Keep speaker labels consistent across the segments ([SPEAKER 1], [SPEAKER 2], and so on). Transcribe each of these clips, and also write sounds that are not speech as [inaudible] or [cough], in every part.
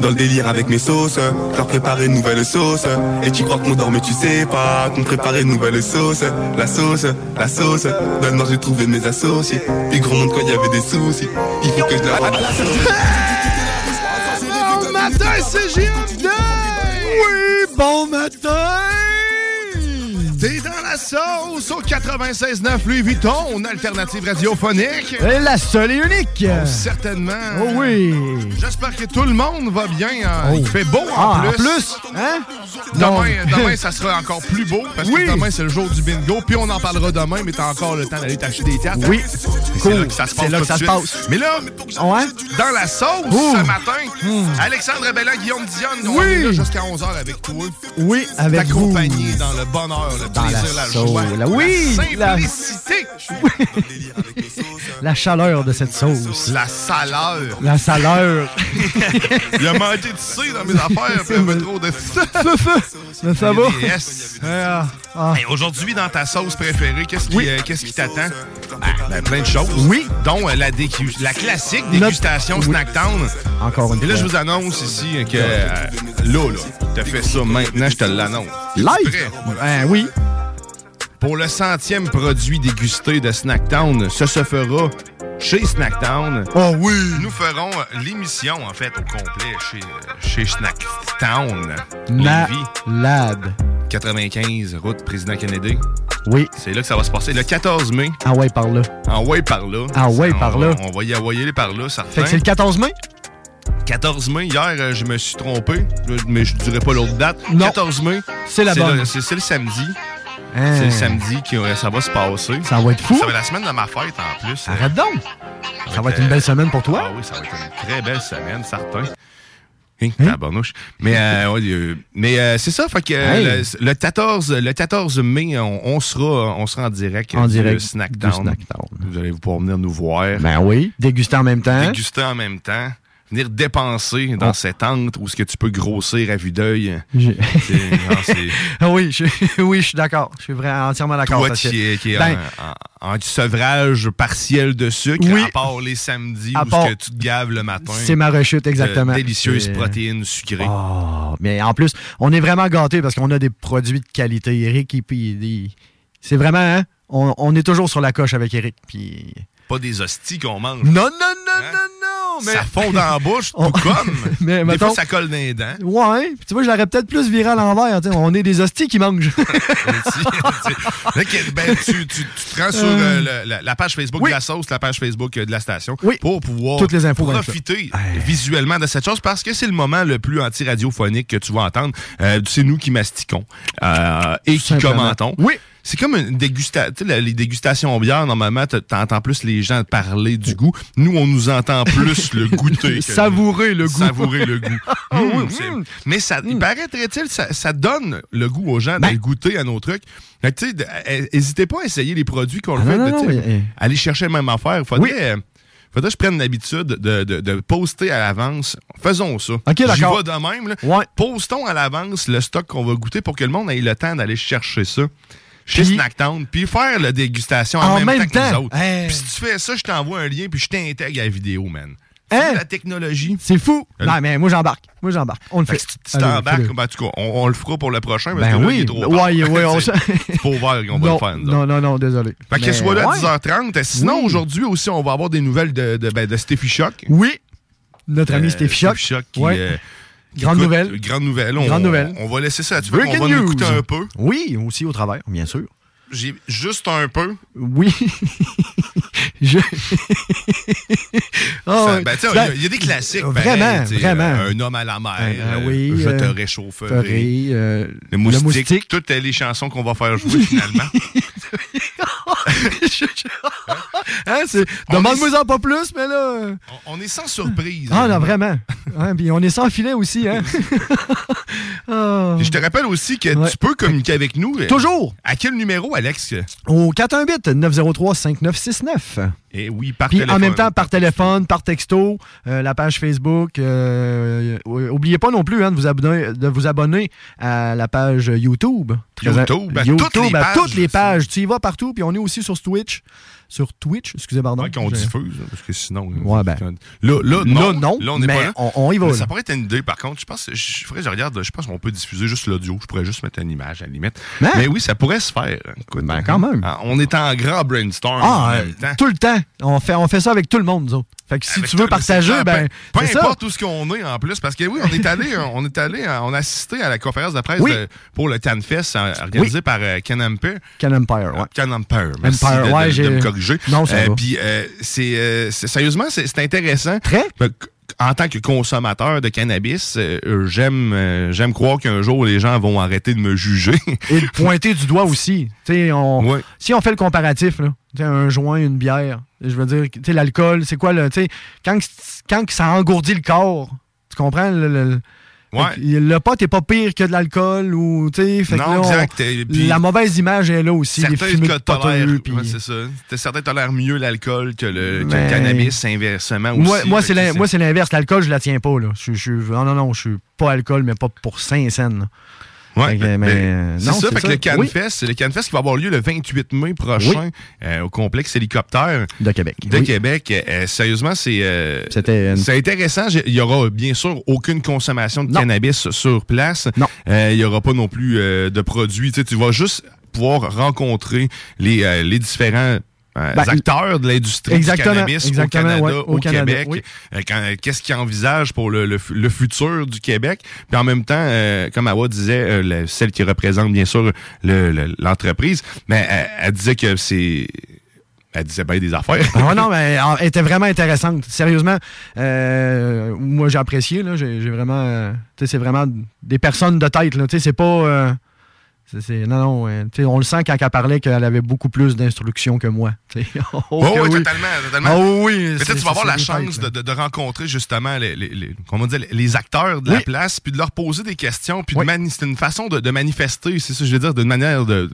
[SPEAKER 1] dans le délire avec mes sauces, euh, leur préparer une nouvelle sauce. Et tu crois qu'on dort mais tu sais pas qu'on préparait une nouvelle sauce. La sauce, la sauce, dans le noir j'ai trouvé mes associés. Puis gros monde quand il y avait des soucis, il faut que je
[SPEAKER 2] Oh,
[SPEAKER 1] la la
[SPEAKER 2] Bon matin, CJMD! Oui, bon matin! T'es dans la sauce au 96.9 Louis Vuitton, alternative radiophonique.
[SPEAKER 3] Elle est la seule et unique.
[SPEAKER 2] Certainement.
[SPEAKER 3] Oh oui.
[SPEAKER 2] J'espère que tout le monde va bien. hein. Il fait beau en
[SPEAKER 3] Ah,
[SPEAKER 2] plus.
[SPEAKER 3] en plus, hein? Non.
[SPEAKER 2] Demain, demain, ça sera encore plus beau parce
[SPEAKER 3] Oui.
[SPEAKER 2] que demain, c'est le jour du bingo. Puis on en parlera demain, mais t'as encore le temps d'aller t'acheter des cartes.
[SPEAKER 3] Oui.
[SPEAKER 2] C'est
[SPEAKER 3] Cool.
[SPEAKER 2] là que ça se passe.
[SPEAKER 3] C'est là que
[SPEAKER 2] tout de
[SPEAKER 3] ça se
[SPEAKER 2] suite.
[SPEAKER 3] passe.
[SPEAKER 2] Mais là,
[SPEAKER 3] Ouais.
[SPEAKER 2] dans la sauce
[SPEAKER 3] Ouh. Hmm.
[SPEAKER 2] ce matin, Alexandre Bellin, Guillaume Dionne, on
[SPEAKER 3] Oui.
[SPEAKER 2] est là jusqu'à 11h avec toi.
[SPEAKER 3] Oui, avec vous.
[SPEAKER 2] T'accompagner dans le bonheur, le
[SPEAKER 3] Dans
[SPEAKER 2] plaisir, la,
[SPEAKER 3] la sauce,
[SPEAKER 2] joie,
[SPEAKER 3] la- oui,
[SPEAKER 2] la
[SPEAKER 3] la-
[SPEAKER 2] simplicité,
[SPEAKER 3] La chaleur de cette sauce.
[SPEAKER 2] la saleur.
[SPEAKER 3] La
[SPEAKER 2] [laughs]
[SPEAKER 3] saleur.
[SPEAKER 2] Il a manqué de C dans mes affaires, puis un peu trop de
[SPEAKER 3] Feu, feu. Mais ça va?
[SPEAKER 2] Yes.
[SPEAKER 3] [laughs] Ah, ah.
[SPEAKER 2] Hey, Aujourd'hui, dans ta sauce préférée, qu'est-ce qui,
[SPEAKER 3] Oui.
[SPEAKER 2] euh, qu'est-ce qui t'attend? Ben, ben, plein de choses.
[SPEAKER 3] Oui.
[SPEAKER 2] Dont euh, la, décu- la classique
[SPEAKER 3] Notre-
[SPEAKER 2] dégustation Snacktown.
[SPEAKER 3] Encore une
[SPEAKER 2] Et là, je
[SPEAKER 3] fois.
[SPEAKER 2] vous annonce ici que euh, là, là, t'as fait ça maintenant, je te l'annonce.
[SPEAKER 3] Live?
[SPEAKER 2] Prêt?
[SPEAKER 3] Ben oui.
[SPEAKER 2] Pour le centième produit dégusté de Snacktown, ce se fera chez Snacktown.
[SPEAKER 3] Oh oui.
[SPEAKER 2] Nous ferons euh, l'émission, en fait, au complet chez, euh, chez Snacktown. Lévis,
[SPEAKER 3] Malade.
[SPEAKER 2] 95, route Président Kennedy.
[SPEAKER 3] Oui.
[SPEAKER 2] C'est là que ça va se passer. Le 14 mai,
[SPEAKER 3] Ah ouais, par là.
[SPEAKER 2] en way par là.
[SPEAKER 3] En way
[SPEAKER 2] On
[SPEAKER 3] Ah par
[SPEAKER 2] va-
[SPEAKER 3] là.
[SPEAKER 2] On va y envoyer les par là, certain.
[SPEAKER 3] Fait que c'est le 14 mai?
[SPEAKER 2] 14 mai, hier, euh, je me suis trompé, là, mais je ne dirai pas l'autre date.
[SPEAKER 3] Non.
[SPEAKER 2] 14 mai,
[SPEAKER 3] C'est la
[SPEAKER 2] le-
[SPEAKER 3] bonne.
[SPEAKER 2] C'est c'est le samedi.
[SPEAKER 3] Hein.
[SPEAKER 2] C'est le samedi que euh, ça va se passer.
[SPEAKER 3] Ça va être fou.
[SPEAKER 2] Ça va être la semaine de ma fête en plus.
[SPEAKER 3] Arrête donc. Ça va
[SPEAKER 2] être,
[SPEAKER 3] être une
[SPEAKER 2] euh,
[SPEAKER 3] belle semaine pour
[SPEAKER 2] Ah
[SPEAKER 3] toi.
[SPEAKER 2] oui, ça va être une très belle semaine, certain. Hein, tabarnouche. Mais, euh, ouais, euh, mais euh, c'est ça, fait que euh,
[SPEAKER 3] Hey.
[SPEAKER 2] le, le 14, le 14 mai, on, on sera, on sera en direct euh,
[SPEAKER 3] En
[SPEAKER 2] du
[SPEAKER 3] direct
[SPEAKER 2] Snack
[SPEAKER 3] du
[SPEAKER 2] Town.
[SPEAKER 3] Snack Town.
[SPEAKER 2] Vous allez pouvoir venir nous voir,
[SPEAKER 3] Ben oui. Déguster en même temps.
[SPEAKER 2] déguster en même temps, venir dépenser dans cette antre où ce que tu peux grossir à vue d'œil.
[SPEAKER 3] Oh. J'ai-
[SPEAKER 2] C'est- non, c'est-
[SPEAKER 3] Ah oui, je, [laughs] oui, je suis d'accord. Je suis vraiment entièrement [laughs] d'accord.
[SPEAKER 2] Toi
[SPEAKER 3] parce que-
[SPEAKER 2] qui est, qui est
[SPEAKER 3] Ben,
[SPEAKER 2] en, en- en sevrage partiel de sucre,
[SPEAKER 3] Oui.
[SPEAKER 2] à part les samedis
[SPEAKER 3] À
[SPEAKER 2] où ce
[SPEAKER 3] part-
[SPEAKER 2] que tu te gaves le matin.
[SPEAKER 3] c'est ma rechute, exactement.
[SPEAKER 2] de délicieuses
[SPEAKER 3] C'est-
[SPEAKER 2] protéines sucrées.
[SPEAKER 3] Ah, mais en plus, on est vraiment gâtés parce qu'on a des produits de qualité. Eric, il- puis il- c'est vraiment, hein, on, on est toujours sur la coche avec Eric. Puis...
[SPEAKER 2] Pas des hosties qu'on mange.
[SPEAKER 3] Non, non, non,
[SPEAKER 2] Hein?
[SPEAKER 3] non, non, mais...
[SPEAKER 2] Ça fond dans la bouche,
[SPEAKER 3] [laughs]
[SPEAKER 2] tout
[SPEAKER 3] On-
[SPEAKER 2] comme.
[SPEAKER 3] Mais
[SPEAKER 2] Des
[SPEAKER 3] mettons-
[SPEAKER 2] fois, ça colle dans les dents.
[SPEAKER 3] Ouais, puis tu vois, je l'aurais peut-être plus viré à l'envers. tu sais, On est des hosties qui mangent.
[SPEAKER 2] [laughs] Là, que- ben, tu, tu- tu te rends sur euh, le- la, la page Facebook
[SPEAKER 3] Oui.
[SPEAKER 2] de la sauce, la page Facebook euh, de la station,
[SPEAKER 3] Oui.
[SPEAKER 2] pour pouvoir
[SPEAKER 3] Toutes les infos dans
[SPEAKER 2] profiter visuellement de cette chose parce que c'est le moment le plus anti-radiophonique que tu vas entendre. Euh, c'est nous qui mastiquons euh, et qui
[SPEAKER 3] Simplement.
[SPEAKER 2] commentons.
[SPEAKER 3] Oui.
[SPEAKER 2] c'est comme une dégustation. les dégustations bières, normalement, t- t'entends plus les gens parler du goût. Nous, on nous entend plus
[SPEAKER 3] [laughs]
[SPEAKER 2] le goûter. que-
[SPEAKER 3] Savourer le goût.
[SPEAKER 2] Savourer le goût.
[SPEAKER 3] Ah oui,
[SPEAKER 2] Hum, c'est- Mais ça,
[SPEAKER 3] Mm.
[SPEAKER 2] il paraîtrait-il, ça, ça donne le goût aux gens
[SPEAKER 3] Ben.
[SPEAKER 2] d'aller goûter à nos trucs. Fait que, tu sais, de- euh, hésitez pas à essayer les produits qu'on
[SPEAKER 3] Ah,
[SPEAKER 2] fait.
[SPEAKER 3] non,
[SPEAKER 2] de-
[SPEAKER 3] non,
[SPEAKER 2] tu sais,
[SPEAKER 3] mais-
[SPEAKER 2] Aller chercher la même affaire. Faudrait, euh, faudrait que je prenne l'habitude de, de- de poster à l'avance. Faisons ça.
[SPEAKER 3] Ok,
[SPEAKER 2] J'y
[SPEAKER 3] d'accord.
[SPEAKER 2] vais de même. là.
[SPEAKER 3] Ouais.
[SPEAKER 2] Postons à l'avance le stock qu'on va goûter pour que le monde ait le temps d'aller chercher ça chez
[SPEAKER 3] Puis-
[SPEAKER 2] Snacktown, puis faire la dégustation en,
[SPEAKER 3] En même
[SPEAKER 2] temps, que
[SPEAKER 3] temps.
[SPEAKER 2] nous autres.
[SPEAKER 3] Hey.
[SPEAKER 2] Puis si tu fais ça, je t'envoie un lien, puis je t'intègre à la vidéo, man.
[SPEAKER 3] [laughs] Hein?
[SPEAKER 2] [laughs] C'est La technologie.
[SPEAKER 3] C'est fou.
[SPEAKER 2] Allô?
[SPEAKER 3] Non, mais moi, j'embarque. Moi, j'embarque. On le
[SPEAKER 2] Fait
[SPEAKER 3] fait.
[SPEAKER 2] que si tu
[SPEAKER 3] Allez,
[SPEAKER 2] t'embarques,
[SPEAKER 3] fais-le.
[SPEAKER 2] ben, en tout cas, on, on le fera pour le prochain. Parce
[SPEAKER 3] Ben
[SPEAKER 2] que là,
[SPEAKER 3] oui.
[SPEAKER 2] il est trop tard.
[SPEAKER 3] Ouais, ouais, on
[SPEAKER 2] [laughs] C'est- c'est pas ouvert qu'on va
[SPEAKER 3] non,
[SPEAKER 2] le faire. nous
[SPEAKER 3] non,
[SPEAKER 2] autres.
[SPEAKER 3] non, non, désolé.
[SPEAKER 2] Fait que
[SPEAKER 3] Mais-
[SPEAKER 2] soit là à
[SPEAKER 3] Ouais.
[SPEAKER 2] 10h30. Sinon,
[SPEAKER 3] Oui.
[SPEAKER 2] aujourd'hui aussi, on va avoir des nouvelles de, de, ben, de Steffi Shock.
[SPEAKER 3] Oui. Notre ami
[SPEAKER 2] Euh,
[SPEAKER 3] Steve Shock.
[SPEAKER 2] qui,
[SPEAKER 3] Ouais.
[SPEAKER 2] euh, qui
[SPEAKER 3] Grande
[SPEAKER 2] écoute,
[SPEAKER 3] nouvelle.
[SPEAKER 2] Grande nouvelle. On,
[SPEAKER 3] Grande nouvelle.
[SPEAKER 2] On va laisser ça là-dessus.
[SPEAKER 3] Breaking
[SPEAKER 2] On va
[SPEAKER 3] news.
[SPEAKER 2] l'écouter un peu.
[SPEAKER 3] Oui, aussi au travers, bien sûr.
[SPEAKER 2] J'ai juste un peu.
[SPEAKER 3] Oui. [laughs] Je. [laughs] Ah,
[SPEAKER 2] Ça-
[SPEAKER 3] ouais.
[SPEAKER 2] ben, tu sais, il y
[SPEAKER 3] Ben,
[SPEAKER 2] a- il y, a des classiques.
[SPEAKER 3] Vraiment,
[SPEAKER 2] pareils, tu sais,
[SPEAKER 3] vraiment.
[SPEAKER 2] euh, un homme à la mer.
[SPEAKER 3] Euh,
[SPEAKER 2] euh,
[SPEAKER 3] oui,
[SPEAKER 2] je te
[SPEAKER 3] euh,
[SPEAKER 2] réchaufferai.
[SPEAKER 3] Ferré, euh,
[SPEAKER 2] Le moustique, toutes les chansons qu'on va faire
[SPEAKER 3] [laughs]
[SPEAKER 2] jouer finalement.
[SPEAKER 3] Je- je- Hein, c'est-
[SPEAKER 2] On
[SPEAKER 3] Demande-moi-en pas plus, mais là. euh.
[SPEAKER 2] On, on est sans surprise.
[SPEAKER 3] Ah, non,
[SPEAKER 2] [laughs]
[SPEAKER 3] vraiment. Hein, puis on est sans filet aussi, hein. Ah.
[SPEAKER 2] Puis je te rappelle aussi que
[SPEAKER 3] Ouais.
[SPEAKER 2] tu peux communiquer avec nous. euh,
[SPEAKER 3] Toujours
[SPEAKER 2] À quel numéro, Alex?
[SPEAKER 3] au 418-903-5969.
[SPEAKER 2] Eh oui, par
[SPEAKER 3] Puis
[SPEAKER 2] téléphone.
[SPEAKER 3] en même temps, par téléphone, par texto, euh, la page Facebook. euh, euh, oubliez pas non plus hein, de, vous abonner, de vous abonner à la page YouTube.
[SPEAKER 2] YouTube, à toutes les
[SPEAKER 3] à
[SPEAKER 2] pages.
[SPEAKER 3] toutes les pages. Tu y vas partout. Puis on est aussi sur Twitch. Sur Twitch, excusez, pardon.
[SPEAKER 2] Ouais, qu'on
[SPEAKER 3] Je-
[SPEAKER 2] diffuse, parce que sinon. euh,
[SPEAKER 3] Ouais, ben.
[SPEAKER 2] Là, là,
[SPEAKER 3] Là,
[SPEAKER 2] non.
[SPEAKER 3] non,
[SPEAKER 2] Là, on est
[SPEAKER 3] mais
[SPEAKER 2] pas là.
[SPEAKER 3] on- on y va,
[SPEAKER 2] Mais
[SPEAKER 3] là.
[SPEAKER 2] Ça pourrait être une idée, par contre. Je pense, je, faudrait que je regarde, je pense qu'on peut diffuser juste l'audio. Je pourrais juste mettre une image, à la limite.
[SPEAKER 3] Hein?
[SPEAKER 2] Mais oui, ça pourrait se faire. Écoute,
[SPEAKER 3] Ben, quand même.
[SPEAKER 2] ah, On est en grand brainstorm. en
[SPEAKER 3] Ah, euh,
[SPEAKER 2] même temps.
[SPEAKER 3] tout le temps. On fait, on fait ça avec tout le monde, nous autres. Fait que si
[SPEAKER 2] Avec
[SPEAKER 3] tu veux
[SPEAKER 2] tout- Ah, c'est
[SPEAKER 3] partager,
[SPEAKER 2] clair,
[SPEAKER 3] ben.
[SPEAKER 2] Peu, peu
[SPEAKER 3] c'est ça.
[SPEAKER 2] importe tout ce qu'on est en plus, parce que oui, on est allé, euh, on est allé, on a assisté à la conférence de presse
[SPEAKER 3] Oui.
[SPEAKER 2] de- pour le TanFest euh, organisée par euh, Ken Ampere.
[SPEAKER 3] Can Empire, ouais.
[SPEAKER 2] Can Empire, merci
[SPEAKER 3] Empire,
[SPEAKER 2] de- de,
[SPEAKER 3] ouais,
[SPEAKER 2] de
[SPEAKER 3] j'ai-
[SPEAKER 2] me corriger.
[SPEAKER 3] Non, ça
[SPEAKER 2] Euh,
[SPEAKER 3] va.
[SPEAKER 2] Puis, euh, c'est, euh, c'est- sérieusement, c'est, c'est intéressant.
[SPEAKER 3] Très.
[SPEAKER 2] Fait que, En tant que consommateur de cannabis, euh, euh, j'aime, euh, j'aime croire qu'un jour, les gens vont arrêter de me juger.
[SPEAKER 3] Et de pointer du doigt aussi. Tu sais, on-
[SPEAKER 2] Ouais.
[SPEAKER 3] Si on fait le comparatif, là, tu sais, un joint, une bière, je veux dire, tu sais, l'alcool, c'est quoi le. tu sais, Quand, que- quand que ça engourdit le corps, tu comprends? Le, le,
[SPEAKER 2] Ouais.
[SPEAKER 3] fait que le pot est pas pire que de l'alcool ou. tu sais, fait que
[SPEAKER 2] Non,
[SPEAKER 3] là, on-
[SPEAKER 2] exact, et puis-
[SPEAKER 3] la mauvaise image est là [laughs] aussi. Les
[SPEAKER 2] certains
[SPEAKER 3] fumées
[SPEAKER 2] que
[SPEAKER 3] de poteux,
[SPEAKER 2] tolèrent,
[SPEAKER 3] puis-
[SPEAKER 2] ouais, c'est ça. T'as- Certains tolèrent mieux l'alcool que le, que le
[SPEAKER 3] Ben,
[SPEAKER 2] cannabis, inversement aussi.
[SPEAKER 3] Moi, moi,
[SPEAKER 2] Fait
[SPEAKER 3] c'est
[SPEAKER 2] que
[SPEAKER 3] l'in- moi, c'est l'inverse. L'alcool, je la tiens pas. Là. Je, je- non, non, non, je suis pas alcool, mais pas pour 5 scènes.
[SPEAKER 2] Ouais,
[SPEAKER 3] Fait que,
[SPEAKER 2] ben,
[SPEAKER 3] mais,
[SPEAKER 2] ben,
[SPEAKER 3] euh,
[SPEAKER 2] c'est
[SPEAKER 3] non, c'est
[SPEAKER 2] ça, fait que
[SPEAKER 3] ça.
[SPEAKER 2] le CanFest, le CanFest qui va avoir lieu le 28 mai prochain euh, au complexe hélicoptère
[SPEAKER 3] De Québec.
[SPEAKER 2] de Québec. Euh, sérieusement, c'est euh,
[SPEAKER 3] C'était une-
[SPEAKER 2] c'est intéressant. J'ai- Il y aura bien sûr aucune consommation de
[SPEAKER 3] Non.
[SPEAKER 2] cannabis sur place.
[SPEAKER 3] Non.
[SPEAKER 2] Euh, Il y aura pas non plus euh, de produits. Tu, sais, tu vas juste pouvoir rencontrer les, euh, les différents euh,
[SPEAKER 3] Ben,
[SPEAKER 2] acteurs de l'industrie du
[SPEAKER 3] Exactement,
[SPEAKER 2] cannabis au
[SPEAKER 3] exactement,
[SPEAKER 2] Canada,
[SPEAKER 3] ouais,
[SPEAKER 2] au,
[SPEAKER 3] au Canada,
[SPEAKER 2] Québec.
[SPEAKER 3] oui.
[SPEAKER 2] Euh, quand- Qu'est-ce qu'ils envisagent pour le, le fu- le futur du Québec? Puis en même temps, euh, comme Awa disait, euh, le- celle qui représente bien sûr le- le- l'entreprise, mais elle, elle disait que c'est... Elle disait bien des
[SPEAKER 3] [laughs]
[SPEAKER 2] affaires.
[SPEAKER 3] Ah non, mais ah, elle était vraiment intéressante. Sérieusement, euh, moi j'ai apprécié. Là, j'ai, j'ai vraiment, euh, tu sais, c'est vraiment des personnes de tête. Là, tu sais, c'est pas. euh, c'est, c'est- non, non. ouais, tu sais, on le sent quand elle parlait qu'elle avait beaucoup plus d'instructions que moi. tu sais. [laughs] Oh,
[SPEAKER 2] Oh,
[SPEAKER 3] que
[SPEAKER 2] oui,
[SPEAKER 3] oui.
[SPEAKER 2] totalement, totalement.
[SPEAKER 3] Ah oui, oui,
[SPEAKER 2] Mais tu
[SPEAKER 3] c'est-
[SPEAKER 2] sais, tu vas avoir
[SPEAKER 3] c'est
[SPEAKER 2] la
[SPEAKER 3] des
[SPEAKER 2] chance
[SPEAKER 3] têtes,
[SPEAKER 2] de,
[SPEAKER 3] là.
[SPEAKER 2] de- de rencontrer justement les, les- les- comment dire, les- les acteurs de la
[SPEAKER 3] Oui.
[SPEAKER 2] place, puis de leur poser des questions, puis de
[SPEAKER 3] Oui.
[SPEAKER 2] mani- c'est une façon de, de manifester, c'est ça que je veux dire, d'une manière de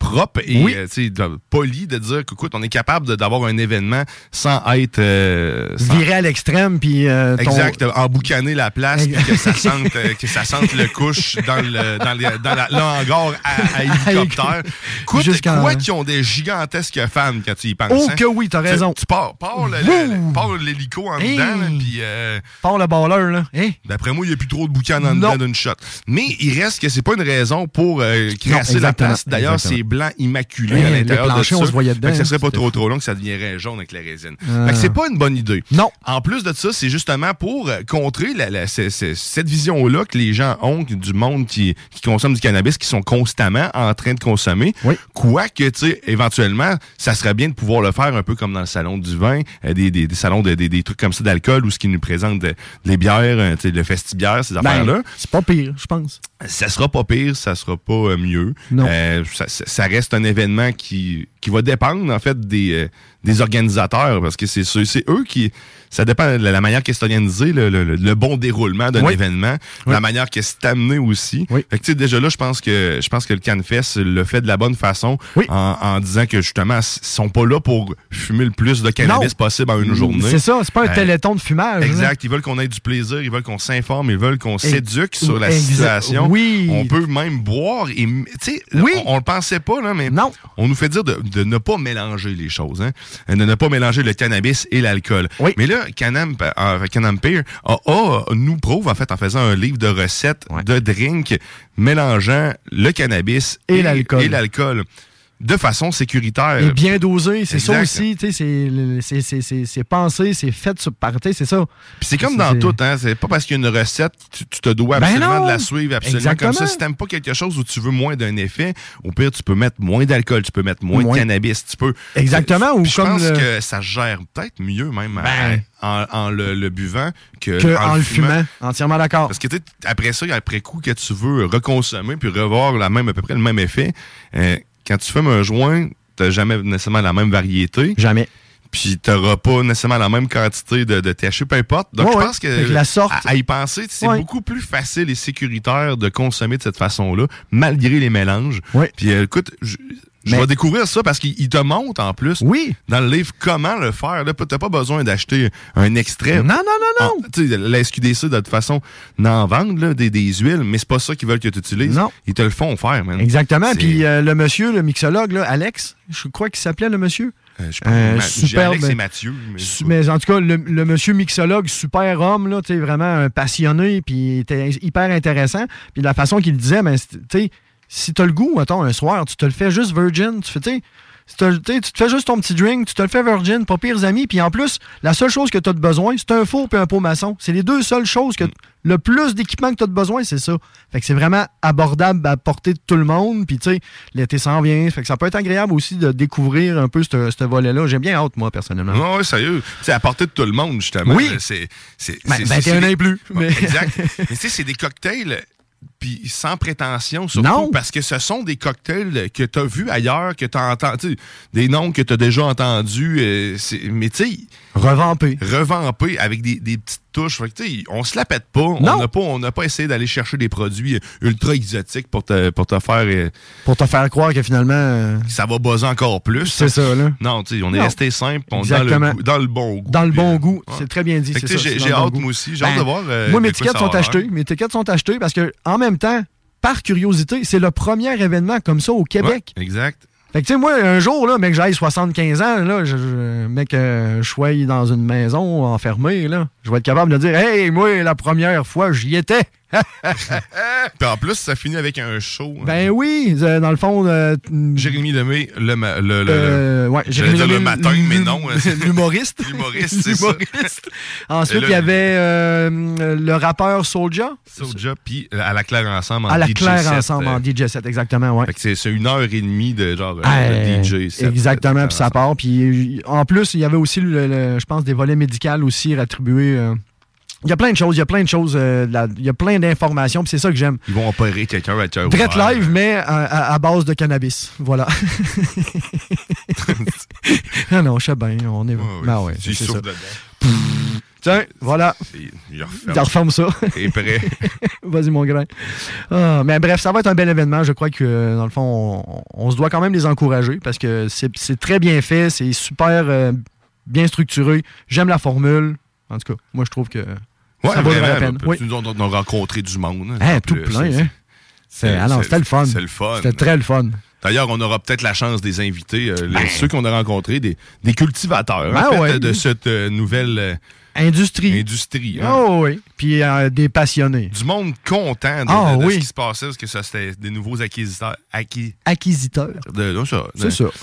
[SPEAKER 2] propre et
[SPEAKER 3] Oui.
[SPEAKER 2] euh, tu sais, de- polie de dire qu'écoute, on est capable de- d'avoir un événement sans être euh, sans-
[SPEAKER 3] Virer à l'extrême, puis. euh, ton-
[SPEAKER 2] Exact, euh, emboucaner la place puis
[SPEAKER 3] Ex-
[SPEAKER 2] que
[SPEAKER 3] [laughs]
[SPEAKER 2] ça sente euh, que ça sente le couche dans le dans, les- dans la- le hangar
[SPEAKER 3] [laughs]
[SPEAKER 2] à, à hélicoptère. Écoute,
[SPEAKER 3] Jusqu'en-
[SPEAKER 2] quoi qu'ils ont des gigantesques fans quand tu y penses.
[SPEAKER 3] Oh
[SPEAKER 2] hein.
[SPEAKER 3] que oui, t'as
[SPEAKER 2] Tu-
[SPEAKER 3] raison.
[SPEAKER 2] Tu pars, pars, le- le- le-
[SPEAKER 3] Wouh!
[SPEAKER 2] pars l'hélico en
[SPEAKER 3] Hey!
[SPEAKER 2] dedans, là, puis euh,
[SPEAKER 3] Par le balleur, là. Hein?
[SPEAKER 2] d'après moi, il n'y a plus trop de boucan en
[SPEAKER 3] Non.
[SPEAKER 2] dedans d'une shot. Mais il reste que c'est pas une raison pour euh, crasser la
[SPEAKER 3] exactement,
[SPEAKER 2] place. D'ailleurs,
[SPEAKER 3] exactement.
[SPEAKER 2] c'est blanc immaculé
[SPEAKER 3] Hey,
[SPEAKER 2] à
[SPEAKER 3] Eh, le
[SPEAKER 2] l'intérieur
[SPEAKER 3] plancher,
[SPEAKER 2] de
[SPEAKER 3] on
[SPEAKER 2] ça.
[SPEAKER 3] se voyait dedans,
[SPEAKER 2] Fait que ça serait
[SPEAKER 3] hein,
[SPEAKER 2] pas
[SPEAKER 3] c'était
[SPEAKER 2] trop trop long que ça deviendrait jaune avec la résine.
[SPEAKER 3] Euh.
[SPEAKER 2] Fait que c'est pas une bonne idée.
[SPEAKER 3] Non.
[SPEAKER 2] En plus de ça, c'est justement pour euh, contrer la- la- ce- ce- cette vision-là que les gens ont que du monde qui, qui consomme du cannabis, qui sont constamment en train de consommer.
[SPEAKER 3] Oui.
[SPEAKER 2] Quoique, tu sais, éventuellement, ça serait bien de pouvoir le faire un peu comme dans le salon du vin, euh, des, des- des salons, de- des, des trucs comme ça d'alcool ou ce qui nous présente de- les bières, euh, tu sais, le festibière, ces
[SPEAKER 3] Ben,
[SPEAKER 2] affaires-là.
[SPEAKER 3] c'est pas pire, je pense.
[SPEAKER 2] Ça sera pas pire, ça sera pas euh, mieux.
[SPEAKER 3] Non.
[SPEAKER 2] Euh, ça- ça- ça reste un événement qui, qui va dépendre, en fait, des, euh, des organisateurs, parce que c'est ceux- c'est eux qui. Ça dépend de la manière qu'est c'est organisé, le, le- le- le bon déroulement d'un
[SPEAKER 3] Oui.
[SPEAKER 2] événement, la manière qu'est c'est amené aussi. Fait que, tu sais, déjà là, je pense que je pense que le Canfest le fait de la bonne façon en, en disant que justement, s- ils sont pas là pour fumer le plus de cannabis
[SPEAKER 3] Non.
[SPEAKER 2] possible en une journée.
[SPEAKER 3] C'est ça, c'est pas un
[SPEAKER 2] Euh,
[SPEAKER 3] téléthon de fumage. là.
[SPEAKER 2] Exact. Ils veulent qu'on ait du plaisir, ils veulent qu'on s'informe, ils veulent qu'on
[SPEAKER 3] Et-
[SPEAKER 2] s'éduque sur la
[SPEAKER 3] Exa-
[SPEAKER 2] situation.
[SPEAKER 3] oui.
[SPEAKER 2] On peut même boire et. m- Tu sais, on, on le pensait pas, là, mais. Non. On nous fait dire de, de ne pas mélanger les choses, hein. De ne pas mélanger le cannabis et l'alcool. Mais là, Canam, euh, Canam Peer a- a- nous prouve, en fait, en faisant un livre de recettes de drinks mélangeant le cannabis
[SPEAKER 3] Et l'alcool.
[SPEAKER 2] et l'alcool de façon sécuritaire.
[SPEAKER 3] Et bien dosé, c'est ça
[SPEAKER 2] Exact.
[SPEAKER 3] aussi, tu sais, c'est le- c'est- c'est- c'est- c'est pensé, c'est fait sur parité, c'est ça.
[SPEAKER 2] Puis c'est comme dans tout, hein. C'est pas parce qu'il y a une recette, tu, tu te dois
[SPEAKER 3] Ben
[SPEAKER 2] absolument
[SPEAKER 3] non.
[SPEAKER 2] de la suivre absolument
[SPEAKER 3] Exactement.
[SPEAKER 2] comme ça. Si t'aimes pas quelque chose où tu veux moins d'un effet, au pire, tu peux mettre moins d'alcool, tu peux mettre moins,
[SPEAKER 3] Moins.
[SPEAKER 2] de cannabis, tu peux.
[SPEAKER 3] Exactement, ou
[SPEAKER 2] Puis je
[SPEAKER 3] comme
[SPEAKER 2] pense
[SPEAKER 3] le-
[SPEAKER 2] que ça se gère peut-être mieux même
[SPEAKER 3] Ben.
[SPEAKER 2] en, en le, le buvant que,
[SPEAKER 3] Que en le fumant, entièrement d'accord.
[SPEAKER 2] Parce que tu sais, après ça, après coup que tu veux reconsommer puis revoir la même à peu près le même effet, euh, quand tu fumes un joint, t'as jamais nécessairement la même variété.
[SPEAKER 3] Jamais.
[SPEAKER 2] Puis t'auras pas nécessairement la même quantité de, de THC, peu importe. Donc
[SPEAKER 3] Ouais,
[SPEAKER 2] je
[SPEAKER 3] ouais.
[SPEAKER 2] pense
[SPEAKER 3] Fait
[SPEAKER 2] que
[SPEAKER 3] que la sorte-
[SPEAKER 2] à, à y penser, c'est
[SPEAKER 3] Ouais.
[SPEAKER 2] beaucoup plus facile et sécuritaire de consommer de cette façon-là, malgré les mélanges. Puis euh, écoute, je, je vais découvrir ça parce qu'il il te montre en plus dans le livre comment le faire. Là, t'as pas besoin d'acheter un extrait.
[SPEAKER 3] Non, non, non, non.
[SPEAKER 2] Ah, tu sais, la SQDC, de toute façon, n'en vendent là, des, des huiles, mais c'est pas ça qu'ils veulent que tu utilises.
[SPEAKER 3] Non.
[SPEAKER 2] Ils te le font faire, man.
[SPEAKER 3] Exactement.
[SPEAKER 2] C'est-
[SPEAKER 3] Puis euh, le monsieur, le mixologue, là, Alex, je crois qu'il s'appelait le monsieur.
[SPEAKER 2] Euh, je sais pas, Ma- j'ai Alex et Mathieu, mais-
[SPEAKER 3] su- mais en tout cas, le, le monsieur mixologue, super homme, là, tu sais, vraiment un passionné, puis il était hyper intéressant. Puis la façon qu'il le disait, ben, c'est- tu sais, si t'as le goût, attends, un soir, tu te le fais juste virgin, tu fais, tu sais, si t'as- tu sais, tu te fais juste ton petit drink, tu te le fais virgin, pas pires amis, puis en plus, la seule chose que t'as de besoin, c'est un four puis un pot maçon. C'est les deux seules choses que le plus d'équipement que t'as de besoin, c'est ça. Fait que c'est vraiment abordable à portée de tout le monde, puis tu sais, l'été s'en vient, fait que ça peut être agréable aussi de découvrir un peu ce ce volet-là. J'ai bien hâte, moi, personnellement.
[SPEAKER 2] Non, ouais, sérieux. C'est à portée de tout le monde, justement.
[SPEAKER 3] Oui.
[SPEAKER 2] là, C'est, c'est,
[SPEAKER 3] Ben,
[SPEAKER 2] c'est-
[SPEAKER 3] 21
[SPEAKER 2] c'est des-
[SPEAKER 3] ans et plus,
[SPEAKER 2] [laughs] Ouais,
[SPEAKER 3] mais-
[SPEAKER 2] Exact. mais tu sais, c'est des cocktails, puis sans prétention, surtout.
[SPEAKER 3] Non.
[SPEAKER 2] Parce que ce sont des cocktails que tu as vus ailleurs, que tu as entendu. Des noms que tu as déjà entendus. euh, c'est- mais tu sais.
[SPEAKER 3] Revampés.
[SPEAKER 2] Revampés avec des, des petites touches. Fait que, tu sais, on se la pète pas. On n'a pas, on n'a pas essayé d'aller chercher des produits euh, ultra exotiques pour te, pour te faire. euh,
[SPEAKER 3] Pour te faire croire que finalement. euh,
[SPEAKER 2] ça va buzzer encore plus.
[SPEAKER 3] C'est ça, là.
[SPEAKER 2] Non, tu sais, on est
[SPEAKER 3] Non.
[SPEAKER 2] resté simple, on est dans
[SPEAKER 3] Exactement.
[SPEAKER 2] le, goût- dans le bon goût.
[SPEAKER 3] Dans le bon
[SPEAKER 2] Puis,
[SPEAKER 3] goût,
[SPEAKER 2] ouais.
[SPEAKER 3] c'est très bien dit.
[SPEAKER 2] Fait que
[SPEAKER 3] c'est
[SPEAKER 2] tu sais,
[SPEAKER 3] ça,
[SPEAKER 2] j'ai-
[SPEAKER 3] c'est
[SPEAKER 2] j'ai
[SPEAKER 3] dans le
[SPEAKER 2] hâte,
[SPEAKER 3] bon
[SPEAKER 2] moi
[SPEAKER 3] goût.
[SPEAKER 2] aussi. J'ai hâte
[SPEAKER 3] Ben,
[SPEAKER 2] de voir, euh,
[SPEAKER 3] moi, mes
[SPEAKER 2] de quoi
[SPEAKER 3] tickets
[SPEAKER 2] ça
[SPEAKER 3] sont
[SPEAKER 2] va l'air.
[SPEAKER 3] achetées. Mes tickets sont achetées parce que, en même temps, par curiosité, c'est le premier événement comme ça au Québec.
[SPEAKER 2] Ouais, hein. exact.
[SPEAKER 3] Fait que, tu sais, moi, un jour, là, mec, j'aille 75 ans, là, je, je- mec, euh, je sois dans une maison enfermée, là, je vais être capable de dire, hey, moi, la première fois, j'y étais. [laughs]
[SPEAKER 2] Puis en plus, ça finit avec un show. hein.
[SPEAKER 3] ben oui, euh, dans le fond, euh,
[SPEAKER 2] Jérémy Lemay, le, ma- le, le-
[SPEAKER 3] Euh, ouais, Jérémy
[SPEAKER 2] j'allais dire le
[SPEAKER 3] Lemay,
[SPEAKER 2] matin,
[SPEAKER 3] l'hu-
[SPEAKER 2] mais non. hein.
[SPEAKER 3] [laughs] l'humoriste. [laughs]
[SPEAKER 2] L'humoriste, c'est ça.
[SPEAKER 3] L'humoriste. Ensuite,
[SPEAKER 2] Et là,
[SPEAKER 3] il y avait euh, le rappeur Soulja.
[SPEAKER 2] Soulja, puis euh, à la claire ensemble en
[SPEAKER 3] À la
[SPEAKER 2] DJ
[SPEAKER 3] claire
[SPEAKER 2] set,
[SPEAKER 3] ensemble
[SPEAKER 2] euh,
[SPEAKER 3] en DJ7, exactement, ouais.
[SPEAKER 2] Fait que c'est- c'est une heure et demie de genre euh,
[SPEAKER 3] Ah,
[SPEAKER 2] de DJ set.
[SPEAKER 3] Exactement, puis ça part. Puis euh, en plus, il y avait aussi, le- le- je pense, des volets médicaux aussi attribués. Il y a plein de choses, il y a plein de choses, euh, de la- il y a plein d'informations, puis c'est ça que j'aime.
[SPEAKER 2] Ils vont opérer quelqu'un à cœur
[SPEAKER 3] Drette
[SPEAKER 2] ouvert.
[SPEAKER 3] live, mais à, à- à base de cannabis. Voilà. non, non, je sais bien, on est. ben ouais,
[SPEAKER 2] Tu
[SPEAKER 3] c'est
[SPEAKER 2] souffles
[SPEAKER 3] ça.
[SPEAKER 2] dedans.
[SPEAKER 3] Tiens, voilà.
[SPEAKER 2] Il referme.
[SPEAKER 3] Il referme ça.
[SPEAKER 2] T'es prêt.
[SPEAKER 3] [laughs] Vas-y, mon grain. Ah, mais bref, ça va être un bel événement. Je crois que, euh, dans le fond, on, on se doit quand même les encourager parce que c'est c'est très bien fait, c'est super euh, bien structuré. J'aime la formule. En tout cas, moi, je trouve que
[SPEAKER 2] Ouais,
[SPEAKER 3] ça vaut
[SPEAKER 2] vraiment,
[SPEAKER 3] la
[SPEAKER 2] là,
[SPEAKER 3] peine.
[SPEAKER 2] puis
[SPEAKER 3] Oui.
[SPEAKER 2] Nous autres, on a rencontré du monde. hein,
[SPEAKER 3] Hein,
[SPEAKER 2] en
[SPEAKER 3] tout
[SPEAKER 2] plus,
[SPEAKER 3] plein,
[SPEAKER 2] c'est-
[SPEAKER 3] hein. C'est- ah non, C'était le fun.
[SPEAKER 2] C'est le fun.
[SPEAKER 3] C'était très le fun.
[SPEAKER 2] D'ailleurs, on aura peut-être la chance des invités, euh, les- ceux qu'on a rencontrés, des, des cultivateurs
[SPEAKER 3] Ben
[SPEAKER 2] en fait,
[SPEAKER 3] ouais.
[SPEAKER 2] de cette euh, nouvelle euh,
[SPEAKER 3] Industrie.
[SPEAKER 2] industrie. hein.
[SPEAKER 3] Oh oui. Puis euh, des passionnés.
[SPEAKER 2] Du monde content de,
[SPEAKER 3] Ah
[SPEAKER 2] de- de
[SPEAKER 3] oui.
[SPEAKER 2] ce qui se passait, parce que ça, c'était des nouveaux acquisiteurs. Acquis,
[SPEAKER 3] Acquisiteurs.
[SPEAKER 2] de, non, ça,
[SPEAKER 3] C'est
[SPEAKER 2] de-
[SPEAKER 3] ça. Eh.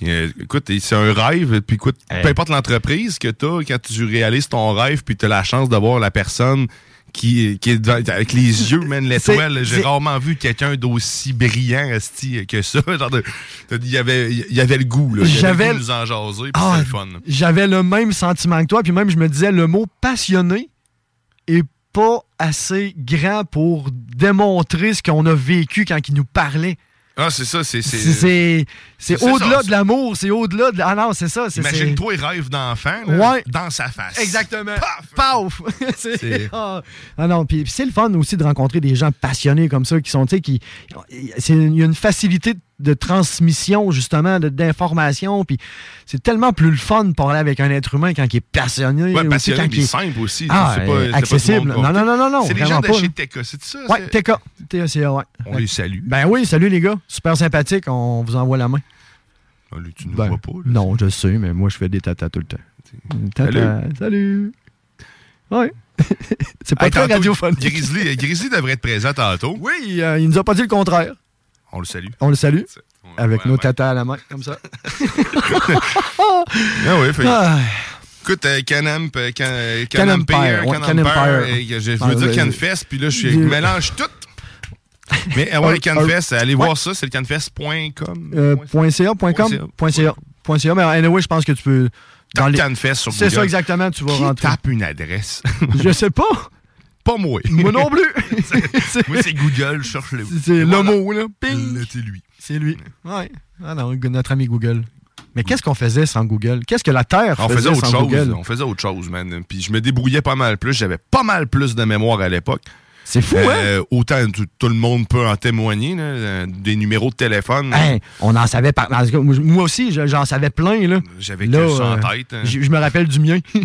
[SPEAKER 2] Puis, euh, écoute, et c'est un rêve. Puis écoute, peu importe l'entreprise que tu as, quand tu réalises ton rêve, puis tu as la chance d'avoir la personne qui, qui est devant- avec les yeux, man, l'étoile.
[SPEAKER 3] C'est-
[SPEAKER 2] J'ai
[SPEAKER 3] c'est-
[SPEAKER 2] rarement vu quelqu'un d'aussi brillant esti, que ça. [laughs] Genre de- il, y avait, il y avait le goût, là. Il y avait
[SPEAKER 3] J'avais
[SPEAKER 2] le
[SPEAKER 3] le-
[SPEAKER 2] goût de nous en jaser, puis
[SPEAKER 3] Ah,
[SPEAKER 2] c'était le fun.
[SPEAKER 3] J'avais le même sentiment que toi, puis même je me disais le mot passionné est pas assez grand pour démontrer ce qu'on a vécu quand il nous parlait.
[SPEAKER 2] Ah, c'est ça, c'est.
[SPEAKER 3] C'est- C'est c'est
[SPEAKER 2] c'est
[SPEAKER 3] au-delà
[SPEAKER 2] ça,
[SPEAKER 3] de l'amour, c'est au-delà de. Ah non, c'est ça. c'est- c'est-
[SPEAKER 2] Imagine-toi, il rêve d'enfant, là,
[SPEAKER 3] Ouais.
[SPEAKER 2] dans sa face.
[SPEAKER 3] Exactement. Paf! [laughs] C'est-
[SPEAKER 2] C'est-
[SPEAKER 3] Ah ah non, puis puis c'est le fun aussi de rencontrer des gens passionnés comme ça qui sont, tu sais, qui. c'est une- Il y a une facilité de transmission, justement, de- d'informations. Puis c'est tellement plus le fun de parler avec un être humain quand il est passionné.
[SPEAKER 2] Ouais,
[SPEAKER 3] ou, tu sais,
[SPEAKER 2] passionné,
[SPEAKER 3] quand
[SPEAKER 2] mais
[SPEAKER 3] il est-
[SPEAKER 2] simple aussi.
[SPEAKER 3] Ah,
[SPEAKER 2] c'est pas- c'est pas,
[SPEAKER 3] accessible.
[SPEAKER 2] tout le monde
[SPEAKER 3] Non, non, non, non, non,
[SPEAKER 2] C'est les
[SPEAKER 3] vraiment
[SPEAKER 2] gens de
[SPEAKER 3] pas,
[SPEAKER 2] chez
[SPEAKER 3] là.
[SPEAKER 2] TECA, c'est ça?
[SPEAKER 3] Ouais,
[SPEAKER 2] c'est-
[SPEAKER 3] TK. TACA, ouais.
[SPEAKER 2] On les salue.
[SPEAKER 3] Ben oui, salut les gars. Super sympathique. On vous envoie la main.
[SPEAKER 2] Ah, lui, tu nous
[SPEAKER 3] Ben,
[SPEAKER 2] vois pas. là.
[SPEAKER 3] non, je sais, mais moi, je fais des tatas tout le temps. Tata, salut. Ouais. [laughs] C'est pas
[SPEAKER 2] Hey,
[SPEAKER 3] très
[SPEAKER 2] tantôt,
[SPEAKER 3] radiophonique.
[SPEAKER 2] Grizzly, euh, Grizzly devrait être présent tantôt.
[SPEAKER 3] Oui, euh, il nous a pas dit le contraire.
[SPEAKER 2] On le salue.
[SPEAKER 3] On le salue.
[SPEAKER 2] On-
[SPEAKER 3] Avec
[SPEAKER 2] ouais,
[SPEAKER 3] nos
[SPEAKER 2] ouais.
[SPEAKER 3] tatas à la main, comme ça.
[SPEAKER 2] [laughs] Ah ouais, fait-
[SPEAKER 3] Ah,
[SPEAKER 2] Écoute, euh, Can-Am, euh, Can euh,
[SPEAKER 3] Can
[SPEAKER 2] Can-Am
[SPEAKER 3] Empire,
[SPEAKER 2] Pair,
[SPEAKER 3] ouais,
[SPEAKER 2] Can
[SPEAKER 3] Can
[SPEAKER 2] Empire,
[SPEAKER 3] Empire.
[SPEAKER 2] euh, je- je
[SPEAKER 3] Ah,
[SPEAKER 2] veux dire
[SPEAKER 3] ben,
[SPEAKER 2] Canfest, puis là, je suis-
[SPEAKER 3] je-
[SPEAKER 2] mélange tout. Mais euh, ouais,
[SPEAKER 3] Ah, ah,
[SPEAKER 2] Canfest, allez
[SPEAKER 3] ouais.
[SPEAKER 2] voir ça, c'est le canfest.com.
[SPEAKER 3] euh, point .ca, point com,
[SPEAKER 2] Point
[SPEAKER 3] point .ca. Point .ca, mais anyway, je pense que tu peux... dans
[SPEAKER 2] Tape
[SPEAKER 3] les-
[SPEAKER 2] Canfest sur Google.
[SPEAKER 3] C'est ça exactement, tu vas
[SPEAKER 2] Qui
[SPEAKER 3] rentrer.
[SPEAKER 2] tape une adresse?
[SPEAKER 3] [laughs] Je sais pas,
[SPEAKER 2] Pas moi.
[SPEAKER 3] [laughs] moi non
[SPEAKER 2] [laughs]
[SPEAKER 3] plus. C'est-
[SPEAKER 2] Moi, c'est Google, cherche le
[SPEAKER 3] c'est le
[SPEAKER 2] Voilà.
[SPEAKER 3] mot, là. Ping.
[SPEAKER 2] Là, C'est lui.
[SPEAKER 3] C'est lui. Ouais. Ah non, notre ami Google. Mais qu'est-ce qu'on faisait sans Google? Qu'est-ce que la Terre
[SPEAKER 2] On
[SPEAKER 3] faisait,
[SPEAKER 2] faisait autre
[SPEAKER 3] sans
[SPEAKER 2] chose,
[SPEAKER 3] Google?
[SPEAKER 2] on faisait autre chose, man. Puis je me débrouillais pas mal plus, j'avais pas mal plus de mémoire à l'époque.
[SPEAKER 3] C'est fou, hein?
[SPEAKER 2] Euh, autant tout, tout le monde peut en témoigner, là, euh, des numéros de téléphone.
[SPEAKER 3] Hey, Hein, on en savait par... en tout cas, Moi aussi, je- j'en savais plein, là.
[SPEAKER 2] J'avais
[SPEAKER 3] Là,
[SPEAKER 2] que ça en
[SPEAKER 3] euh,
[SPEAKER 2] tête. hein.
[SPEAKER 3] Je je me rappelle du mien. [laughs]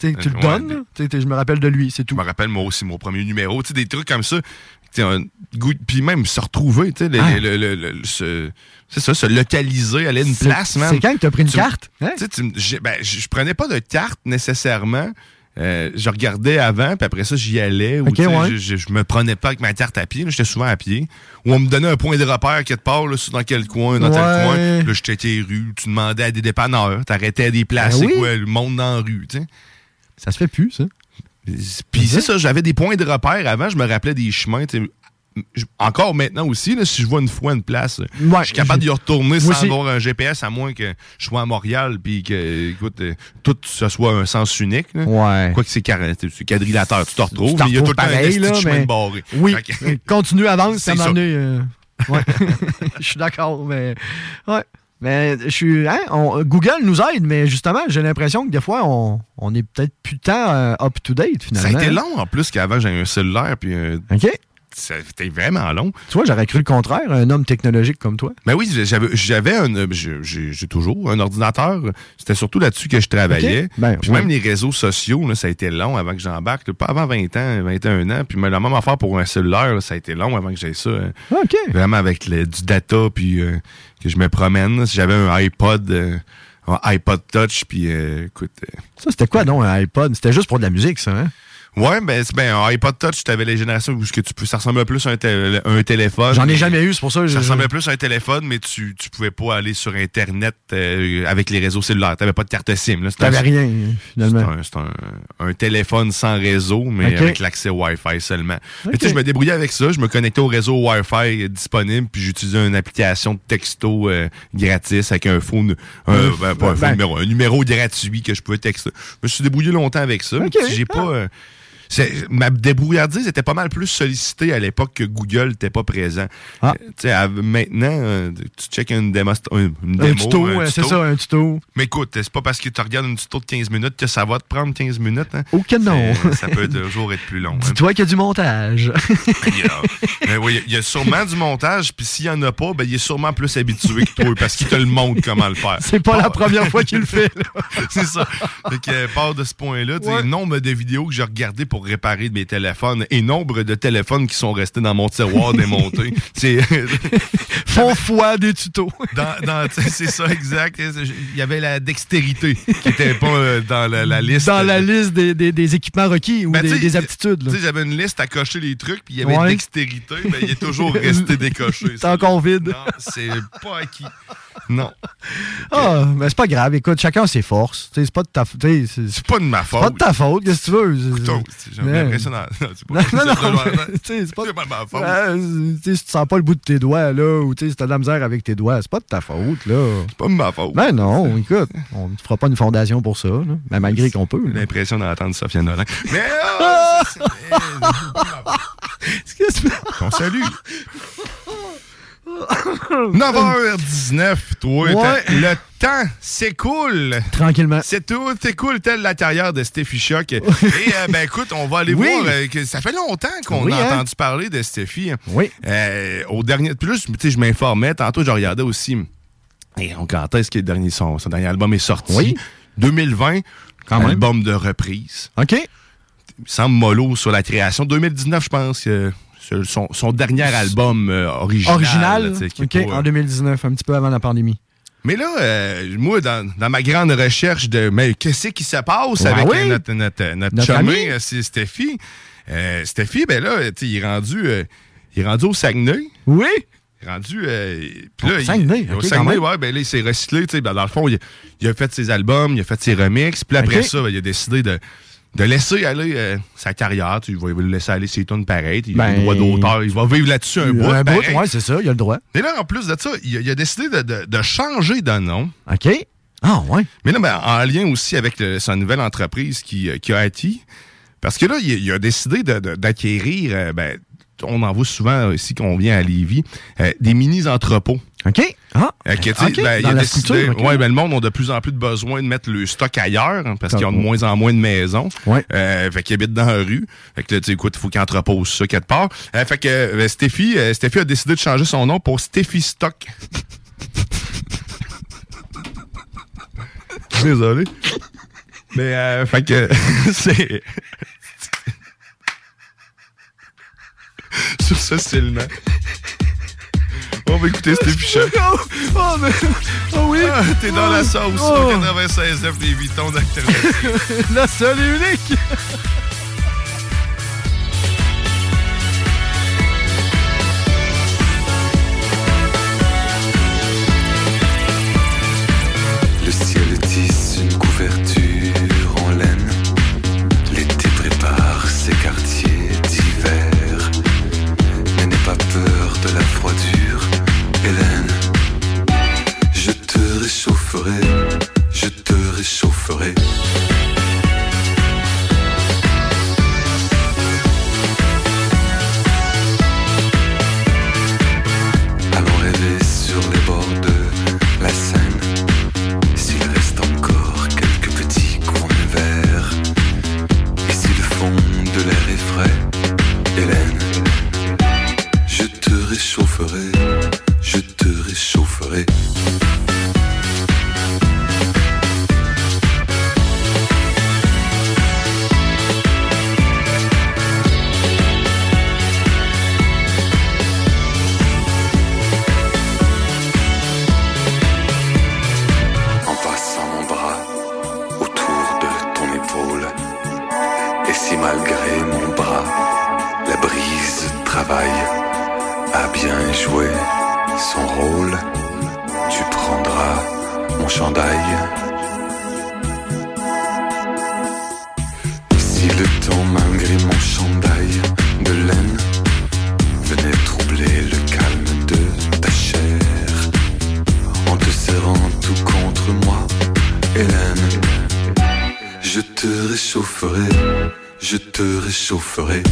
[SPEAKER 3] Tu sais, tu le
[SPEAKER 2] Ouais,
[SPEAKER 3] donnes,
[SPEAKER 2] des-
[SPEAKER 3] là. Tu sais, je me rappelle de lui, c'est
[SPEAKER 2] Je
[SPEAKER 3] tout.
[SPEAKER 2] me rappelle moi aussi mon premier numéro, tu sais, des trucs comme ça. Tu sais, un goût- Puis même se retrouver, tu sais, le-
[SPEAKER 3] Ah.
[SPEAKER 2] le- le- le- le- se- c'est ça, se localiser, aller à une
[SPEAKER 3] C'est-
[SPEAKER 2] place, man.
[SPEAKER 3] C'est quand que t'as pris une
[SPEAKER 2] Tu-
[SPEAKER 3] carte? hein?
[SPEAKER 2] Tu sais, tu me- j'ai- ben, je je prenais pas de carte nécessairement. Euh, je regardais avant, puis après ça, j'y allais. Ou,
[SPEAKER 3] Ok,
[SPEAKER 2] tu sais,
[SPEAKER 3] ouais.
[SPEAKER 2] je, je- je me prenais pas avec ma carte à pied. là, J'étais souvent à pied. Ou on me donnait un point de repère quelque part, là, sur dans quel coin, dans
[SPEAKER 3] Ouais.
[SPEAKER 2] tel coin. Là, je checkais les rues. Tu demandais à des dépanneurs. T'arrêtais à des places.
[SPEAKER 3] Ben
[SPEAKER 2] c'est
[SPEAKER 3] oui.
[SPEAKER 2] quoi, le monde dans la rue, tu sais.
[SPEAKER 3] Ça se fait plus, ça.
[SPEAKER 2] Puis c'est ça, j'avais des points de repère avant, je me rappelais des chemins. tu sais. Je- Encore maintenant aussi, là, si je vois une fois une place, je suis capable d'y retourner sans
[SPEAKER 3] aussi.
[SPEAKER 2] avoir un GPS, à moins que je sois à Montréal puis que, écoute, euh, tout ce soit un sens unique. là.
[SPEAKER 3] Ouais.
[SPEAKER 2] Quoi que c'est carré- c'est quadrilatère, tu te retrouves,
[SPEAKER 3] Tu t'en
[SPEAKER 2] Oh, mais il y a tout le
[SPEAKER 3] retrouves
[SPEAKER 2] temps un
[SPEAKER 3] pareil,
[SPEAKER 2] esti de
[SPEAKER 3] là,
[SPEAKER 2] chemin
[SPEAKER 3] mais-
[SPEAKER 2] de barré.
[SPEAKER 3] Oui,
[SPEAKER 2] Fait que-
[SPEAKER 3] euh, continue, avance,
[SPEAKER 2] [laughs] C'est
[SPEAKER 3] ça m'a
[SPEAKER 2] ça.
[SPEAKER 3] amené. euh, ouais. [laughs] je suis d'accord, mais. Ouais. Mais je suis. hein, on- Google nous aide, mais justement, j'ai l'impression que des fois, on, on est peut-être plus tant euh, up-to-date,
[SPEAKER 2] ça a
[SPEAKER 3] finalement.
[SPEAKER 2] été long en plus qu'avant j'avais un cellulaire, puis euh,
[SPEAKER 3] OK?
[SPEAKER 2] c'était vraiment long.
[SPEAKER 3] Tu vois, j'aurais cru le contraire, un homme technologique comme toi.
[SPEAKER 2] Ben oui, j'avais, j'avais un, euh, j'ai, j'ai- j'ai toujours un ordinateur. C'était surtout là-dessus que je travaillais.
[SPEAKER 3] Ok. Ben,
[SPEAKER 2] puis
[SPEAKER 3] ouais.
[SPEAKER 2] même les réseaux sociaux, là, ça a été long avant que j'embarque. là. Pas avant 20 ans, 21 ans. Puis mais la même affaire pour un cellulaire, là, ça a été long avant que j'aie ça. hein.
[SPEAKER 3] OK.
[SPEAKER 2] Vraiment avec le- du data, puis euh, que je me promène. Si j'avais un iPod, euh, un iPod Touch, puis euh, écoute... euh,
[SPEAKER 3] Ça, c'était quoi, donc, un iPod? C'était juste pour de la musique, ça, hein?
[SPEAKER 2] ouais, ben, c'est- ben, un iPod Touch, tu avais les générations où ce que tu peux, ça ressemblait plus à un, tél- un téléphone.
[SPEAKER 3] J'en ai jamais eu, c'est pour ça. que
[SPEAKER 2] Ça
[SPEAKER 3] je-
[SPEAKER 2] ressemblait plus à un téléphone, mais tu, tu pouvais pas aller sur Internet euh, avec les réseaux cellulaires. T'avais pas de carte SIM. là. C'était
[SPEAKER 3] T'avais
[SPEAKER 2] un-
[SPEAKER 3] rien,
[SPEAKER 2] C'est
[SPEAKER 3] finalement.
[SPEAKER 2] un, c'est un- un téléphone sans réseau, mais
[SPEAKER 3] Ok.
[SPEAKER 2] avec l'accès Wi-Fi seulement. Mais
[SPEAKER 3] Ok.
[SPEAKER 2] tu sais, je me débrouillais avec ça. Je me connectais au réseau Wi-Fi disponible, puis j'utilisais une application de texto euh, gratis avec un phone, un,
[SPEAKER 3] Euh,
[SPEAKER 2] ben, pas un, faux
[SPEAKER 3] ben.
[SPEAKER 2] numéro, un numéro gratuit que je pouvais texter. Je me suis débrouillé longtemps avec ça. mais
[SPEAKER 3] Ok. Ah.
[SPEAKER 2] J'ai pas. euh, c'est- ma débrouillardise était pas mal plus sollicitée à l'époque que Google n'était pas présent.
[SPEAKER 3] Ah.
[SPEAKER 2] Euh, tu sais, à- maintenant, euh, tu checkes une, démo, une,
[SPEAKER 3] Un
[SPEAKER 2] démo,
[SPEAKER 3] tuto,
[SPEAKER 2] un
[SPEAKER 3] hein, c'est
[SPEAKER 2] tuto.
[SPEAKER 3] ça, un tuto.
[SPEAKER 2] Mais écoute, c'est pas parce que tu regardes une tuto de 15 minutes que ça va te prendre 15 minutes. Hein.
[SPEAKER 3] Oh que non!
[SPEAKER 2] C'est- Ça
[SPEAKER 3] [laughs]
[SPEAKER 2] peut toujours être plus long. hein.
[SPEAKER 3] Dis-toi qu'il y a du
[SPEAKER 2] [laughs]
[SPEAKER 3] montage.
[SPEAKER 2] Il y a- mais oui, il y, a sûrement du montage, puis s'il y en a pas, ben, il est sûrement plus habitué que toi parce qu'il te le montre comment le faire.
[SPEAKER 3] c'est pas la
[SPEAKER 2] Bon,
[SPEAKER 3] première fois qu'il le fait, là.
[SPEAKER 2] [laughs] C'est ça. Fait que, euh, part de ce point-là, tu sais,
[SPEAKER 3] Ouais.
[SPEAKER 2] nombre de vidéos que j'ai regardées pour réparer mes téléphones et nombre de téléphones qui sont restés dans mon
[SPEAKER 3] [laughs]
[SPEAKER 2] tiroir démontés. C'est
[SPEAKER 3] Font foi des tutos.
[SPEAKER 2] [laughs] Dans- dans- tu sais, c'est ça, exact. Il y avait la dextérité qui était pas euh, dans la, la liste.
[SPEAKER 3] dans la liste des, des- des équipements requis ou
[SPEAKER 2] Ben, tu
[SPEAKER 3] des,
[SPEAKER 2] sais,
[SPEAKER 3] des aptitudes. là.
[SPEAKER 2] Tu sais, j'avais une liste à cocher les trucs, puis il y avait
[SPEAKER 3] Ouais.
[SPEAKER 2] dextérité, mais il
[SPEAKER 3] [laughs]
[SPEAKER 2] est toujours resté décoché.
[SPEAKER 3] C'est encore vide.
[SPEAKER 2] Non, c'est pas acquis. Non,
[SPEAKER 3] [laughs] Ah, mais c'est pas grave. Écoute, chacun ses forces. Tu sais, C'est pas de ta faute. C'est c'est
[SPEAKER 2] c'est pas de ma
[SPEAKER 3] pas
[SPEAKER 2] faute.
[SPEAKER 3] de ta faute. Qu'est-ce que tu veux? C'est-
[SPEAKER 2] Couteau, c'est- J'ai l'impression dans- Non, c'est pas-
[SPEAKER 3] Non, non,
[SPEAKER 2] c'est
[SPEAKER 3] non,
[SPEAKER 2] pas-
[SPEAKER 3] mais, tu sais, c'est pas-
[SPEAKER 2] C'est pas de ma faute.
[SPEAKER 3] Euh, tu sais, si tu sens pas le bout de tes doigts, là, ou tu sais, si t'as de la misère avec tes doigts, c'est pas de ta faute, là.
[SPEAKER 2] C'est pas de ma faute.
[SPEAKER 3] Ben non, écoute, on ne fera pas une fondation pour ça, là. Ben, malgré qu'on peut.
[SPEAKER 2] J'ai
[SPEAKER 3] là.
[SPEAKER 2] l'impression d'entendre Sophia Nolin.
[SPEAKER 3] [laughs]
[SPEAKER 2] Mais euh, c'est- c'est- mais, euh,
[SPEAKER 3] Qu'est-ce que tu-
[SPEAKER 2] on salue. 9h19, toi.
[SPEAKER 3] Ouais.
[SPEAKER 2] t'as- Le temps s'écoule.
[SPEAKER 3] Tranquillement.
[SPEAKER 2] C'est tout, c'est cool, tel la carrière de Steffi Choc. Et euh, ben écoute, on va aller
[SPEAKER 3] Oui.
[SPEAKER 2] voir. euh, que ça fait longtemps qu'on
[SPEAKER 3] Oui,
[SPEAKER 2] a
[SPEAKER 3] hein?
[SPEAKER 2] entendu parler de Steffi.
[SPEAKER 3] Oui.
[SPEAKER 2] Euh, au dernier. Plus, tu sais, je m'informais. Tantôt, je regardais aussi. Et on quand est-ce que le dernier, son, son dernier album est sorti?
[SPEAKER 3] Oui.
[SPEAKER 2] 2020.
[SPEAKER 3] Quand même.
[SPEAKER 2] Album de reprise.
[SPEAKER 3] OK.
[SPEAKER 2] Il me semble mollo sur la création. 2019, je pense que c'est son, son dernier album euh, original.
[SPEAKER 3] Original.
[SPEAKER 2] là, tu sais, qui est
[SPEAKER 3] OK.
[SPEAKER 2] pas, euh,
[SPEAKER 3] En 2019, un petit peu avant la pandémie.
[SPEAKER 2] mais là, euh, moi, dans, dans ma grande recherche de mais qu'est-ce qui se passe
[SPEAKER 3] Ouais,
[SPEAKER 2] avec
[SPEAKER 3] oui.
[SPEAKER 2] euh, notre, notre, euh, notre,
[SPEAKER 3] Notre
[SPEAKER 2] chumé,
[SPEAKER 3] ami.
[SPEAKER 2] euh, c'est Steffi. Euh, Steffi, ben là, tu sais, il est rendu. euh, il est rendu au Saguenay.
[SPEAKER 3] Oui.
[SPEAKER 2] Il est rendu. euh, puis là,
[SPEAKER 3] Au
[SPEAKER 2] il-
[SPEAKER 3] Saguenay,
[SPEAKER 2] Au
[SPEAKER 3] ok, quand
[SPEAKER 2] Saguenay,
[SPEAKER 3] même.
[SPEAKER 2] ouais, ben là, il s'est recyclé. tu sais, ben, dans le fond, il, il a fait ses albums, il a fait ses remixes. Puis après
[SPEAKER 3] Ok.
[SPEAKER 2] ça, ben, il a décidé de, de laisser aller euh, sa carrière. Tu vois, il va le laisser aller ses tunes pareilles. Il a
[SPEAKER 3] Ben-
[SPEAKER 2] le droit d'auteur. Il va vivre là-dessus un bout.
[SPEAKER 3] Un bout,
[SPEAKER 2] pareil.
[SPEAKER 3] ouais, c'est ça, il y a le droit.
[SPEAKER 2] Et là, en plus de ça, il a, il a décidé de, de- de changer de nom.
[SPEAKER 3] OK. Ah, ouais.
[SPEAKER 2] Mais là, ben, en lien aussi avec le- sa nouvelle entreprise qui, euh, qui a acquis, parce que là, il, il a décidé de- de- d'acquérir, euh, ben, on en voit souvent ici qu'on vient à Lévis, euh, des mini-entrepôts.
[SPEAKER 3] OK. Ah.
[SPEAKER 2] Euh, que, tu sais,
[SPEAKER 3] OK,
[SPEAKER 2] ben, il
[SPEAKER 3] dans
[SPEAKER 2] a
[SPEAKER 3] la
[SPEAKER 2] décidé-
[SPEAKER 3] sculpture, OK.
[SPEAKER 2] ouais, ben, le monde a de plus en plus de besoin de mettre le stock ailleurs hein, parce qu'ils ont de moins en moins de maisons.
[SPEAKER 3] Ouais.
[SPEAKER 2] Euh, fait qu'ils habitent dans la rue. Fait que là, tu sais, écoute, il faut qu'ils entreposent ça quelque part. Euh, fait que euh, Steffi, euh, Steffi a décidé de changer son nom pour Steffi Stock. [laughs] Désolé. Mais, euh, fait que [laughs] c'est. Sur ce, c'est le nom. On va écouter Steffi Choc.
[SPEAKER 3] Oh, [laughs] oh, mais... oh oui.
[SPEAKER 2] Ah, T'es dans la sauce.
[SPEAKER 3] Oh.
[SPEAKER 2] au 96 F des 8 tons d'alternative.
[SPEAKER 3] [laughs] La seule et unique.
[SPEAKER 4] Le ciel tisse une couverture en laine. L'été prépare ses quartiers d'hiver. Mais n'aie pas peur de la froidure, Hélène. Je te réchaufferai, je te réchaufferai. Allons rêver sur les bords de la Seine. S'il reste encore quelques petits coins verts, et si le fond de l'air est frais, Hélène, je te réchaufferai, je te réchaufferai. en passant mon bras autour de ton épaule. Et si malgré mon bras, la brise travaille à bien jouer son rôle, tu prendras mon chandail. Si le temps malgré mon chandail de laine venait troubler le calme de ta chair, en te serrant tout contre moi, Hélène. Je te réchaufferai, je te réchaufferai.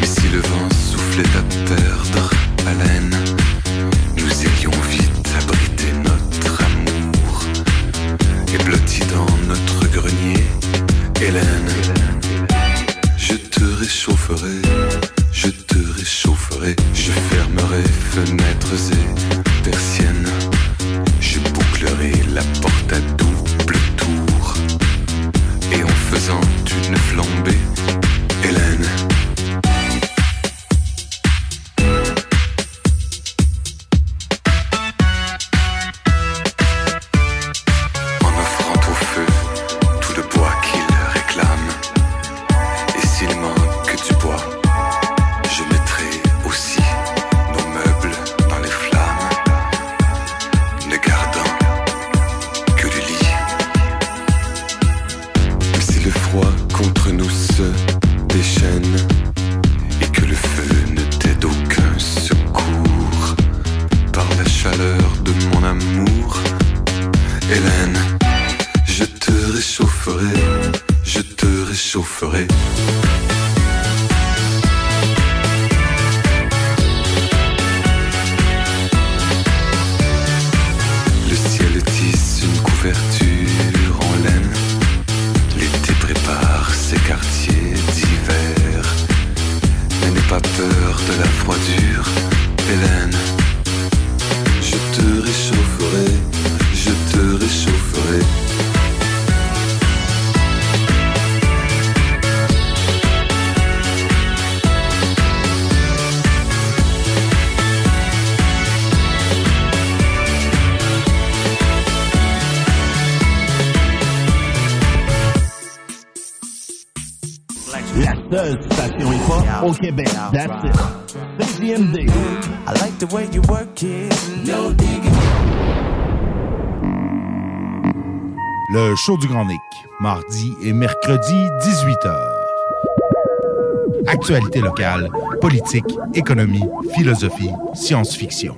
[SPEAKER 4] Mais si le vent soufflait à perdre haleine, nous irions vite abriter notre amour et blotti dans notre grenier, Hélène. Je te réchaufferai, je te réchaufferai, je fermerai fenêtres et persiennes, je bouclerai la porte à double tour, et on
[SPEAKER 5] seule station hip-hop au Québec. That's it. CGMD. I like the way you work it. No
[SPEAKER 2] Le show du Grand Nick, mardi et mercredi, 18h. Actualité locale, politique, économie, philosophie, science-fiction.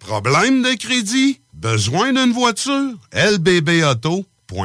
[SPEAKER 6] Problème de crédit? Besoin d'une voiture? LBBauto.com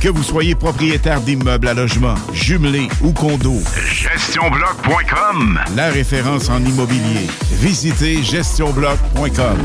[SPEAKER 7] Que vous soyez propriétaire d'immeubles à logement, jumelés ou condos,
[SPEAKER 8] GestionBloc.com
[SPEAKER 7] la référence en immobilier. Visitez gestionbloc.com.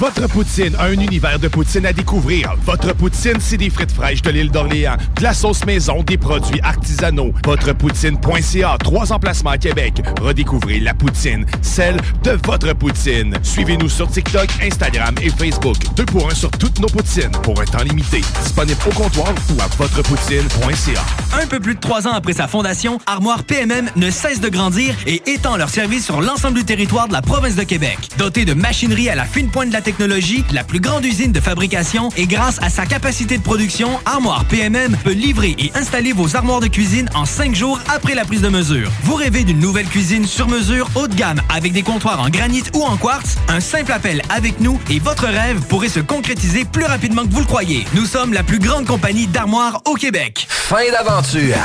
[SPEAKER 2] Votre poutine, un univers de poutine à découvrir. Votre poutine, c'est des frites fraîches de l'île d'Orléans, de la sauce maison, des produits artisanaux. Votrepoutine.ca, trois emplacements à Québec. Redécouvrez la poutine, celle de votre poutine. Suivez-nous sur TikTok, Instagram et Facebook. Deux pour un sur toutes nos poutines, pour un temps limité. Disponible au comptoir ou à votrepoutine.ca.
[SPEAKER 9] Un peu plus de trois ans après sa fondation, Armoire PMM ne cesse de grandir et étend leur service sur l'ensemble du territoire de la province de Québec. Dotée de machinerie à la fine pointe de la technologie, la plus grande usine de fabrication et grâce à sa capacité de production, Armoire PMM peut livrer et installer vos armoires de cuisine en cinq jours après la prise de mesure. Vous rêvez d'une nouvelle cuisine sur mesure haut de gamme avec des comptoirs en granit ou en quartz? Un simple appel avec nous et votre rêve pourrait se concrétiser plus rapidement que vous le croyez. Nous sommes la plus grande compagnie d'armoires au Québec.
[SPEAKER 10] Fin d'aventure!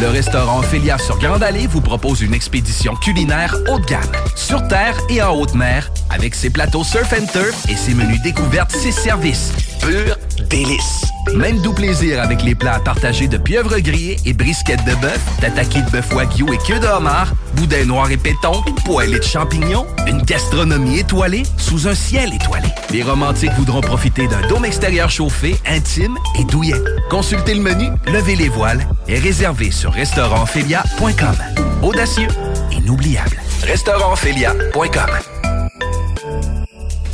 [SPEAKER 10] Le restaurant Filia sur Grande Allée vous propose une expédition culinaire haut de gamme, sur terre et en haute mer, avec ses plateaux surf and turf et ses menus découvertes, ses services. Pur délice! Même doux plaisir avec les plats partagés de pieuvres grillées et brisquettes de bœuf, tataki de bœuf wagyu et queue de homard, boudin noir et péton, poêlée de champignons, une gastronomie étoilée sous un ciel étoilé. Les romantiques voudront profiter d'un dôme extérieur chauffé, intime et douillet. Consultez le menu, levez les voiles et réservez sur restaurantphilia.com. Audacieux, inoubliable. Restaurantphilia.com.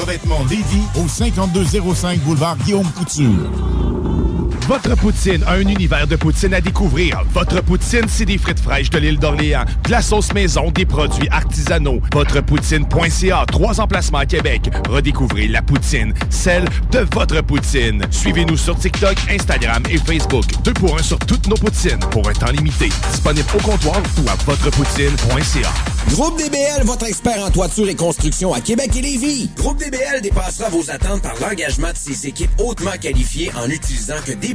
[SPEAKER 7] Revêtement Lévis au 5205 boulevard Guillaume Couture.
[SPEAKER 2] Votre poutine, un univers de poutine à découvrir. Votre poutine, c'est des frites fraîches de l'île d'Orléans, de la sauce maison, des produits artisanaux. Votrepoutine.ca, trois emplacements à Québec. Redécouvrez la poutine, celle de votre poutine. Suivez-nous sur TikTok, Instagram et Facebook. Deux pour un sur toutes nos poutines, pour un temps limité. Disponible au comptoir ou à votrepoutine.ca.
[SPEAKER 11] Groupe DBL, votre expert en toiture et construction à Québec et Lévis. Groupe DBL dépassera vos attentes par l'engagement de ses équipes hautement qualifiées en utilisant que des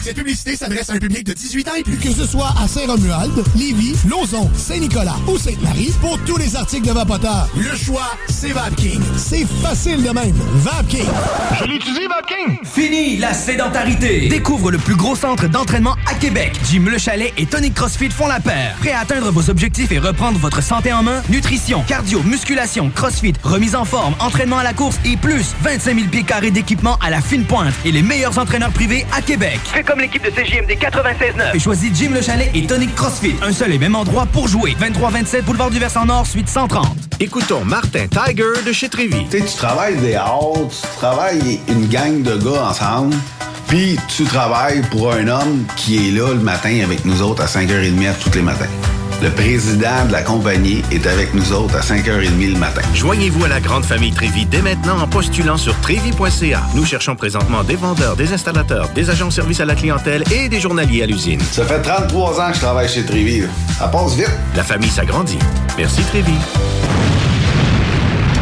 [SPEAKER 12] Cette publicité s'adresse à un public de 18 ans et plus. Que ce soit à Saint-Romuald, Lévis, Lauson, Saint-Nicolas ou Sainte-Marie, pour tous les articles de Vapoteur, le choix, c'est VapKing. C'est facile de même. VapKing.
[SPEAKER 8] Je l'utilise, King.
[SPEAKER 9] Fini la sédentarité! Découvre le plus gros centre d'entraînement à Québec. Jim Le Chalet et Tonic CrossFit font la paire. Prêt à atteindre vos objectifs et reprendre votre santé en main? Nutrition, cardio, musculation, CrossFit, remise en forme, entraînement à la course et plus 25 000 pieds carrés d'équipement à la fine pointe et les meilleurs entraîneurs privés à Québec. Fais comme l'équipe de CJMD 96.9 et choisis Jim Le Chalet et Tonic CrossFit. Un seul et même endroit pour jouer. 23-27 Boulevard du Versant Nord, suite 130.
[SPEAKER 13] Écoutons Martin Tiger de chez Trévy.
[SPEAKER 14] Tu sais, tu travailles des heures, tu travailles une gang de gars ensemble, puis tu travailles pour un homme qui est là le matin avec nous autres à 5h30 toutes les matins.
[SPEAKER 15] Le président de la compagnie est avec nous autres à 5h30 le matin.
[SPEAKER 1] Joignez-vous à la grande famille Trévi dès maintenant en postulant sur trévi.ca. Nous cherchons présentement des vendeurs, des installateurs, des agents de service à la clientèle et des journaliers à l'usine.
[SPEAKER 15] Ça fait 33 ans que je travaille chez Trévi. là. Ça passe vite.
[SPEAKER 1] La famille s'agrandit. Merci Trévi.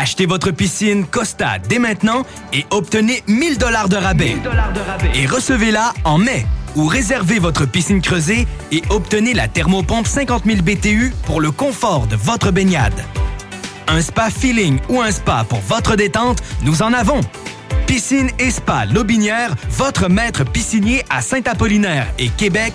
[SPEAKER 9] Achetez votre piscine Costa dès maintenant et obtenez 1000 dollars de rabais. Et recevez-la en mai. Ou réservez votre piscine creusée et obtenez la thermopompe 50 000 BTU pour le confort de votre baignade. Un spa feeling ou un spa pour votre détente, nous en avons. Piscine et Spa Lobinière, votre maître piscinier à Saint-Apollinaire et Québec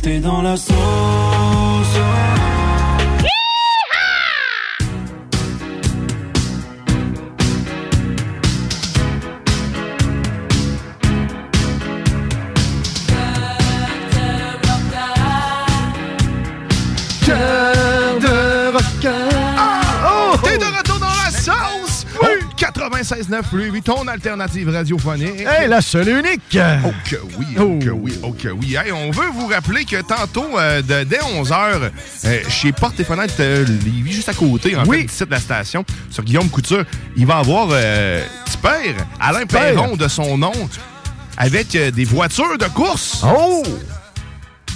[SPEAKER 16] T'es dans la sauce.
[SPEAKER 2] Oh, t'es de retour dans la sauce! Au 96.9 Louis ton alternative radiophonique.
[SPEAKER 3] Hey, la seule et unique!
[SPEAKER 2] Oh que oui, oh, que oui, oh que oui. Hey, on veut vous rappeler que tantôt, euh, de- dès 11h, chez Porte et Fenêtre euh, Lévis, juste à côté, en fait, d'ici de la station, sur Guillaume Couture, il va avoir euh, petit père, Alain
[SPEAKER 17] Père.
[SPEAKER 2] Perron de son nom, avec euh, des voitures de course.
[SPEAKER 3] Oh!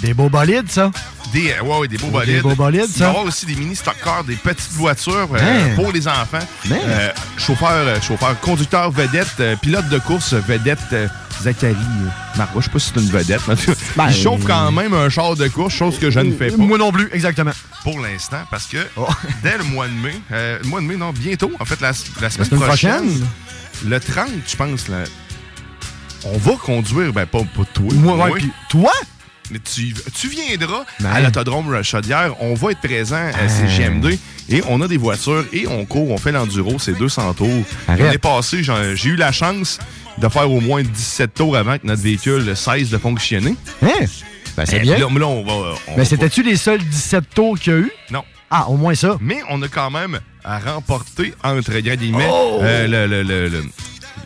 [SPEAKER 3] Des beaux bolides, ça.
[SPEAKER 2] Des, euh, ouais, ouais, des beaux
[SPEAKER 3] Des
[SPEAKER 2] bolides.
[SPEAKER 3] beaux bolides,
[SPEAKER 2] Il va y
[SPEAKER 3] ça. Hein?
[SPEAKER 2] avoir aussi des mini stock cars, des petites voitures euh,
[SPEAKER 3] Man.
[SPEAKER 2] pour les enfants.
[SPEAKER 3] Man.
[SPEAKER 2] Euh, chauffeur, euh, chauffeur, conducteur vedette, euh, pilote de course vedette, euh, Zachary euh, Marois. Je sais pas si c'est une vedette. mais en tout cas,
[SPEAKER 3] Ben,
[SPEAKER 2] il chauffe quand même un char de course, chose que je ne fais pas.
[SPEAKER 3] Moi non plus, exactement.
[SPEAKER 2] Pour l'instant, parce que
[SPEAKER 3] Oh.
[SPEAKER 2] [laughs] dès le mois de mai, euh, le mois de mai, non, bientôt, en fait, la, la semaine,
[SPEAKER 3] semaine prochaine.
[SPEAKER 2] le 30, je pense, là, on va conduire, ben pas, pas toi.
[SPEAKER 3] Moi, ouais, puis toi?
[SPEAKER 2] [laughs] Mais tu, tu viendras
[SPEAKER 3] Ben.
[SPEAKER 2] à l'autodrome Chaudière. On va être présent à CGM2 et on a des voitures et on court, on fait l'enduro, c'est 200 tours.
[SPEAKER 3] Arrête.
[SPEAKER 2] L'année passée, j'en- j'ai eu la chance de faire au moins 17 tours avant que notre véhicule le 16 de fonctionner. Eh,
[SPEAKER 3] Hein? Ben, c'est bien. Ben,
[SPEAKER 2] Là, là, on va. on
[SPEAKER 3] Mais
[SPEAKER 2] va-
[SPEAKER 3] c'était-tu les seuls 17 tours qu'il y a eu?
[SPEAKER 2] Non.
[SPEAKER 3] Ah, au moins ça.
[SPEAKER 2] Mais on a quand même à remporter, entre guillemets,
[SPEAKER 3] Oh!
[SPEAKER 2] euh, le, le, le, le,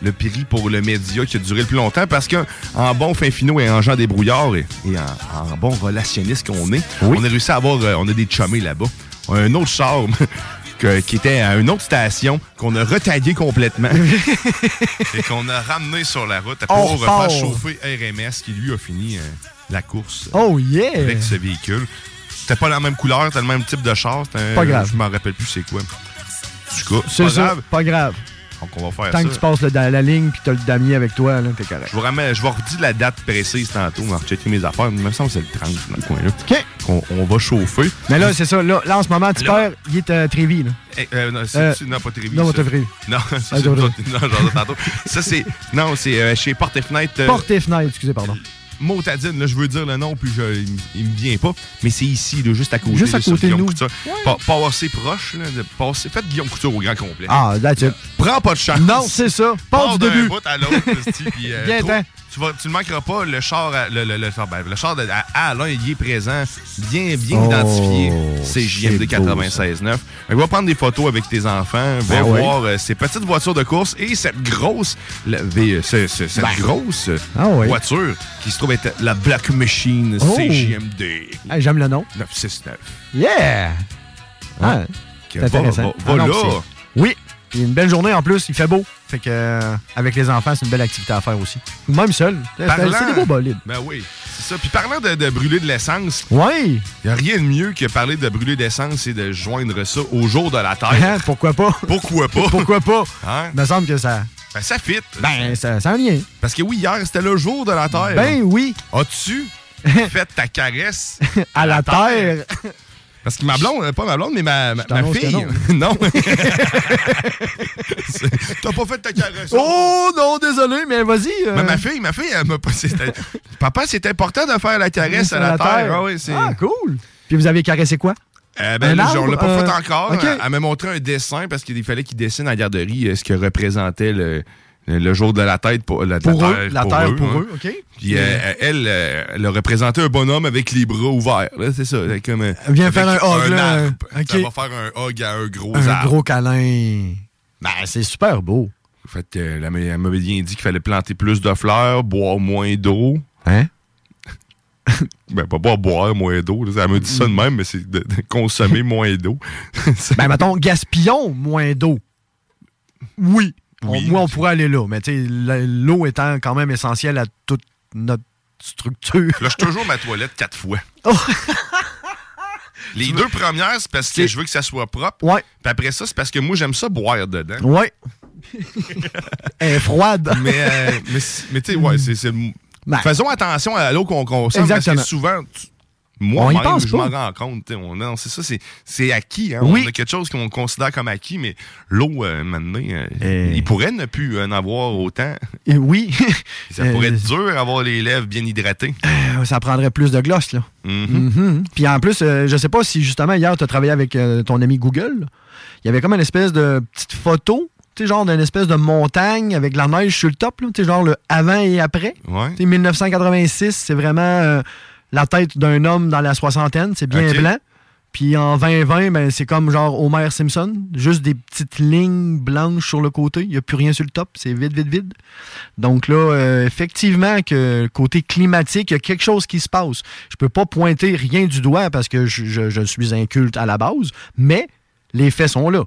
[SPEAKER 2] le prix pour le média qui a duré le plus longtemps parce que en bon fin finot et en gens débrouillard et, et en, en bon relationniste qu'on est, on a réussi à avoir, euh, on a des chummés là-bas. On a Un autre char que- qui était à une autre station qu'on a
[SPEAKER 3] [laughs]
[SPEAKER 2] retaillé complètement et qu'on a ramené sur la route
[SPEAKER 3] On
[SPEAKER 2] [laughs] pour faire
[SPEAKER 3] repart.
[SPEAKER 2] chauffer RMS qui lui a fini euh, la course euh,
[SPEAKER 3] Oh yeah!
[SPEAKER 2] avec ce véhicule. C'était pas la même couleur, c'était le même type de char. c'était un-
[SPEAKER 3] Pas grave.
[SPEAKER 2] Je m'en rappelle plus c'est quoi. En tout cas, c'est
[SPEAKER 3] C'est
[SPEAKER 2] pas
[SPEAKER 3] ça,
[SPEAKER 2] grave.
[SPEAKER 3] pas grave.
[SPEAKER 2] Donc on va faire
[SPEAKER 3] Tant
[SPEAKER 2] ça.
[SPEAKER 3] que tu passes le- la, la ligne puis t'as le damier avec toi, là, t'es correct.
[SPEAKER 2] Je vous ramène, je vous redis la date précise tantôt. On va rechecker mes affaires. Il me semble que c'est le 30 dans le coin-là. Qu'on- On, va chauffer.
[SPEAKER 3] Mais là, c'est ça. Là, là, en ce moment, tu perds, il est à Trévis, là.
[SPEAKER 2] Eh, euh, non, c'est-
[SPEAKER 3] Euh,
[SPEAKER 2] c'est- non, pas Trévis.
[SPEAKER 3] non,
[SPEAKER 2] ça.
[SPEAKER 3] pas Trévis.
[SPEAKER 2] Non,
[SPEAKER 3] Ah,
[SPEAKER 2] c'est non,
[SPEAKER 3] j'en ai-
[SPEAKER 2] j'en ai tantôt. Ça, c'est. Non, c'est euh, chez Porte et Fenêtre. euh,
[SPEAKER 3] Porte et fenêtre, excusez, pardon.
[SPEAKER 2] Motadine, là, je veux dire le nom, puis je- il, m- il me vient pas. Mais c'est ici, là, juste à côté.
[SPEAKER 3] Juste à
[SPEAKER 2] là, sur
[SPEAKER 3] côté de
[SPEAKER 2] Guillaume
[SPEAKER 3] nous.
[SPEAKER 2] Couture. Pa- Passez proche, là, de- passez- faites Guillaume Couture au grand complet.
[SPEAKER 3] Ah, that's it.
[SPEAKER 2] Prends pas de chance.
[SPEAKER 3] Non, c'est ça. Pas
[SPEAKER 2] Pars
[SPEAKER 3] du
[SPEAKER 2] d'un
[SPEAKER 3] début. [laughs]
[SPEAKER 2] bout à l'autre, esti, puis, euh,
[SPEAKER 3] Viens,
[SPEAKER 2] trouve,
[SPEAKER 3] t'en.
[SPEAKER 2] tu, vas, tu ne manqueras pas le char, à- le, le, le char, ben, le char de, à- à Alain, il est présent, bien, bien
[SPEAKER 18] Oh,
[SPEAKER 2] identifié. C'est
[SPEAKER 18] c'est beau,
[SPEAKER 2] JMD 96.9. Fait que Va prendre des photos avec tes enfants, va
[SPEAKER 18] Ah ouais?
[SPEAKER 2] voir euh, ces petites voitures de course et cette grosse, la- V- ce- ce- cette
[SPEAKER 18] Ben.
[SPEAKER 2] grosse
[SPEAKER 3] Bah. Ah ouais.
[SPEAKER 2] voiture qui se trouve être la Black Machine
[SPEAKER 3] Oh.
[SPEAKER 2] CJMD
[SPEAKER 3] Ah, J'aime le nom.
[SPEAKER 2] 969.
[SPEAKER 3] Yeah! Ah, c'est
[SPEAKER 2] Que va-
[SPEAKER 3] intéressant.
[SPEAKER 2] va- va
[SPEAKER 3] Ah non,
[SPEAKER 2] là.
[SPEAKER 3] puis c'est- Oui, puis une belle journée en plus, il fait beau. Fait que, euh, avec les enfants, c'est une belle activité à faire aussi. Ou Même seul. C'est c'est des beaux bolides.
[SPEAKER 2] Ben oui, c'est ça. Puis parlant de, de brûler de l'essence,
[SPEAKER 3] Oui!
[SPEAKER 2] il n'y a rien de mieux que parler de brûler d'essence et de joindre ça au jour de la Terre.
[SPEAKER 3] Hein, pourquoi pas?
[SPEAKER 2] Pourquoi pas?
[SPEAKER 3] [laughs] Pourquoi [laughs] pas?
[SPEAKER 2] Hein?
[SPEAKER 3] Il me semble que ça.
[SPEAKER 2] Ben, ça fit.
[SPEAKER 3] Ben, ça, ça en vient.
[SPEAKER 2] Parce que oui, hier, c'était le jour de la Terre.
[SPEAKER 3] Ben oui. [laughs]
[SPEAKER 2] As-tu fait ta caresse
[SPEAKER 3] À la terre.
[SPEAKER 2] Parce que ma blonde, euh, pas ma blonde, mais ma, ma, ma
[SPEAKER 3] t'annonce que
[SPEAKER 2] fille.
[SPEAKER 3] [laughs]
[SPEAKER 2] [laughs] Non. C'est- T'as pas fait ta caresse.
[SPEAKER 3] Oh non, désolé, mais vas-y. euh.
[SPEAKER 2] Mais ma fille, ma fille, elle m'a pas. c'était- Papa, c'est important de faire la caresse à la, terre. Ah oui, c'est-
[SPEAKER 3] Ah, cool. Puis vous avez caressé quoi?
[SPEAKER 2] Euh, ben,
[SPEAKER 3] Un
[SPEAKER 2] là,
[SPEAKER 3] arbre?
[SPEAKER 2] on l'a pas
[SPEAKER 3] Euh,
[SPEAKER 2] fait encore.
[SPEAKER 3] ok.
[SPEAKER 2] Elle, elle m'a montré un dessin parce qu'il fallait qu'il dessine à la garderie euh, ce que représentait le, le jour de la tête pour la,
[SPEAKER 3] Pour
[SPEAKER 2] la
[SPEAKER 3] eux,
[SPEAKER 2] terre,
[SPEAKER 3] la terre pour
[SPEAKER 2] hein.
[SPEAKER 3] eux, OK. [laughs]
[SPEAKER 2] Puis euh, elle, euh, elle a représenté un bonhomme avec les bras ouverts. là, C'est ça. là, Comme, euh,
[SPEAKER 3] Elle vient faire un hug, là,
[SPEAKER 2] arbre.
[SPEAKER 3] euh, ok.
[SPEAKER 2] Ça va faire un hug à un gros
[SPEAKER 3] Un
[SPEAKER 2] arbre.
[SPEAKER 3] gros câlin. Ben, c'est super beau.
[SPEAKER 2] En fait, euh, la- elle m'avait bien dit qu'il fallait planter plus de fleurs, boire moins d'eau.
[SPEAKER 3] Hein?
[SPEAKER 2] ben, pas boire, boire moins d'eau. là. Elle me dit ça
[SPEAKER 3] Mm.
[SPEAKER 2] de même, mais c'est de, de consommer [laughs] moins d'eau.
[SPEAKER 3] [laughs] Ben, mettons, gaspillons moins d'eau. Oui. On- moi, on pourrait aller là, mais tu sais, la- l'eau étant quand même essentielle à toute notre structure.
[SPEAKER 2] Là, je toujours ma toilette quatre fois.
[SPEAKER 3] Oh.
[SPEAKER 2] [laughs] Les deux premières, c'est parce que je veux que ça soit propre.
[SPEAKER 3] Ouais.
[SPEAKER 2] Puis après ça, c'est parce que moi, j'aime ça boire dedans.
[SPEAKER 3] Ouais. Elle est froide.
[SPEAKER 2] [laughs] Mais, euh, mais, c- mais tu sais, ouais, c'est. c'est-
[SPEAKER 3] [laughs] Ben.
[SPEAKER 2] Faisons attention à l'eau qu'on consomme. Parce
[SPEAKER 3] Exactement.
[SPEAKER 2] que souvent, tu-
[SPEAKER 3] On y
[SPEAKER 2] moi-même,
[SPEAKER 3] pense
[SPEAKER 2] je m'en
[SPEAKER 3] pas.
[SPEAKER 2] rends compte. tu sais, on- non, c'est ça, c'est, c'est acquis. hein.
[SPEAKER 3] Oui.
[SPEAKER 2] On a quelque chose qu'on considère comme acquis, mais l'eau, euh, maintenant, euh, il pourrait ne plus en avoir autant.
[SPEAKER 3] Et oui.
[SPEAKER 2] Ça pourrait
[SPEAKER 3] Euh,
[SPEAKER 2] être dur avoir les lèvres bien hydratées.
[SPEAKER 3] ça prendrait plus de gloss, là.
[SPEAKER 2] Mhm.
[SPEAKER 3] Mhm. Puis en plus, euh, je sais pas si justement hier, tu as travaillé avec euh, ton ami Google. Il y avait comme une espèce de petite photo, tu sais, genre d'une espèce de montagne avec de la neige sur le top, là, tu sais, genre le avant et après.
[SPEAKER 2] Ouais.
[SPEAKER 3] Tu sais, 1986, c'est vraiment euh, la tête d'un homme dans la soixantaine, c'est bien
[SPEAKER 2] Ok.
[SPEAKER 3] blanc. Puis en 2020, ben, c'est comme genre Homer Simpson, juste des petites lignes blanches sur le côté. Il n'y a plus rien sur le top, c'est vide, vide, vide. Donc là, euh, effectivement, que côté climatique, il y a quelque chose qui se passe. Je peux pas pointer rien du doigt parce que je, je- je suis inculte à la base, mais les faits sont là.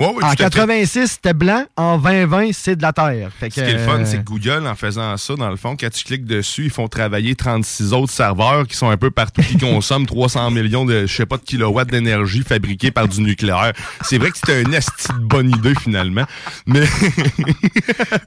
[SPEAKER 2] oui,
[SPEAKER 3] en
[SPEAKER 2] tout à fait.
[SPEAKER 3] 86, c'était blanc. En 2020, c'est de la terre. Fait
[SPEAKER 2] Ce
[SPEAKER 3] que,
[SPEAKER 2] qui est le fun,
[SPEAKER 3] euh,
[SPEAKER 2] c'est que Google, en faisant ça, dans le fond, quand tu cliques dessus, ils font travailler 36 autres serveurs qui sont un peu partout,
[SPEAKER 3] [laughs]
[SPEAKER 2] qui consomment 300 millions de, je sais pas, de kilowatts d'énergie fabriqués par du nucléaire. C'est vrai que c'était une esti de bonne idée, finalement. Mais [laughs]
[SPEAKER 3] euh,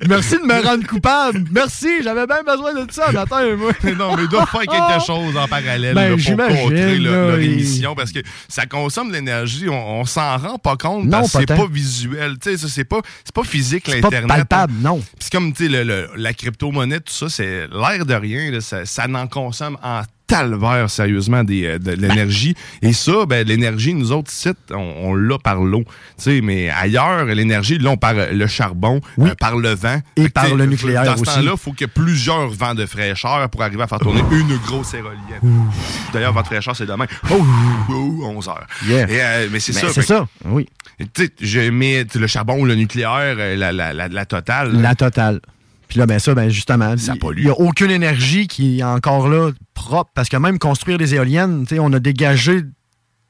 [SPEAKER 3] Merci de me rendre coupable. Merci, j'avais bien besoin de ça. Mais attends, moi.
[SPEAKER 2] non, [laughs] mais il doit faire quelque chose en parallèle
[SPEAKER 3] Oh! Ben,
[SPEAKER 2] là, pour
[SPEAKER 3] j'imagine,
[SPEAKER 2] contrer le-
[SPEAKER 3] là,
[SPEAKER 2] leur
[SPEAKER 3] et-
[SPEAKER 2] émission parce que ça consomme de l'énergie. On, on s'en rend pas compte
[SPEAKER 3] Non,
[SPEAKER 2] parce que
[SPEAKER 3] pas
[SPEAKER 2] c'est
[SPEAKER 3] tant.
[SPEAKER 2] pas visuel. Tu sais, ça, c'est pas, c'est pas physique,
[SPEAKER 3] C'est pas
[SPEAKER 2] l'Internet.
[SPEAKER 3] palpable, non.
[SPEAKER 2] Puis c'est comme, tu sais, le- le- la crypto-monnaie, tout ça, c'est l'air de rien. là, ça, ça n'en consomme en talvers, sérieusement, des, euh, de, de l'énergie. Et ça, ben, l'énergie, nous autres, sites, on, on l'a par l'eau. Tu sais, mais ailleurs, l'énergie, là, on par euh, le charbon, euh, par le vent.
[SPEAKER 3] Et
[SPEAKER 2] Fait que,
[SPEAKER 3] par
[SPEAKER 2] tu sais,
[SPEAKER 3] le nucléaire
[SPEAKER 2] Dans ce
[SPEAKER 3] aussi.
[SPEAKER 2] temps-là, il faut qu'il y ait plusieurs vents de fraîcheur pour arriver à faire tourner une grosse éolienne. D'ailleurs, vent de fraîcheur, c'est demain. Oh, oh, 11 heures.
[SPEAKER 3] Yeah.
[SPEAKER 2] Et, euh, mais c'est
[SPEAKER 3] Ben,
[SPEAKER 2] ça.
[SPEAKER 3] C'est
[SPEAKER 2] fait que-
[SPEAKER 3] ça, oui.
[SPEAKER 2] tu sais, je mets tu sais, le charbon, le nucléaire, euh, la, la, la, la totale.
[SPEAKER 3] La totale. Puis là, ben ça, ben justement, il n'y a aucune énergie qui est encore là propre. Parce que même construire des éoliennes, tu sais, on a dégagé, tu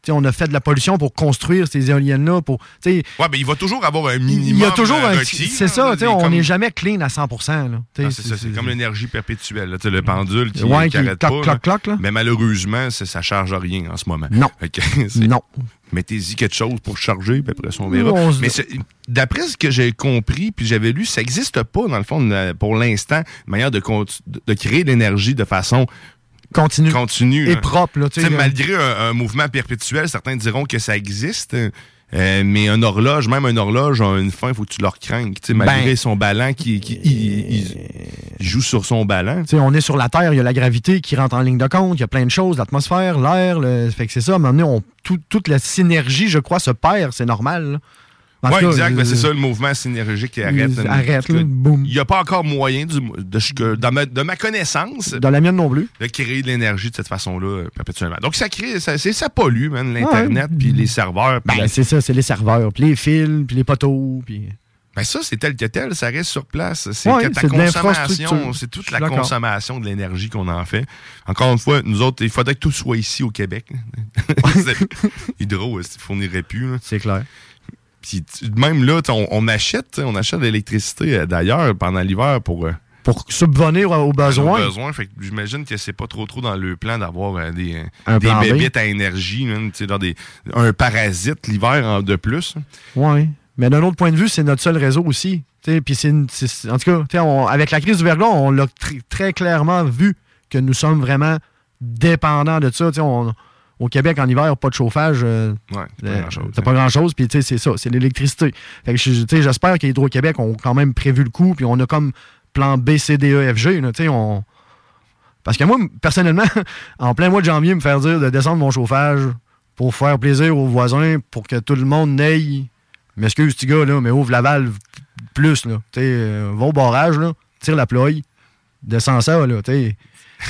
[SPEAKER 3] sais, on a fait de la pollution pour construire ces éoliennes-là. Pour, tu sais,
[SPEAKER 2] Ouais, mais il va toujours avoir un minimum.
[SPEAKER 3] il y a toujours
[SPEAKER 2] euh,
[SPEAKER 3] un
[SPEAKER 2] requis,
[SPEAKER 3] C'est
[SPEAKER 2] là,
[SPEAKER 3] ça, tu sais,
[SPEAKER 2] les-
[SPEAKER 3] on
[SPEAKER 2] comme-
[SPEAKER 3] n'est jamais clean à 100 là. Tu sais,
[SPEAKER 2] Ah, c'est ça, c'est comme l'énergie perpétuelle, là, tu sais, le pendule qui,
[SPEAKER 3] Ouais, qui
[SPEAKER 2] qui arrête
[SPEAKER 3] cloc,
[SPEAKER 2] pas.
[SPEAKER 3] cloc, cloc,
[SPEAKER 2] Mais malheureusement, ça, ça charge rien en ce moment. [laughs]
[SPEAKER 3] Non.
[SPEAKER 2] non.
[SPEAKER 18] Mettez-y
[SPEAKER 2] quelque chose pour charger, puis après ça, on verra.
[SPEAKER 18] On se-
[SPEAKER 2] Mais c'est- d'après ce que j'ai compris, puis j'avais lu, ça n'existe pas, dans le fond, une- pour l'instant, une manière de, conti- de créer de l'énergie de façon
[SPEAKER 3] continue,
[SPEAKER 2] continue
[SPEAKER 3] Et
[SPEAKER 2] hein.
[SPEAKER 3] propre, là, tu sais,
[SPEAKER 2] Tu sais,
[SPEAKER 3] là.
[SPEAKER 2] Malgré un, un mouvement perpétuel, certains diront que ça existe. euh, mais une horloge, même une horloge, a une fin, faut que tu leur craignes. Tu sais, malgré
[SPEAKER 3] Ben.
[SPEAKER 2] son ballon qui, qui- il- il- il joue sur son ballon.
[SPEAKER 3] Tu sais, on est sur la Terre, il y a la gravité qui rentre en ligne de compte, il y a plein de choses, l'atmosphère, l'air, le... fait que c'est ça. À un moment donné, on- tout- toute la synergie, je crois, se perd, c'est normal. là. En tout
[SPEAKER 2] Oui,
[SPEAKER 3] cas, euh,
[SPEAKER 2] exact.
[SPEAKER 3] je-
[SPEAKER 2] ben, c'est ça le mouvement synergique qui arrête.
[SPEAKER 3] Ils arrêtent, là,
[SPEAKER 2] boum. Il n'y a pas encore moyen, du, de, ce que- dans ma, de ma connaissance,
[SPEAKER 3] Dans la mienne non plus.
[SPEAKER 2] de créer de l'énergie de cette façon-là euh, perpétuellement. Donc, ça crée, ça, c'est- ça pollue, man, l'Internet, puis les serveurs. puis
[SPEAKER 3] Ben,
[SPEAKER 2] la-
[SPEAKER 3] c'est ça, c'est les serveurs, puis les fils, puis les poteaux, puis...
[SPEAKER 2] Ben, ça, c'est tel que tel, ça reste sur place. C'est
[SPEAKER 3] Ouais,
[SPEAKER 2] que ta
[SPEAKER 3] c'est de
[SPEAKER 2] consommation,
[SPEAKER 3] l'infrastructure.
[SPEAKER 2] c'est
[SPEAKER 3] Je
[SPEAKER 2] toute
[SPEAKER 3] suis
[SPEAKER 2] la
[SPEAKER 3] d'accord.
[SPEAKER 2] consommation de l'énergie qu'on en fait. Encore une fois, nous autres, il faudrait que tout soit ici au Québec. [laughs] C'est- Hydro, euh, il fournirait plus.
[SPEAKER 3] C'est clair.
[SPEAKER 2] Puis tu- même là, t'sais, on, on achète, t'sais, on achète de l'électricité euh, d'ailleurs pendant l'hiver pour euh,
[SPEAKER 3] Pour subvenir aux besoins.
[SPEAKER 2] nos besoins. Fait que j'imagine que c'est pas trop trop dans le plan d'avoir euh, des, euh,
[SPEAKER 3] Un
[SPEAKER 2] des
[SPEAKER 3] plan B.
[SPEAKER 2] bébites à énergie, man, t'sais, genre des, un parasite l'hiver en- de plus.
[SPEAKER 3] Oui. Mais d'un autre point de vue, c'est notre seul réseau aussi. Tu sais, Puis c'est une- c'est- en tout cas, tu sais, on- avec la crise du verglas, on l'a tr- très clairement vu que nous sommes vraiment dépendants de ça. Tu sais, on- au Québec, en hiver, pas de chauffage. euh,
[SPEAKER 2] Ouais, c'est pas
[SPEAKER 3] euh,
[SPEAKER 2] grand-chose. hein.
[SPEAKER 3] T'as pas grand-chose, puis tu sais, c'est ça, c'est l'électricité. Fait que je- tu sais, j'espère qu'Hydro-Québec ont quand même prévu le coup, puis on a comme plan B, C, D, E, F, G. là, tu sais, on... Parce que moi, m- personnellement, [laughs] en plein mois de janvier, me faire dire de descendre mon chauffage pour faire plaisir aux voisins, pour que tout le monde n'aille. M'excuse, petit gars, là, mais ouvre la valve p- plus, là. Tu sais, euh, va au barrage, là, tire la ploie, descends ça, là, tu sais.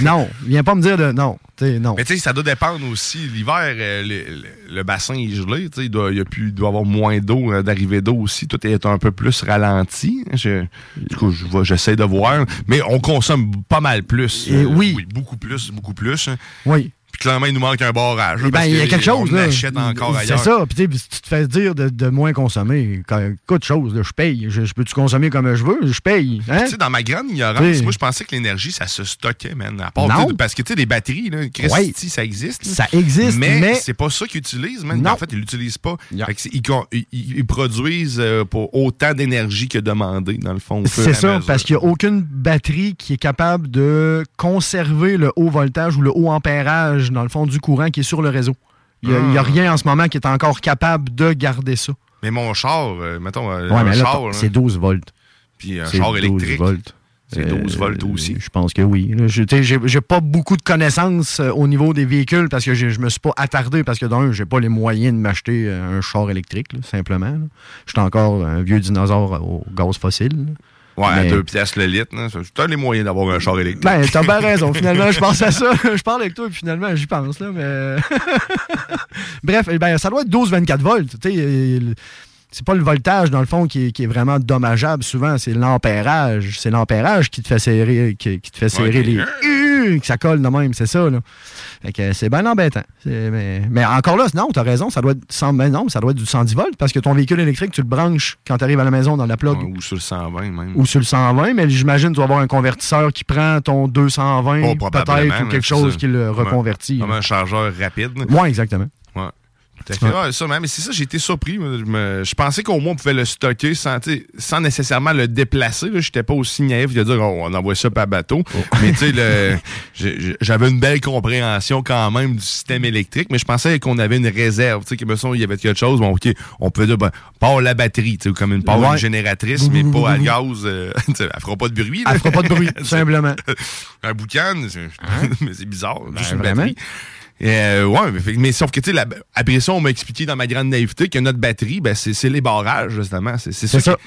[SPEAKER 3] Non, viens pas me dire de. Non, tu sais, non.
[SPEAKER 2] Mais tu sais, ça doit dépendre aussi. L'hiver, euh, le, le- le bassin est gelé. tu sais, Il doit, il y a plus, il doit avoir moins d'eau, euh, d'arrivée d'eau aussi. Tout est un peu plus ralenti. Je- du coup, je vois- j'essaie de voir. Mais on consomme pas mal plus. Euh,
[SPEAKER 3] Et oui.
[SPEAKER 2] Beaucoup plus, beaucoup plus.
[SPEAKER 3] Oui.
[SPEAKER 2] Puis clairement, il nous manque un barrage. là,
[SPEAKER 3] Eh ben,
[SPEAKER 2] parce
[SPEAKER 3] il y a
[SPEAKER 2] que
[SPEAKER 3] quelque chose.
[SPEAKER 2] On
[SPEAKER 3] là.
[SPEAKER 2] achète encore
[SPEAKER 3] C'est
[SPEAKER 2] ailleurs.
[SPEAKER 3] ça. Puis, tu sais, si tu te fais dire de, de moins consommer, quand, écoute, chose, là, je paye. Je, je peux-tu consommer comme je veux? Je paye. Hein?
[SPEAKER 2] Tu sais, dans ma grande ignorance,
[SPEAKER 3] T'sais.
[SPEAKER 2] moi, je pensais que l'énergie, ça se stockait, man. À part,
[SPEAKER 3] Non.
[SPEAKER 2] tu sais, Parce que, tu sais, les batteries, là, Christy,
[SPEAKER 3] Ouais.
[SPEAKER 2] ça existe. là.
[SPEAKER 3] Ça existe, mais-
[SPEAKER 2] c'est pas ça qu'ils utilisent, man. En fait, ils l'utilisent pas. Fait que c'est- ils, con- ils- ils produisent euh, pour autant d'énergie que demandé, dans le fond. au fur et
[SPEAKER 3] C'est
[SPEAKER 2] à
[SPEAKER 3] ça,
[SPEAKER 2] mesure.
[SPEAKER 3] parce qu'il n'y a aucune batterie qui est capable de conserver le haut voltage ou le haut ampérage, dans le fond, du courant qui est sur le réseau. Il n'y a,
[SPEAKER 2] Ah.
[SPEAKER 3] rien en ce moment qui est encore capable de garder ça.
[SPEAKER 2] Mais mon char, euh, mettons, euh,
[SPEAKER 3] Ouais,
[SPEAKER 2] un
[SPEAKER 3] mais là,
[SPEAKER 2] char,
[SPEAKER 3] t'as-
[SPEAKER 2] là,
[SPEAKER 3] c'est 12 volts.
[SPEAKER 2] Puis un
[SPEAKER 3] C'est
[SPEAKER 2] char
[SPEAKER 3] 12
[SPEAKER 2] électrique.
[SPEAKER 3] volts. Euh,
[SPEAKER 2] C'est 12 volts aussi.
[SPEAKER 3] Je pense que oui. Là, je- tu sais, J'ai j'ai pas beaucoup de connaissances euh, au niveau des véhicules parce que j'ai- je me suis pas attardé parce que d'un, j'ai pas les moyens de m'acheter euh, un char électrique, là, simplement. là. Je suis encore un vieux dinosaure au gaz fossile. là.
[SPEAKER 2] Ouais, à
[SPEAKER 3] Mais-
[SPEAKER 2] deux piastres le litre. là. Ça, T'as les moyens d'avoir un char électrique.
[SPEAKER 3] Ben, t'as bien raison. Finalement, je pense à ça. [laughs] Je parle avec toi, puis finalement, j'y pense, là, mais... [laughs] Bref, eh ben, ça doit être 12-24 volts. Tu sais, euh, le- c'est pas le voltage, dans le fond, qui est, qui est vraiment dommageable. Souvent, c'est l'ampérage. C'est l'ampérage qui te fait serrer, qui, qui te fait serrer
[SPEAKER 1] Ouais,
[SPEAKER 3] les... Huuuh, que ça colle de même, c'est ça, là. Fait que c'est bien embêtant. C'est- Mais, mais encore là, non, t'as raison, ça doit être, 100 ben non, ça doit être du 110 volts, parce que ton véhicule électrique, tu le branches quand t'arrives à la maison dans la plug
[SPEAKER 2] Ou sur le 120 même.
[SPEAKER 3] ou sur le 120, mais j'imagine tu vas avoir un convertisseur qui prend ton 220
[SPEAKER 2] Oh, probablement,
[SPEAKER 3] peut-être ou
[SPEAKER 2] là,
[SPEAKER 3] quelque
[SPEAKER 2] c'est
[SPEAKER 3] chose
[SPEAKER 2] ça.
[SPEAKER 3] qui le
[SPEAKER 2] Comme un-
[SPEAKER 3] reconvertit. hein.
[SPEAKER 2] Comme un chargeur rapide.
[SPEAKER 3] Oui, exactement.
[SPEAKER 2] Ouais. Tout à fait.
[SPEAKER 3] Ouais.
[SPEAKER 2] Ouais, ça, mais c'est ça, j'ai été surpris. moi. Je, me- je pensais qu'au moins on pouvait le stocker sans, tu sais, sans nécessairement le déplacer. Je n'étais pas aussi naïf de dire Oh, on envoie ça par bateau.
[SPEAKER 3] Oh.
[SPEAKER 2] [laughs] Mais tu sais, le- j'ai- j'ai- j'avais une belle compréhension quand même du système électrique, mais je pensais qu'on avait une réserve. Tu sais, que, me semble, il y avait quelque chose. Bon, OK, on peut dire ben, pas la batterie, tu sais, comme une power
[SPEAKER 3] Ouais.
[SPEAKER 2] génératrice, mais pas à gaz. euh, [laughs] tu sais, elle fera pas de bruit. là.
[SPEAKER 3] Elle fera pas de
[SPEAKER 2] [laughs]
[SPEAKER 3] bruit, simplement.
[SPEAKER 2] un boucan, c'est- [laughs] mais c'est bizarre. juste
[SPEAKER 3] Hein?
[SPEAKER 2] une
[SPEAKER 3] Ben, vraiment.
[SPEAKER 2] batterie. Euh, ouais, mais, fait- mais sauf que, tu sais, la- après ça, on m'a expliqué dans ma grande naïveté que notre batterie, ben, c'est c'est les barrages, justement. C'est c'est ça. qui-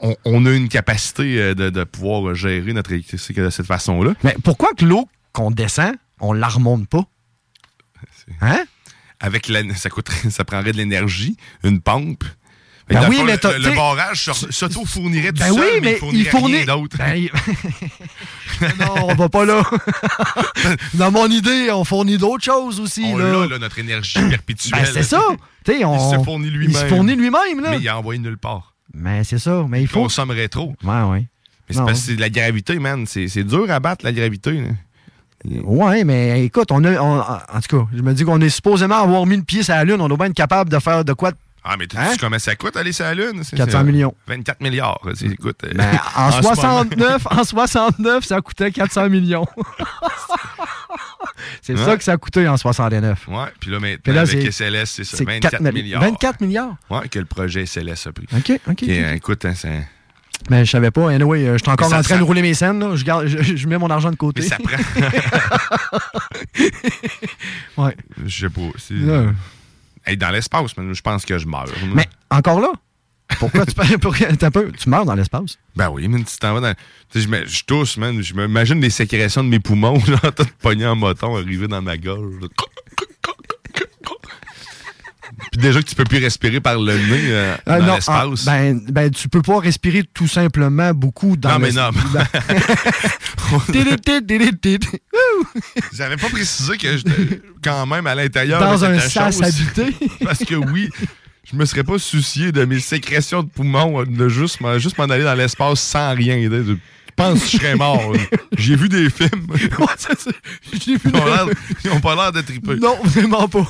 [SPEAKER 2] On, on a une capacité euh, de, de pouvoir gérer notre électricité de cette façon-là.
[SPEAKER 3] Mais pourquoi que l'eau qu'on descend, on la remonte pas? Hein?
[SPEAKER 2] Avec la, [laughs] ça, coûterait, ça prendrait de l'énergie, une pompe. Fait que
[SPEAKER 3] Ben
[SPEAKER 2] dans le
[SPEAKER 3] oui,
[SPEAKER 2] fond,
[SPEAKER 3] mais
[SPEAKER 2] le-
[SPEAKER 3] t'as-
[SPEAKER 2] le,
[SPEAKER 3] t'sais-
[SPEAKER 2] le barrage s'aut- s'auto-fournirait tout
[SPEAKER 3] Ben
[SPEAKER 2] seul,
[SPEAKER 3] oui, mais
[SPEAKER 2] mais,
[SPEAKER 3] il
[SPEAKER 2] il
[SPEAKER 3] fournit-
[SPEAKER 2] fournirait rien d'autre.
[SPEAKER 3] Ben, il- [laughs] non, on va pas
[SPEAKER 2] [laughs]
[SPEAKER 3] là. dans mon idée, on fournit d'autres choses aussi.
[SPEAKER 2] on
[SPEAKER 3] là.
[SPEAKER 2] l'a, là, notre énergie perpétuelle.
[SPEAKER 3] Ben, c'est ça.
[SPEAKER 2] [laughs]
[SPEAKER 3] T'sais, on-
[SPEAKER 2] il se fournit
[SPEAKER 3] il se
[SPEAKER 2] lui-même.
[SPEAKER 3] fournit lui-même, là.
[SPEAKER 2] Mais il a envoyé nulle part.
[SPEAKER 3] Mais c'est ça, mais il
[SPEAKER 2] Il
[SPEAKER 3] faut...
[SPEAKER 2] consommerait trop.
[SPEAKER 3] Ouais, ouais.
[SPEAKER 2] Mais c'est
[SPEAKER 3] Non.
[SPEAKER 2] parce que c'est de la gravité, man. C'est c'est dur à battre, la gravité. là.
[SPEAKER 3] Ouais, mais écoute, on a, on- en tout cas, je me dis qu'on est supposément avoir mis le pied sur la Lune. On doit bien être capable de faire de quoi de
[SPEAKER 2] Ah, mais tu sais comment ça coûte aller sur la Lune? C'est-
[SPEAKER 3] 400
[SPEAKER 2] c'est-
[SPEAKER 3] Hein? millions.
[SPEAKER 2] 24 milliards. c'est- Écoute, euh,
[SPEAKER 3] Ben, [laughs] en,
[SPEAKER 2] ce moment-
[SPEAKER 3] 69, en 69, ça coûtait 400
[SPEAKER 2] [laughs]
[SPEAKER 3] millions. c'est
[SPEAKER 2] Hein?
[SPEAKER 3] ça que ça coûtait en 69.
[SPEAKER 2] Ouais, puis là, maintenant,
[SPEAKER 3] Puis là,
[SPEAKER 2] avec
[SPEAKER 3] c'est-
[SPEAKER 2] SLS, c'est ça,
[SPEAKER 3] c'est
[SPEAKER 2] 24
[SPEAKER 3] 4
[SPEAKER 2] milliards.
[SPEAKER 3] 24 milliards?
[SPEAKER 2] Ouais, que le projet SLS a pris.
[SPEAKER 3] OK, OK.
[SPEAKER 2] Puis, euh, écoute, hein, ça,
[SPEAKER 3] Mais je savais pas. Anyway, euh, je suis encore
[SPEAKER 2] Mais ça-
[SPEAKER 3] en train de
[SPEAKER 2] ça-
[SPEAKER 3] rouler mes scènes. là. Je, garde, je, je mets mon argent de côté.
[SPEAKER 2] [laughs] mais ça
[SPEAKER 3] [laughs]
[SPEAKER 2] prend.
[SPEAKER 3] Ouais.
[SPEAKER 2] Je sais pas. c'est-
[SPEAKER 3] Là.
[SPEAKER 2] Hey, dans l'espace, man, je pense que je meurs. moi.
[SPEAKER 3] Mais encore là, Pourquoi tu parles pour t'as peu? Tu meurs dans l'espace.
[SPEAKER 2] Ben oui, mais tu t'en vas dans. Tu sais, je me- je tousse, man. Je m'imagine les sécrétions de mes poumons, [laughs] genre, tout pogné en moton, arrivé dans ma gorge. là. Puis déjà que tu peux plus respirer par le nez euh,
[SPEAKER 3] Euh,
[SPEAKER 2] dans
[SPEAKER 3] non, ah,
[SPEAKER 2] l'espace.
[SPEAKER 3] ben, ben, tu peux pas respirer tout simplement beaucoup dans
[SPEAKER 2] non, mais
[SPEAKER 3] l'es-
[SPEAKER 2] non. [laughs] J'avais pas précisé que j'étais quand même à l'intérieur
[SPEAKER 3] Dans
[SPEAKER 2] de
[SPEAKER 3] un
[SPEAKER 2] quelque
[SPEAKER 3] sas
[SPEAKER 2] chose.
[SPEAKER 3] habité.
[SPEAKER 2] [laughs] Parce que oui, je me serais pas soucié de mes sécrétions de [laughs] poumons, euh, de juste m'en juste m'en aller dans l'espace sans rien. là. Je pense que je serais mort. J'ai vu des films.
[SPEAKER 3] J'ai vu
[SPEAKER 2] ils, ont l'air- ils ont pas l'air de triper.
[SPEAKER 3] Non, [laughs] vraiment pas.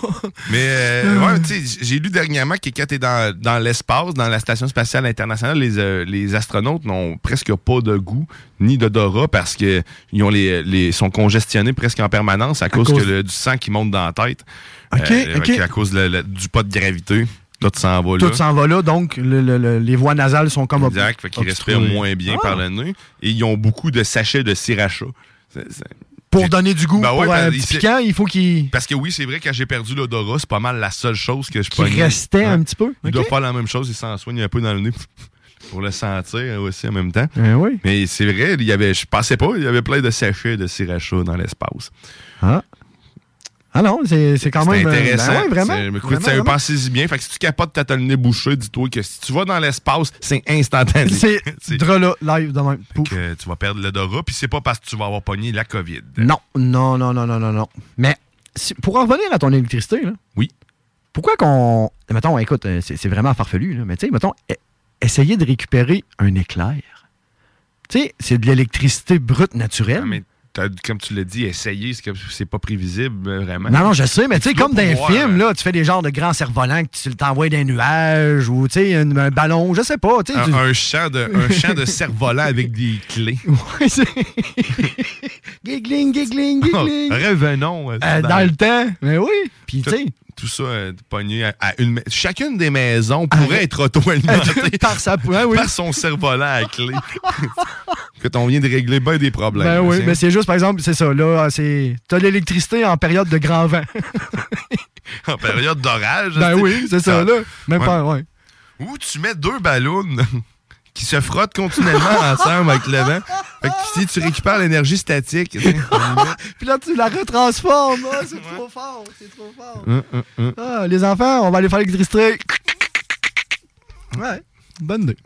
[SPEAKER 2] Mais euh, ouais, tu sais, j'ai lu dernièrement que quand t'es dans, dans l'espace, dans la station spatiale internationale, les, euh, les astronautes n'ont presque pas de goût ni d'odorat parce que ils ont les, les sont congestionnés presque en permanence à, cause,
[SPEAKER 3] cause-
[SPEAKER 2] que le- du sang qui monte dans la tête. Euh,
[SPEAKER 3] Ok, ok.
[SPEAKER 2] fait qu'à cause de la- la- du pas de gravité. Là, tu s'en vas là.
[SPEAKER 3] Tout s'en va là, donc le- le- le- les voies nasales sont comme ob-
[SPEAKER 2] Exact, fait qu'ils
[SPEAKER 3] obstruées.
[SPEAKER 2] respirent moins bien
[SPEAKER 3] Ah.
[SPEAKER 2] par le nez. Et ils ont beaucoup de sachets de sriracha. C'est- c'est-
[SPEAKER 3] Pour donner du goût,
[SPEAKER 2] Ben ouais,
[SPEAKER 3] pour
[SPEAKER 2] ben,
[SPEAKER 3] un
[SPEAKER 2] il
[SPEAKER 3] petit
[SPEAKER 2] s'est-
[SPEAKER 3] piquant, il faut qu'il
[SPEAKER 2] Parce que oui, c'est vrai, quand j'ai perdu l'odorat, c'est pas mal la seule chose que je
[SPEAKER 3] qu'il
[SPEAKER 2] pognais.
[SPEAKER 3] restait
[SPEAKER 2] Ouais.
[SPEAKER 3] un petit peu.
[SPEAKER 2] Il doit faire la même chose, il s'en soigne un peu dans le nez [laughs] pour le sentir aussi en même temps.
[SPEAKER 3] Ben oui.
[SPEAKER 2] Mais c'est vrai, il y avait, je pensais pas, il y avait plein de sachets de sriracha dans l'espace.
[SPEAKER 3] Ah. Ah non, c'est c'est quand
[SPEAKER 2] C'est
[SPEAKER 3] même. euh,
[SPEAKER 2] intéressant.
[SPEAKER 3] ben ouais, vraiment.
[SPEAKER 2] C'est- mais écoute,
[SPEAKER 3] Vraiment,
[SPEAKER 2] sérieux,
[SPEAKER 3] vraiment.
[SPEAKER 2] pensez-y bien. Fait que si tu capotes, t'as t'as le nez bouché, dis-toi que si tu vas dans l'espace, c'est instantané. [laughs]
[SPEAKER 3] C'est drôle live de même.
[SPEAKER 2] Fait que tu vas perdre l'odorat, puis c'est pas parce que tu vas avoir pogné la COVID.
[SPEAKER 3] Non, non, non, non, non, non, non. Mais si- pour en revenir à ton électricité, là.
[SPEAKER 2] Oui.
[SPEAKER 3] Pourquoi qu'on. Mettons, écoute, euh, c'est c'est vraiment farfelu, là, mais tu sais, mettons, e- essayer de récupérer un éclair. Tu sais, c'est de l'électricité brute naturelle.
[SPEAKER 2] Mais t'as- comme tu l'as dit, essayer, c'est que c'est pas prévisible, euh, vraiment.
[SPEAKER 3] Non, non, je sais, mais tu sais,
[SPEAKER 2] dois
[SPEAKER 3] comme dans les
[SPEAKER 2] pouvoir, euh,
[SPEAKER 3] films, là, tu fais des genres de grands cerfs-volants que tu t'envoies d'un nuage ou, tu sais, un, un ballon, je sais pas, tu sais.
[SPEAKER 2] euh,
[SPEAKER 3] euh,
[SPEAKER 2] Un,
[SPEAKER 3] tu-
[SPEAKER 2] un champ de, un champ de cerf-volant avec des
[SPEAKER 3] [laughs]
[SPEAKER 2] clés.
[SPEAKER 3] Ouais, c'est- giggling, giggling,
[SPEAKER 2] Ah.
[SPEAKER 3] giggling.
[SPEAKER 2] [laughs] Revenons. euh,
[SPEAKER 3] Euh, dans le temps, mais oui. Puis, tu
[SPEAKER 2] tout,
[SPEAKER 3] sais,
[SPEAKER 2] tout ça euh, pogné à, à une. ma- Chacune des maisons pourrait être auto-alimentée
[SPEAKER 3] [laughs] par, sa,
[SPEAKER 2] par son cerf-volant à clé. [laughs] Écoute, on vient de régler bien des problèmes.
[SPEAKER 3] Ben
[SPEAKER 2] là,
[SPEAKER 3] oui,
[SPEAKER 2] tiens.
[SPEAKER 3] mais c'est juste, par exemple, c'est ça, là, c'est... T'as l'électricité en période de grand vent.
[SPEAKER 2] En période d'orage.
[SPEAKER 3] ben
[SPEAKER 2] tu sais.
[SPEAKER 3] oui, c'est ça,
[SPEAKER 2] Ah,
[SPEAKER 3] là. Même
[SPEAKER 2] ouais.
[SPEAKER 3] pas, ouais.
[SPEAKER 2] Ou tu mets deux ballons [laughs] qui se frottent continuellement ensemble avec le vent. Fait que si tu récupères l'énergie statique. tu sais, on y
[SPEAKER 3] [laughs]
[SPEAKER 2] va.
[SPEAKER 3] Puis là, tu la retransformes. Ah, c'est trop fort, c'est trop fort.
[SPEAKER 2] Hum, hum, hum.
[SPEAKER 3] Ah, les enfants, on va aller faire l'électricité. Ouais, bonne idée.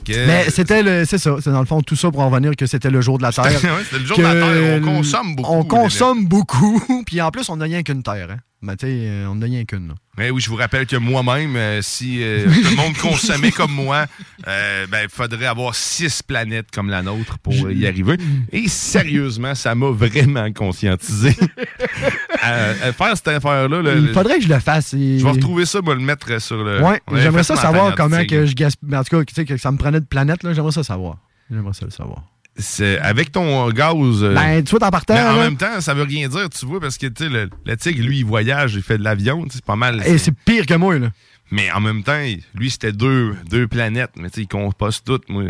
[SPEAKER 2] Ok.
[SPEAKER 3] Mais c'était le... C'est ça, c'est dans le fond tout ça pour en revenir que c'était le jour de la Terre.
[SPEAKER 2] [laughs] Ouais, c'était le jour de la
[SPEAKER 3] Que
[SPEAKER 2] Terre, on
[SPEAKER 3] l-
[SPEAKER 2] consomme beaucoup
[SPEAKER 3] On
[SPEAKER 2] d'énergie.
[SPEAKER 3] consomme beaucoup. [laughs] Puis en plus, on n'a rien qu'une Terre, hein. Ben, tu sais, euh, on n'a rien qu'une, là.
[SPEAKER 2] Mais oui, je vous rappelle que moi-même, euh, si euh, tout le monde consommait comme moi, euh, ben, il faudrait avoir six planètes comme la nôtre pour euh, y arriver. Et sérieusement, ça m'a vraiment
[SPEAKER 3] [laughs]
[SPEAKER 2] conscientisé. à, à faire cette affaire-là, le-
[SPEAKER 3] Il
[SPEAKER 2] le-
[SPEAKER 3] faudrait que je le fasse. et-
[SPEAKER 2] je vais retrouver euh, ça, moi, le mettre sur le.
[SPEAKER 3] Ouais,
[SPEAKER 2] on avait
[SPEAKER 3] j'aimerais
[SPEAKER 2] fait
[SPEAKER 3] ça
[SPEAKER 2] en
[SPEAKER 3] savoir
[SPEAKER 2] planète,
[SPEAKER 3] comment
[SPEAKER 2] c'est-
[SPEAKER 3] que je gaspille. En tout cas, tu sais, que ça me prenait de planète, là, j'aimerais ça savoir. J'aimerais ça le savoir.
[SPEAKER 2] c'est- Avec ton euh, gaz. euh,
[SPEAKER 3] Ben, tu vois, en partant.
[SPEAKER 2] mais en
[SPEAKER 3] là,
[SPEAKER 2] même temps, ça veut rien dire, tu vois, parce que tu sais, le, le tigre, lui, il voyage, il fait de l'avion, tu sais, c'est pas mal.
[SPEAKER 3] et c'est pire que moi, là.
[SPEAKER 2] Mais en même temps, il- lui, c'était deux, deux planètes. Mais tu sais, il compose toutes. Moi,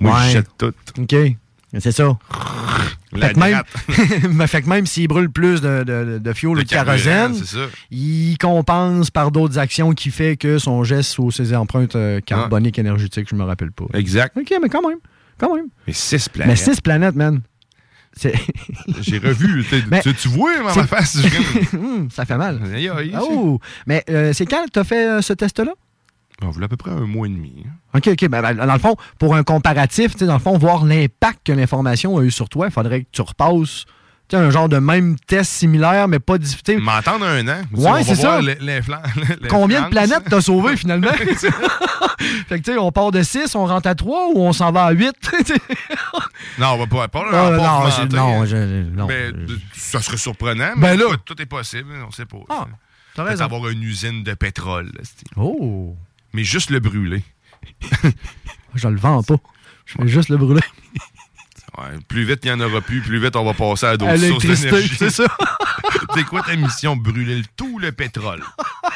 [SPEAKER 2] moi je
[SPEAKER 3] Ouais.
[SPEAKER 2] jette toutes.
[SPEAKER 3] OK. C'est ça.
[SPEAKER 2] La
[SPEAKER 3] fait, que même,
[SPEAKER 2] gratte.
[SPEAKER 3] [laughs] Mais fait que même s'il brûle plus de, de, de fioul ou
[SPEAKER 2] Le
[SPEAKER 3] de kérosène,
[SPEAKER 2] carburant, c'est ça.
[SPEAKER 3] il compense par d'autres actions qui fait que son geste ou ses empreintes
[SPEAKER 2] Ah.
[SPEAKER 3] euh, carboniques énergétiques, je me rappelle pas.
[SPEAKER 2] Exact.
[SPEAKER 3] OK, mais quand même. Quand même.
[SPEAKER 2] Mais six
[SPEAKER 3] Mais
[SPEAKER 2] planètes.
[SPEAKER 3] six planètes, man. C'est-
[SPEAKER 2] [laughs] J'ai revu. t'es-
[SPEAKER 3] Mais-
[SPEAKER 2] tu, tu vois, ma
[SPEAKER 3] c'est-
[SPEAKER 2] ma face.
[SPEAKER 3] [laughs]
[SPEAKER 2] je-
[SPEAKER 3] Hum, ça fait mal.
[SPEAKER 2] Aïe, aïe,
[SPEAKER 3] [laughs] Oh! Mais euh, c'est quand que t'as fait euh, ce test-là?
[SPEAKER 2] On voulait à peu près un mois et demi. hein.
[SPEAKER 3] OK, OK. Ben, ben, dans le fond, pour un comparatif, tu sais, dans le fond, voir l'impact que l'information a eu sur toi, il faudrait que tu repasses tu sais, un genre de même test similaire, mais pas disputé.
[SPEAKER 2] M'attendre un an. Tu sais,
[SPEAKER 3] Ouais,
[SPEAKER 2] on va
[SPEAKER 3] c'est ça.
[SPEAKER 2] voir l'in- [laughs] l'inflan- l'influence.
[SPEAKER 3] Combien de planètes t'as sauvé finalement? [laughs] fait que tu sais, on part de 6, on rentre à 3 ou on s'en va à [laughs] 8?
[SPEAKER 2] Non, on va pas. pas,
[SPEAKER 3] Ah,
[SPEAKER 2] pas
[SPEAKER 3] non,
[SPEAKER 2] augmenter,
[SPEAKER 3] je- non,
[SPEAKER 2] hein.
[SPEAKER 3] je- non.
[SPEAKER 2] Mais de- ça serait surprenant.
[SPEAKER 3] Ben
[SPEAKER 2] Mais
[SPEAKER 3] là.
[SPEAKER 2] écoute, tout est possible. On sait pas. Ah,
[SPEAKER 3] t'as
[SPEAKER 2] Peut-être
[SPEAKER 3] raison.
[SPEAKER 2] avoir une usine de pétrole. là, c'est-
[SPEAKER 3] oh!
[SPEAKER 2] Mais juste le brûler.
[SPEAKER 3] Je le vends pas. Je vais juste le brûler. [laughs]
[SPEAKER 2] Ouais, plus vite il n'y en aura plus, plus vite on va passer à
[SPEAKER 3] À
[SPEAKER 2] d'autres sources
[SPEAKER 3] l'électricité,
[SPEAKER 2] d'énergie.
[SPEAKER 3] c'est [laughs]
[SPEAKER 2] [laughs]
[SPEAKER 3] ça.
[SPEAKER 2] c'est quoi ta mission? Brûler le- tout le pétrole.
[SPEAKER 3] Ah,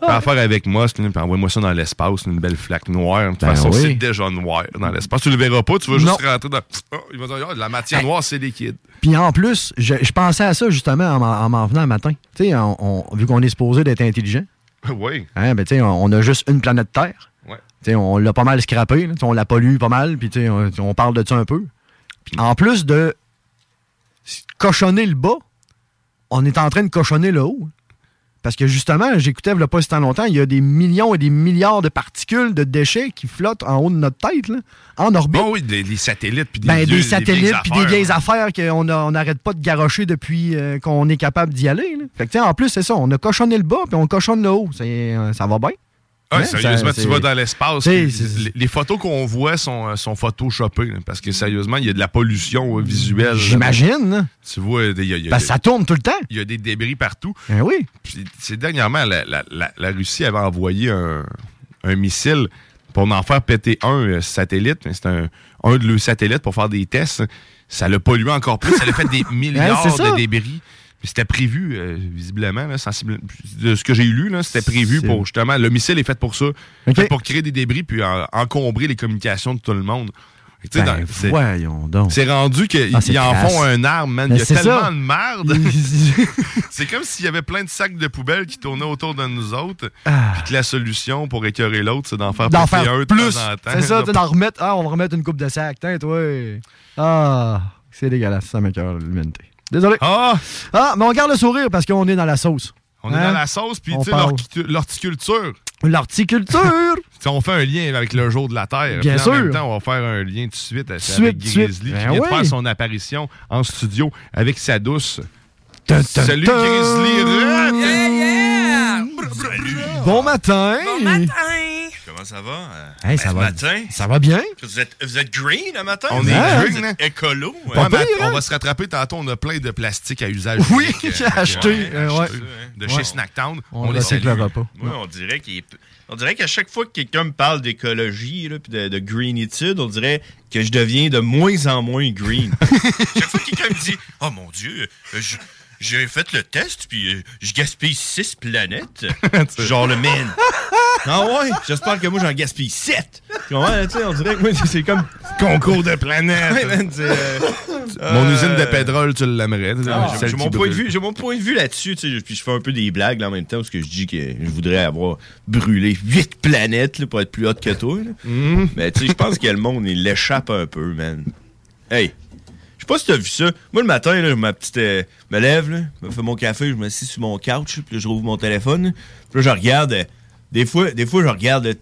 [SPEAKER 2] Fais affaire avec moi, c'est- puis envoie-moi ça dans l'espace, une belle flaque noire. De toute
[SPEAKER 3] Ben
[SPEAKER 2] façon,
[SPEAKER 3] oui.
[SPEAKER 2] c'est déjà noir dans l'espace. Tu le verras pas, tu vas
[SPEAKER 3] Non. Ben
[SPEAKER 2] juste rentrer dans. Oh, il va dire, Ah, de la matière noire,
[SPEAKER 3] [laughs]
[SPEAKER 2] c'est liquide.
[SPEAKER 3] Puis en plus, je, je pensais à ça justement en m'en- en m'en venant le matin. Tu sais, on- on- vu qu'on est supposé d'être intelligent,
[SPEAKER 2] Oui.
[SPEAKER 3] Hein, ben, tu sais, on, on a juste une planète Terre.
[SPEAKER 2] Ouais.
[SPEAKER 3] Tu sais, on l'a pas mal scrappé, là. Tu sais, on la pollue pas mal, puis tu sais, on, on parle de ça un peu. Puis en plus de s- cochonner le bas, on est en train de cochonner le haut. Parce que justement, j'écoutais il pas si tant longtemps, il y a des millions et des milliards de particules de déchets qui flottent en haut de notre tête, là, en orbite.
[SPEAKER 2] Bon, Oh oui, des, des satellites puis des,
[SPEAKER 3] Ben,
[SPEAKER 2] vieux-
[SPEAKER 3] des
[SPEAKER 2] des
[SPEAKER 3] satellites puis des vieilles
[SPEAKER 2] affaires.
[SPEAKER 3] affaires qu'on a- on n'arrête pas de garrocher depuis euh, qu'on est capable d'y aller. là. Fait que, tu sais, en plus, c'est ça, on a cochonné le bas puis on cochonne le haut. C'est, euh, ça va bien.
[SPEAKER 2] Ah,
[SPEAKER 3] Hein?
[SPEAKER 2] sérieusement,
[SPEAKER 3] Ça,
[SPEAKER 2] tu
[SPEAKER 3] c'est-
[SPEAKER 2] vas dans l'espace.
[SPEAKER 3] C'est-
[SPEAKER 2] puis Les, les photos qu'on voit sont, euh, sont photoshopées. là, Parce que sérieusement, il y a de la pollution euh, visuelle. là.
[SPEAKER 3] J'imagine. hein.
[SPEAKER 2] Tu vois, des- il y a- il y a-
[SPEAKER 3] Parce que ça tourne tout le temps.
[SPEAKER 2] Il y a des débris partout.
[SPEAKER 3] Ben oui.
[SPEAKER 2] Puis, c'est dernièrement, la, la- la- la Russie avait envoyé un, un missile pour en faire péter un euh, satellite. mais C'est un, un de leurs satellites pour faire des tests. Ça l'a pollué encore plus. Ça l'a fait
[SPEAKER 3] [laughs]
[SPEAKER 2] des milliards
[SPEAKER 3] Ouais, c'est ça.
[SPEAKER 2] de débris. Puis C'était prévu, euh, visiblement, là, sensible- de ce que j'ai lu, là, c'était prévu
[SPEAKER 3] C'est-
[SPEAKER 2] pour justement. Le missile est fait pour ça.
[SPEAKER 3] Ok.
[SPEAKER 2] Fait pour créer des débris puis en- encombrer les communications de tout le monde. Tu
[SPEAKER 3] Ben,
[SPEAKER 2] sais, dans- c'est-
[SPEAKER 3] voyons donc.
[SPEAKER 2] C'est rendu qu'ils
[SPEAKER 3] Ah, c'est
[SPEAKER 2] en
[SPEAKER 3] crasse.
[SPEAKER 2] font un arme, man.
[SPEAKER 3] Mais
[SPEAKER 2] Il y a
[SPEAKER 3] c'est
[SPEAKER 2] tellement
[SPEAKER 3] ça.
[SPEAKER 2] de
[SPEAKER 3] [laughs]
[SPEAKER 2] merde. [laughs] c'est comme s'il y avait plein de sacs de poubelle qui tournaient autour de nous autres.
[SPEAKER 3] Ah.
[SPEAKER 2] Puis que la solution pour écœurer l'autre, c'est d'en faire,
[SPEAKER 3] D'en
[SPEAKER 2] péter
[SPEAKER 3] faire
[SPEAKER 2] un de
[SPEAKER 3] plus.
[SPEAKER 2] temps en temps.
[SPEAKER 3] C'est ça,
[SPEAKER 2] De-
[SPEAKER 3] tu sais, d'en remettre. Ah, on va remettre une coupe de sac. Tiens, toi. Ah, c'est dégueulasse, ça m'écœure l'humanité. Désolé.
[SPEAKER 2] Ah!
[SPEAKER 3] mais on garde le sourire parce qu'on est dans la sauce.
[SPEAKER 2] On est
[SPEAKER 3] Hein?
[SPEAKER 2] dans la sauce, puis
[SPEAKER 3] On
[SPEAKER 2] tu sais,
[SPEAKER 3] parle.
[SPEAKER 2] l'horticu- l'horticulture.
[SPEAKER 3] L'horticulture!
[SPEAKER 2] Tu sais, on fait un lien avec le jour de la
[SPEAKER 3] Bien
[SPEAKER 2] Terre. Puis là, En
[SPEAKER 3] sûr.
[SPEAKER 2] même temps, on va faire un lien tout de suite avec
[SPEAKER 3] Suite,
[SPEAKER 2] Guy
[SPEAKER 3] suite.
[SPEAKER 2] Grizzly qui
[SPEAKER 3] Ben
[SPEAKER 2] vient de
[SPEAKER 3] oui.
[SPEAKER 2] faire son apparition en studio avec sa douce.
[SPEAKER 3] Tun, tun,
[SPEAKER 2] [laughs] Salut
[SPEAKER 3] tun.
[SPEAKER 2] Grizzly Red!
[SPEAKER 3] Bon matin!
[SPEAKER 1] Comment ça va? Euh,
[SPEAKER 3] Hey, ça
[SPEAKER 2] ben,
[SPEAKER 3] va-
[SPEAKER 1] ce matin?
[SPEAKER 3] ça va bien?
[SPEAKER 1] Vous êtes, vous êtes green le matin?
[SPEAKER 2] On
[SPEAKER 1] Vous
[SPEAKER 2] est
[SPEAKER 1] êtes-
[SPEAKER 2] green,
[SPEAKER 1] vous êtes écolo?
[SPEAKER 2] Ouais,
[SPEAKER 1] hein?
[SPEAKER 2] mais Ah, ben, on va se rattraper tantôt. On a plein de plastique à usage.
[SPEAKER 1] Oui,
[SPEAKER 2] [laughs]
[SPEAKER 3] [laughs]
[SPEAKER 2] unique, euh,
[SPEAKER 1] j'ai
[SPEAKER 2] euh,
[SPEAKER 1] acheté, euh, ouais.
[SPEAKER 2] acheté, De chez
[SPEAKER 1] Ouais.
[SPEAKER 2] Snacktown.
[SPEAKER 1] On
[SPEAKER 2] les salue.
[SPEAKER 3] recyclera pas.
[SPEAKER 1] Moi, on dirait qu'il est- on dirait qu'à chaque fois que quelqu'un me parle d'écologie là, puis de, de greenitude, on dirait que je deviens de moins en moins
[SPEAKER 2] [laughs]
[SPEAKER 1] green. chaque fois que quelqu'un me dit « Oh mon Dieu, euh, je- j'ai fait le test, puis euh, je gaspille six planètes. » Genre le
[SPEAKER 2] [laughs]
[SPEAKER 1] man. [laughs] Ah ouais, j'espère que moi j'en gaspille sept. Tu comprends, là, tu sais, on dirait que moi, c'est comme...
[SPEAKER 2] Concours de planètes.
[SPEAKER 1] [laughs] Ouais, man, c'est, euh,
[SPEAKER 2] Mon
[SPEAKER 1] euh,
[SPEAKER 2] usine de pétrole, tu l'aimerais. tu sais,
[SPEAKER 1] ah,
[SPEAKER 2] celle
[SPEAKER 1] J'ai
[SPEAKER 2] qui
[SPEAKER 1] mon, point
[SPEAKER 2] brûle.
[SPEAKER 1] de vue- j'ai mon point de vue là-dessus, tu sais, puis je fais un peu des blagues là, en même temps, parce que je dis que je voudrais avoir brûlé huit planètes là, pour être plus haute que toi. là.
[SPEAKER 4] Mm-hmm.
[SPEAKER 1] Mais tu sais, je pense que le monde, il l'échappe un peu, man. Hey, je sais pas si t'as vu ça. Moi, le matin, là, ma petite, euh, me lève, là, je me fais mon café, je m'assis sur mon couch, puis là, je rouvre mon téléphone, là. puis là, je regarde... euh, des fois, des fois, je regarde euh,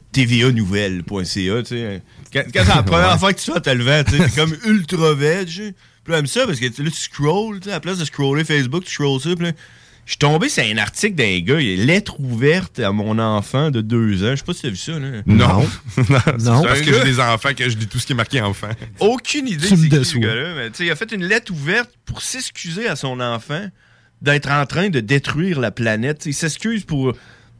[SPEAKER 1] tvanouvelle.ca, tu sais. Quand, quand c'est la première
[SPEAKER 8] Ouais.
[SPEAKER 1] fois que tu sois te levant, tu sais, t'es comme ultra veg. Puis là, j'aime ça parce que tu sais, là, tu scrolls, tu sais, à la place de scroller Facebook, tu scrolls ça. Puis là, je suis tombé sur un article d'un gars, il y a lettre ouverte à mon enfant de deux ans. Je sais pas si t'as vu ça, là.
[SPEAKER 2] Non. [laughs] non.
[SPEAKER 1] [laughs] Non.
[SPEAKER 2] Parce
[SPEAKER 1] Un
[SPEAKER 2] que j'ai
[SPEAKER 1] gars-
[SPEAKER 2] des enfants que je lis tout ce qui est marqué enfant.
[SPEAKER 1] [laughs] Aucune idée
[SPEAKER 2] Tu me
[SPEAKER 1] c'est qui ce
[SPEAKER 2] déçois.
[SPEAKER 1] gars-là, mais tu sais, il a fait une lettre ouverte pour s'excuser à son enfant d'être en train de détruire la planète. Tu sais, il s'excuse pour,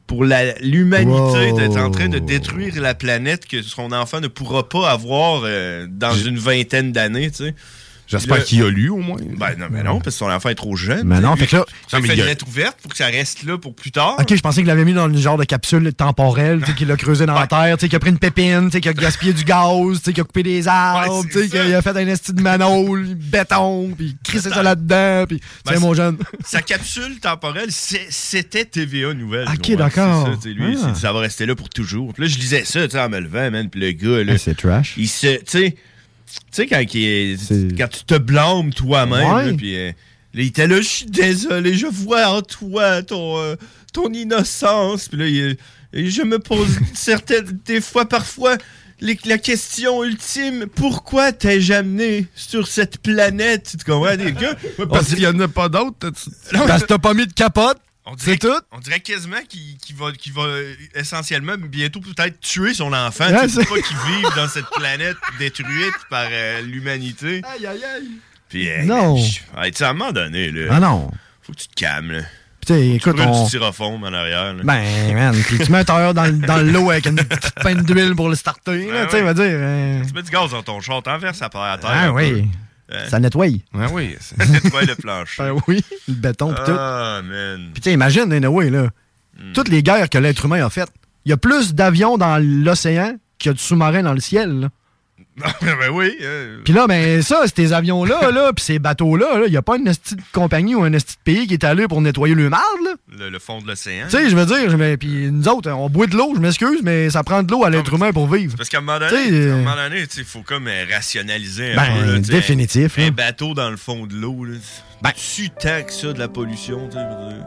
[SPEAKER 1] pour la- l'humanité
[SPEAKER 8] Wow.
[SPEAKER 1] d'être en train de détruire la planète que son enfant ne pourra pas avoir euh, dans une vingtaine d'années, tu sais.
[SPEAKER 2] J'espère
[SPEAKER 1] Puis là-
[SPEAKER 2] qu'il a lu au moins.
[SPEAKER 1] Ben non, mais non, parce que son enfant est trop jeune.
[SPEAKER 3] Mais
[SPEAKER 1] tu sais.
[SPEAKER 3] non, fait que là-
[SPEAKER 1] Ça
[SPEAKER 3] Non, mais
[SPEAKER 1] fait
[SPEAKER 3] il
[SPEAKER 1] une
[SPEAKER 3] a-
[SPEAKER 1] lettre ouverte pour que ça reste là pour plus tard.
[SPEAKER 3] Ok, je pensais qu'il l'avait mis dans une genre de capsule temporelle, tu sais, qu'il l'a creusé dans la terre, tu sais, qu'il a pris une pépine, tu sais, qu'il a gaspillé du gaz, tu sais, qu'il a coupé des arbres, tu sais, qu'il a fait un esti de manole, béton, puis crissé ça là-dedans, puis
[SPEAKER 1] Ben,
[SPEAKER 3] c'est mon jeune.
[SPEAKER 1] Sa capsule temporelle, c'est- c'était TVA Nouvelle.
[SPEAKER 3] Ok, d'accord.
[SPEAKER 1] c'est ça, tu sais, lui,
[SPEAKER 3] Ah.
[SPEAKER 1] c'est- ça va rester là pour toujours. Puis là, je lisais ça, tu sais, en me levant, man. Puis le gars, là.
[SPEAKER 3] Ah, c'est trash.
[SPEAKER 1] Il se. Tu sais, tu sais, quand, il est- quand tu te blâmes toi-même,
[SPEAKER 8] Ouais.
[SPEAKER 1] là, puis. euh, là, il était là, je suis désolé, je vois en toi ton, euh, ton innocence. Puis là, il- et je me pose
[SPEAKER 3] [laughs]
[SPEAKER 1] certaines. Des fois, parfois. les- la question ultime, pourquoi t'ai-je amené sur cette planète? Tu comprends? Les
[SPEAKER 3] [laughs]
[SPEAKER 1] gars,
[SPEAKER 2] parce
[SPEAKER 1] on-
[SPEAKER 2] qu'il y en a pas d'autres.
[SPEAKER 1] Parce que
[SPEAKER 3] t'as pas mis de capote,
[SPEAKER 1] on dirait, On dirait quasiment qu'il qu'il va, qu'il va euh, essentiellement bientôt peut-être tuer son enfant.
[SPEAKER 3] Ouais,
[SPEAKER 1] tu sais,
[SPEAKER 3] c'est-
[SPEAKER 1] pour pas qu'il vive dans cette planète détruite par euh, l'humanité.
[SPEAKER 3] Aïe, aïe, aïe.
[SPEAKER 1] Puis, euh,
[SPEAKER 3] Non.
[SPEAKER 1] je- hey, tu sais, à un moment donné, là,
[SPEAKER 3] Ah non.
[SPEAKER 1] faut que tu te calmes. Là.
[SPEAKER 3] Putain,
[SPEAKER 1] Tu
[SPEAKER 3] écoute,
[SPEAKER 1] brûles
[SPEAKER 3] on.
[SPEAKER 1] du styrofoam en arrière. là.
[SPEAKER 3] Ben, man, puis tu mets un tailleur dans, le- dans
[SPEAKER 1] [laughs]
[SPEAKER 3] l'eau avec une petite pinte d'huile pour le starter, là,
[SPEAKER 1] Ben
[SPEAKER 3] tu sais,
[SPEAKER 1] oui.
[SPEAKER 3] va dire. euh,
[SPEAKER 1] Tu mets du gaz dans ton char, t'enverses ça par la terre.
[SPEAKER 3] Ah
[SPEAKER 1] un
[SPEAKER 3] oui.
[SPEAKER 1] peu. Euh,
[SPEAKER 3] Ça nettoie.
[SPEAKER 2] Ah oui.
[SPEAKER 1] ça nettoie le
[SPEAKER 3] [laughs]
[SPEAKER 1] plancher.
[SPEAKER 3] Ben oui, le béton, pis tout.
[SPEAKER 1] Ah, Hmm. man.
[SPEAKER 3] Puis tu sais, imagine, anyway, là, toutes les guerres que l'être humain a faites. Il y a plus d'avions dans l'océan qu'il y a de sous-marins dans le ciel. là.
[SPEAKER 1] ben oui. euh,
[SPEAKER 3] Puis là, ben ça, ces avions-là, là, puis ces bateaux-là, là, il n'y a pas une esti de compagnie ou un esti de pays qui est allé pour nettoyer le marde. là. là.
[SPEAKER 1] Le, le fond de l'océan.
[SPEAKER 3] Tu sais, je veux dire, mais puis nous autres, on boit de l'eau, je m'excuse, mais ça prend de l'eau à l'être humain pour vivre.
[SPEAKER 1] Parce qu'à un moment
[SPEAKER 3] Tu sais,
[SPEAKER 1] donné,
[SPEAKER 3] euh,
[SPEAKER 1] à un moment donné, tu sais, faut comme euh, rationaliser un
[SPEAKER 3] Ben,
[SPEAKER 1] peu, là, tu sais,
[SPEAKER 3] définitif, Ben.
[SPEAKER 1] Un, un
[SPEAKER 3] hein.
[SPEAKER 1] bateau dans le fond de l'eau, là. tu tant que ça de la pollution, tu sais,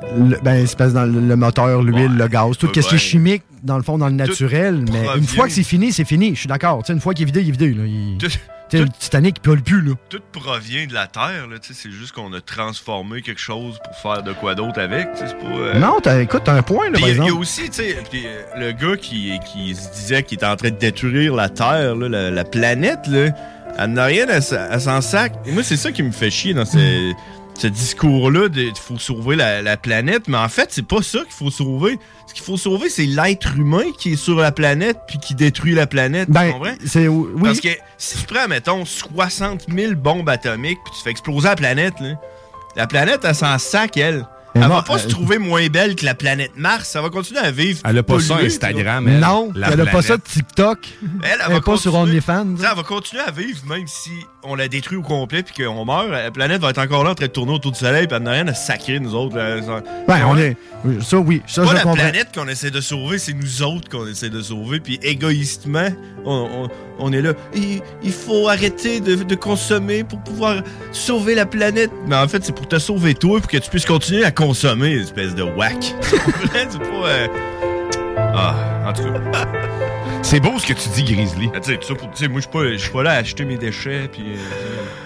[SPEAKER 1] je veux dire.
[SPEAKER 3] Le- ben, c'est parce que dans le le moteur, l'huile, le gaz, tout
[SPEAKER 1] Ouais,
[SPEAKER 3] ce qui est
[SPEAKER 1] ouais.
[SPEAKER 3] chimique, dans le fond, dans le naturel. Mais
[SPEAKER 1] provient-
[SPEAKER 3] une fois que c'est fini, c'est fini. Je suis d'accord. Tu sais, Une fois qu'il est vidé, il est vidé. Là. Il-
[SPEAKER 1] Tout-
[SPEAKER 3] Tu sais, le Titanic, il peut le plus. Là.
[SPEAKER 1] Tout provient de la terre, là, tu sais, c'est juste qu'on a transformé quelque chose pour faire de quoi d'autre avec, tu sais, c'est pas... euh,
[SPEAKER 3] Non, t'as- écoute, t'as un point, là,
[SPEAKER 1] Puis
[SPEAKER 3] par
[SPEAKER 1] il y a- il y,
[SPEAKER 3] exemple.
[SPEAKER 1] a aussi, tu sais, puis, euh, le gars qui, qui se disait qu'il était en train de détruire la Terre, là, la, la planète, là, elle n'a rien à, sa- à s'en sac. Et moi, c'est ça qui me fait chier dans ce, ce discours-là de « faut sauver la, la planète », mais en fait, c'est pas ça qu'il faut sauver. Ce qu'il faut sauver, c'est l'être humain qui est sur la planète puis qui détruit la planète, tu
[SPEAKER 3] Ben,
[SPEAKER 1] comprends?
[SPEAKER 3] c'est. Oui.
[SPEAKER 1] Parce que si tu prends, mettons, 60 000 bombes atomiques puis tu fais exploser la planète, là, la planète, elle s'en sac, elle.
[SPEAKER 2] Mais
[SPEAKER 1] elle
[SPEAKER 2] moi,
[SPEAKER 1] va pas
[SPEAKER 2] euh,
[SPEAKER 1] se trouver moins belle que la planète Mars. Ça va continuer à vivre.
[SPEAKER 2] Elle a pas ça
[SPEAKER 1] polluée,
[SPEAKER 2] Instagram,
[SPEAKER 1] tu vois.
[SPEAKER 2] elle.
[SPEAKER 3] Non,
[SPEAKER 1] La
[SPEAKER 3] elle a pas
[SPEAKER 1] planète.
[SPEAKER 3] ça de TikTok.
[SPEAKER 1] Elle, elle
[SPEAKER 3] Elle
[SPEAKER 1] va
[SPEAKER 3] est pas sur OnlyFans.
[SPEAKER 1] Ça, elle va continuer à vivre, même si on la détruit au complet puis qu'on meurt. La planète va être encore là en train de tourner autour du soleil puis elle n'a rien à sacrer, nous autres. là. Ça-
[SPEAKER 3] Ouais, on est. Ça, oui. Ça,
[SPEAKER 1] pas
[SPEAKER 3] je
[SPEAKER 1] la
[SPEAKER 3] comprends.
[SPEAKER 1] planète qu'on essaie de sauver, c'est nous autres qu'on essaie de sauver. Puis égoïstement, on, on- on est là. Il, il faut arrêter de, de consommer pour pouvoir sauver la planète. Mais en fait, c'est pour te sauver toi, pour que tu puisses continuer à consommer, espèce de whack. [laughs] Tu comprends? c'est pas. euh, Ah, en tout cas.
[SPEAKER 2] C'est beau ce que tu dis, Grizzly.
[SPEAKER 1] Ah, Tu sais, tout ça pour- tu sais, moi, je suis pas- je suis pas là à acheter mes déchets. Puis, euh,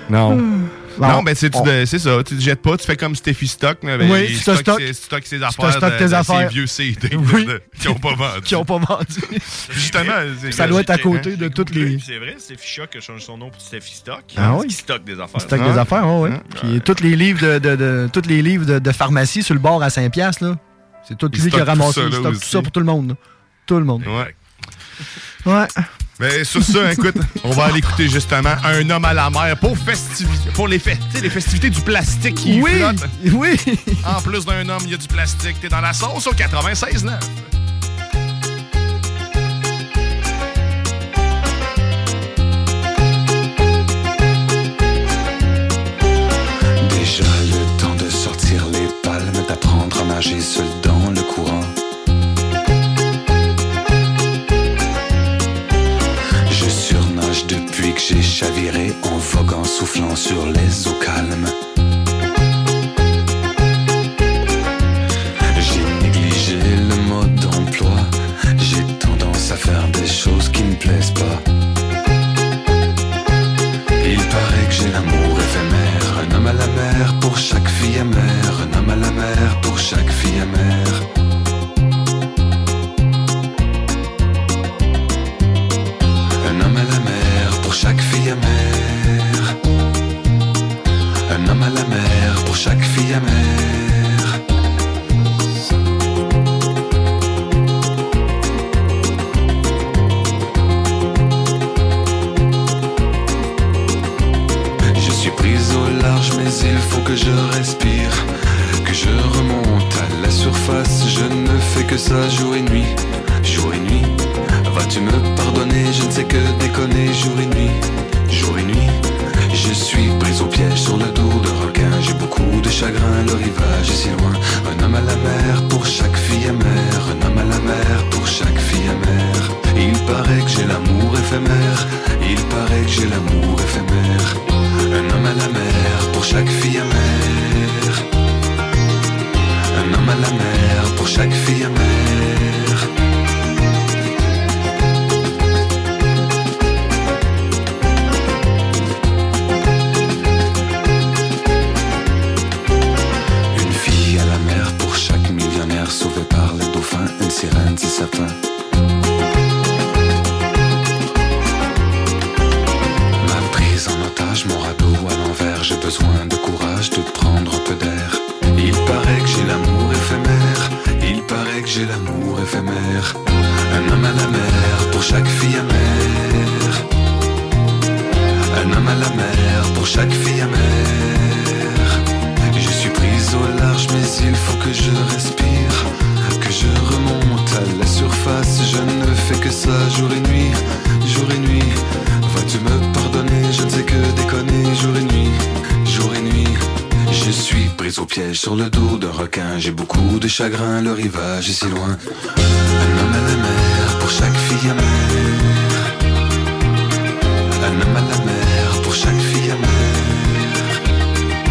[SPEAKER 2] Non.
[SPEAKER 1] Hmm.
[SPEAKER 2] Non,
[SPEAKER 1] Non,
[SPEAKER 2] ben c'est tu
[SPEAKER 1] on-
[SPEAKER 2] le- c'est ça. Tu te jettes pas, tu fais comme Steffi Stock. là, ben,
[SPEAKER 3] Oui,
[SPEAKER 2] il
[SPEAKER 3] tu te
[SPEAKER 2] stocke
[SPEAKER 3] stockes.
[SPEAKER 2] ses- stocke ses
[SPEAKER 3] Tu te
[SPEAKER 2] affaires.
[SPEAKER 3] stockes
[SPEAKER 2] de-
[SPEAKER 3] tes
[SPEAKER 2] de
[SPEAKER 3] affaires.
[SPEAKER 2] Ses vieux CD
[SPEAKER 3] Oui.
[SPEAKER 2] de- [laughs] qui
[SPEAKER 3] [laughs]
[SPEAKER 2] ont pas vendu.
[SPEAKER 3] Qui ont pas vendu.
[SPEAKER 2] Justement, c'est
[SPEAKER 3] Ça
[SPEAKER 2] que-
[SPEAKER 3] doit être à côté de toutes les.
[SPEAKER 1] Puis C'est vrai, c'est Fichoc qui a changé son nom pour Steffi Stock.
[SPEAKER 3] Ah oui?
[SPEAKER 1] Qui stocke des affaires. Ah.
[SPEAKER 3] Tu stocke
[SPEAKER 2] Ah.
[SPEAKER 3] des affaires, ouais, ouais. Puis tous les livres de, de, de- tous les livres de, de pharmacie sur le bord à 5 piastres, là. C'est tout
[SPEAKER 2] Il
[SPEAKER 3] lui qui a
[SPEAKER 2] stocke tout
[SPEAKER 3] ramassé.
[SPEAKER 2] ça,
[SPEAKER 3] Il
[SPEAKER 2] là,
[SPEAKER 3] stocke tout
[SPEAKER 2] aussi.
[SPEAKER 3] ça pour tout le monde. là. Tout le monde.
[SPEAKER 2] Ouais.
[SPEAKER 3] Ouais.
[SPEAKER 2] Mais Ben, sur ça, écoute, on va aller écouter justement Un homme à la mer pour, festivi- pour les, fêtes, les festivités du plastique qui
[SPEAKER 18] Oui,
[SPEAKER 2] flotte.
[SPEAKER 3] Oui!
[SPEAKER 2] En plus d'un homme, il y a du plastique. T'es dans la sauce au 96.9.
[SPEAKER 4] Déjà le temps de sortir les palmes, d'apprendre à nager seul dans le courant. Je surnage depuis que j'ai chaviré en voguant, soufflant sur les eaux calmes. J'ai négligé le mode d'emploi, j'ai tendance à faire des choses qui me plaisent pas. Il paraît que j'ai l'amour éphémère, un homme à la mer pour chaque fille amère, un homme à la mer pour chaque fille amère. Un homme à la mer pour chaque fille amère. Un homme à la mer pour chaque fille amère. Je suis prise au large, mais il faut que je respire. Que je remonte à la surface, je ne fais que ça jour et nuit. Jour et nuit, vas-tu me pardonner Je ne sais que déconner jour et nuit. Jour et nuit, je suis prise au piège sur le dos de requin. J'ai beaucoup de chagrin, le rivage est si loin. Un homme à la mer pour chaque fille amère. Un homme à la mer pour chaque fille amère. Il paraît que j'ai l'amour éphémère. Il paraît que j'ai l'amour éphémère. Un homme à la mer pour chaque fille amère. Un homme à la mer pour chaque fille amère. Une fille à la mer pour chaque millionnaire sauvé par les dauphins, une sirène, six sapins. Ma prise en otage, mon radeau à l'envers, j'ai besoin de courage de prendre un peu d'air. Il paraît que j'ai l'amour éphémère, il paraît que j'ai l'amour éphémère. Un homme à la mer pour chaque fille amère. Un homme à la mer pour chaque fille amère. Je suis prise au large, mais il faut que je respire. Que je remonte à la surface, je ne fais que ça jour et nuit, jour et nuit. Vas-tu me pardonner, je ne sais que déconner jour et nuit, jour et nuit. Je suis prise Prise au piège sur le dos d'un requin, j'ai beaucoup de chagrin, le rivage est si loin. Un homme à la mer pour chaque fille amère. Un homme à la mer pour chaque fille amère.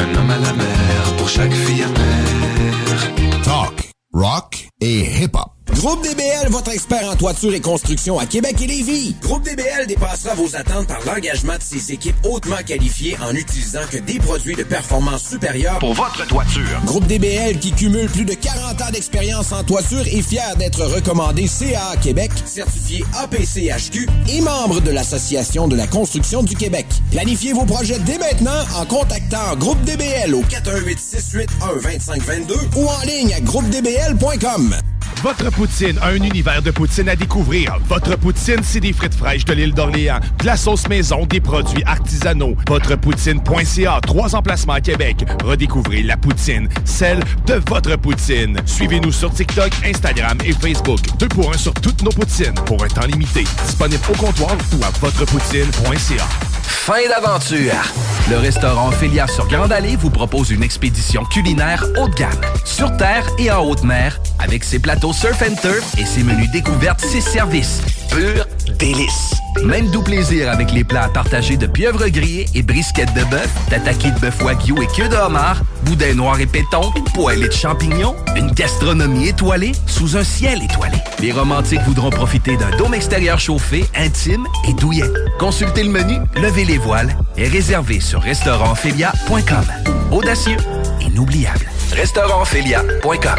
[SPEAKER 4] Un homme à la mer pour chaque fille amère.
[SPEAKER 19] Talk, rock et hip-hop. Groupe DBL, votre expert en toiture et construction à Québec et Lévis. Groupe DBL dépassera vos attentes par l'engagement de ses équipes hautement qualifiées en utilisant que des produits de performance supérieure
[SPEAKER 11] Pour votre toiture.
[SPEAKER 19] Groupe DBL qui cumule plus de 40 ans d'expérience en toiture est fier d'être recommandé CA Québec, certifié APCHQ et membre de l'Association de la construction du Québec. Planifiez vos projets dès maintenant en contactant Groupe DBL au 418 681 2522 ou en ligne à groupedbl.com.
[SPEAKER 2] Votre poutine, un univers de poutine à découvrir. Votre poutine, c'est des frites fraîches de l'île d'Orléans, de la sauce maison, des produits artisanaux. Votrepoutine.ca, trois emplacements à Québec. Redécouvrez la poutine, celle de votre poutine. Suivez-nous sur TikTok, Instagram et Facebook. Deux pour un sur toutes nos poutines, pour un temps limité. Disponible au comptoir ou à votrepoutine.ca.
[SPEAKER 10] Fin d'aventure! Le restaurant Félia sur Grande Allée vous propose une expédition culinaire haut de gamme, sur terre et en haute mer, avec ses plateaux surf and turf et ses menus découvertes, ses services. Pur délice! Même doux plaisir avec les plats à partager de pieuvres grillées et brisquettes de bœuf, tataki de bœuf wagyu et queue de homard, boudin noir et péton, poêlée de champignons, une gastronomie étoilée sous un ciel étoilé. Les romantiques voudront profiter d'un dôme extérieur chauffé, intime et douillet. Consultez le menu, levez les voiles et réservez sur restaurantphilia.com. Audacieux, inoubliable. Restaurantphilia.com.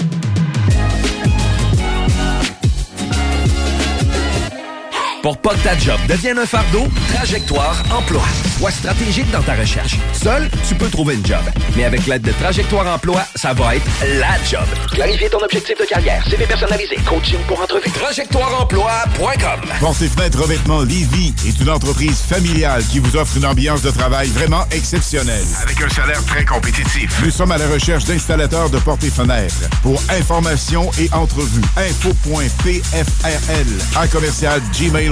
[SPEAKER 10] Pour pas que ta job devienne un fardeau, Trajectoire Emploi. Sois stratégique dans ta recherche. Seul, tu peux trouver une job. Mais avec l'aide de Trajectoire Emploi, ça va être la job. Clarifier ton objectif de carrière, CV personnalisé, coaching pour entrevue. TrajectoireEmploi.com
[SPEAKER 7] Porte et Fenêtres Revêtement Lévis est une entreprise familiale qui vous offre une ambiance de travail vraiment exceptionnelle.
[SPEAKER 20] Avec un salaire très compétitif.
[SPEAKER 7] Nous sommes à la recherche d'installateurs de portes et fenêtres. Pour information et entrevue, info.pfrl à commercial gmail.com.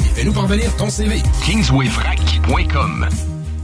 [SPEAKER 19] et fais-nous parvenir ton CV.
[SPEAKER 11] KingswayFrac.com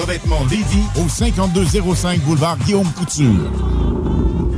[SPEAKER 7] Revêtement Lévis au 5205 boulevard Guillaume Couture.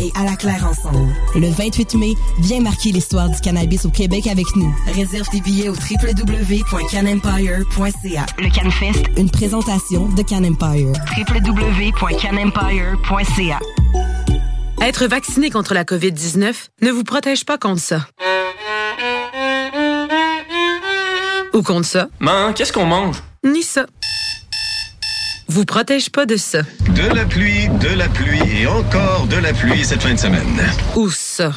[SPEAKER 21] et À la Claire ensemble.
[SPEAKER 22] Le 28 mai, viens marquer l'histoire du cannabis au Québec avec nous.
[SPEAKER 21] Réserve tes billets au www.canempire.ca. Le CanFest,
[SPEAKER 22] Une présentation de Can Empire.
[SPEAKER 21] www.canempire.ca.
[SPEAKER 16] Être vacciné contre la COVID-19 ne vous protège pas contre ça. Ou contre ça.
[SPEAKER 9] Maman, qu'est-ce qu'on mange?
[SPEAKER 16] Ni ça. Vous protège pas de ça.
[SPEAKER 9] De la pluie, de la pluie et encore de la pluie cette fin de semaine.
[SPEAKER 16] Ou ça.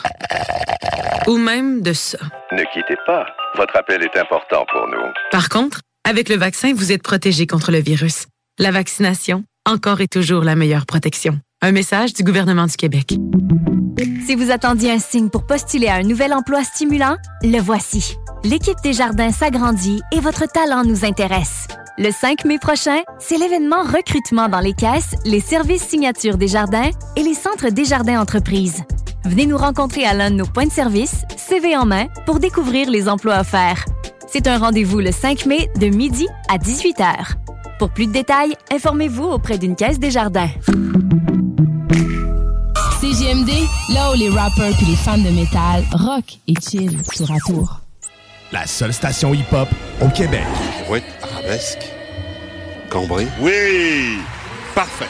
[SPEAKER 16] Ou même de ça.
[SPEAKER 23] Ne quittez pas. Votre appel est important pour nous.
[SPEAKER 16] Par contre, avec le vaccin, vous êtes protégé contre le virus. La vaccination, encore et toujours la meilleure protection. Un message du gouvernement du Québec.
[SPEAKER 24] Si vous attendiez un signe pour postuler à un nouvel emploi stimulant, le voici. L'équipe des jardins s'agrandit et votre talent nous intéresse. Le 5 mai prochain, c'est l'événement recrutement dans les caisses, les services signature des jardins et les centres des jardins entreprises. Venez nous rencontrer à l'un de nos points de service, CV en main, pour découvrir les emplois offerts. C'est un rendez-vous le 5 mai de midi à 18h. Pour plus de détails, informez-vous auprès d'une caisse des jardins.
[SPEAKER 25] CGMD, là où les rappers puis les fans de métal rock et chill tour à tour.
[SPEAKER 2] La seule station hip-hop au Québec.
[SPEAKER 26] Pirouette, arabesque, cambré. Oui! Parfait.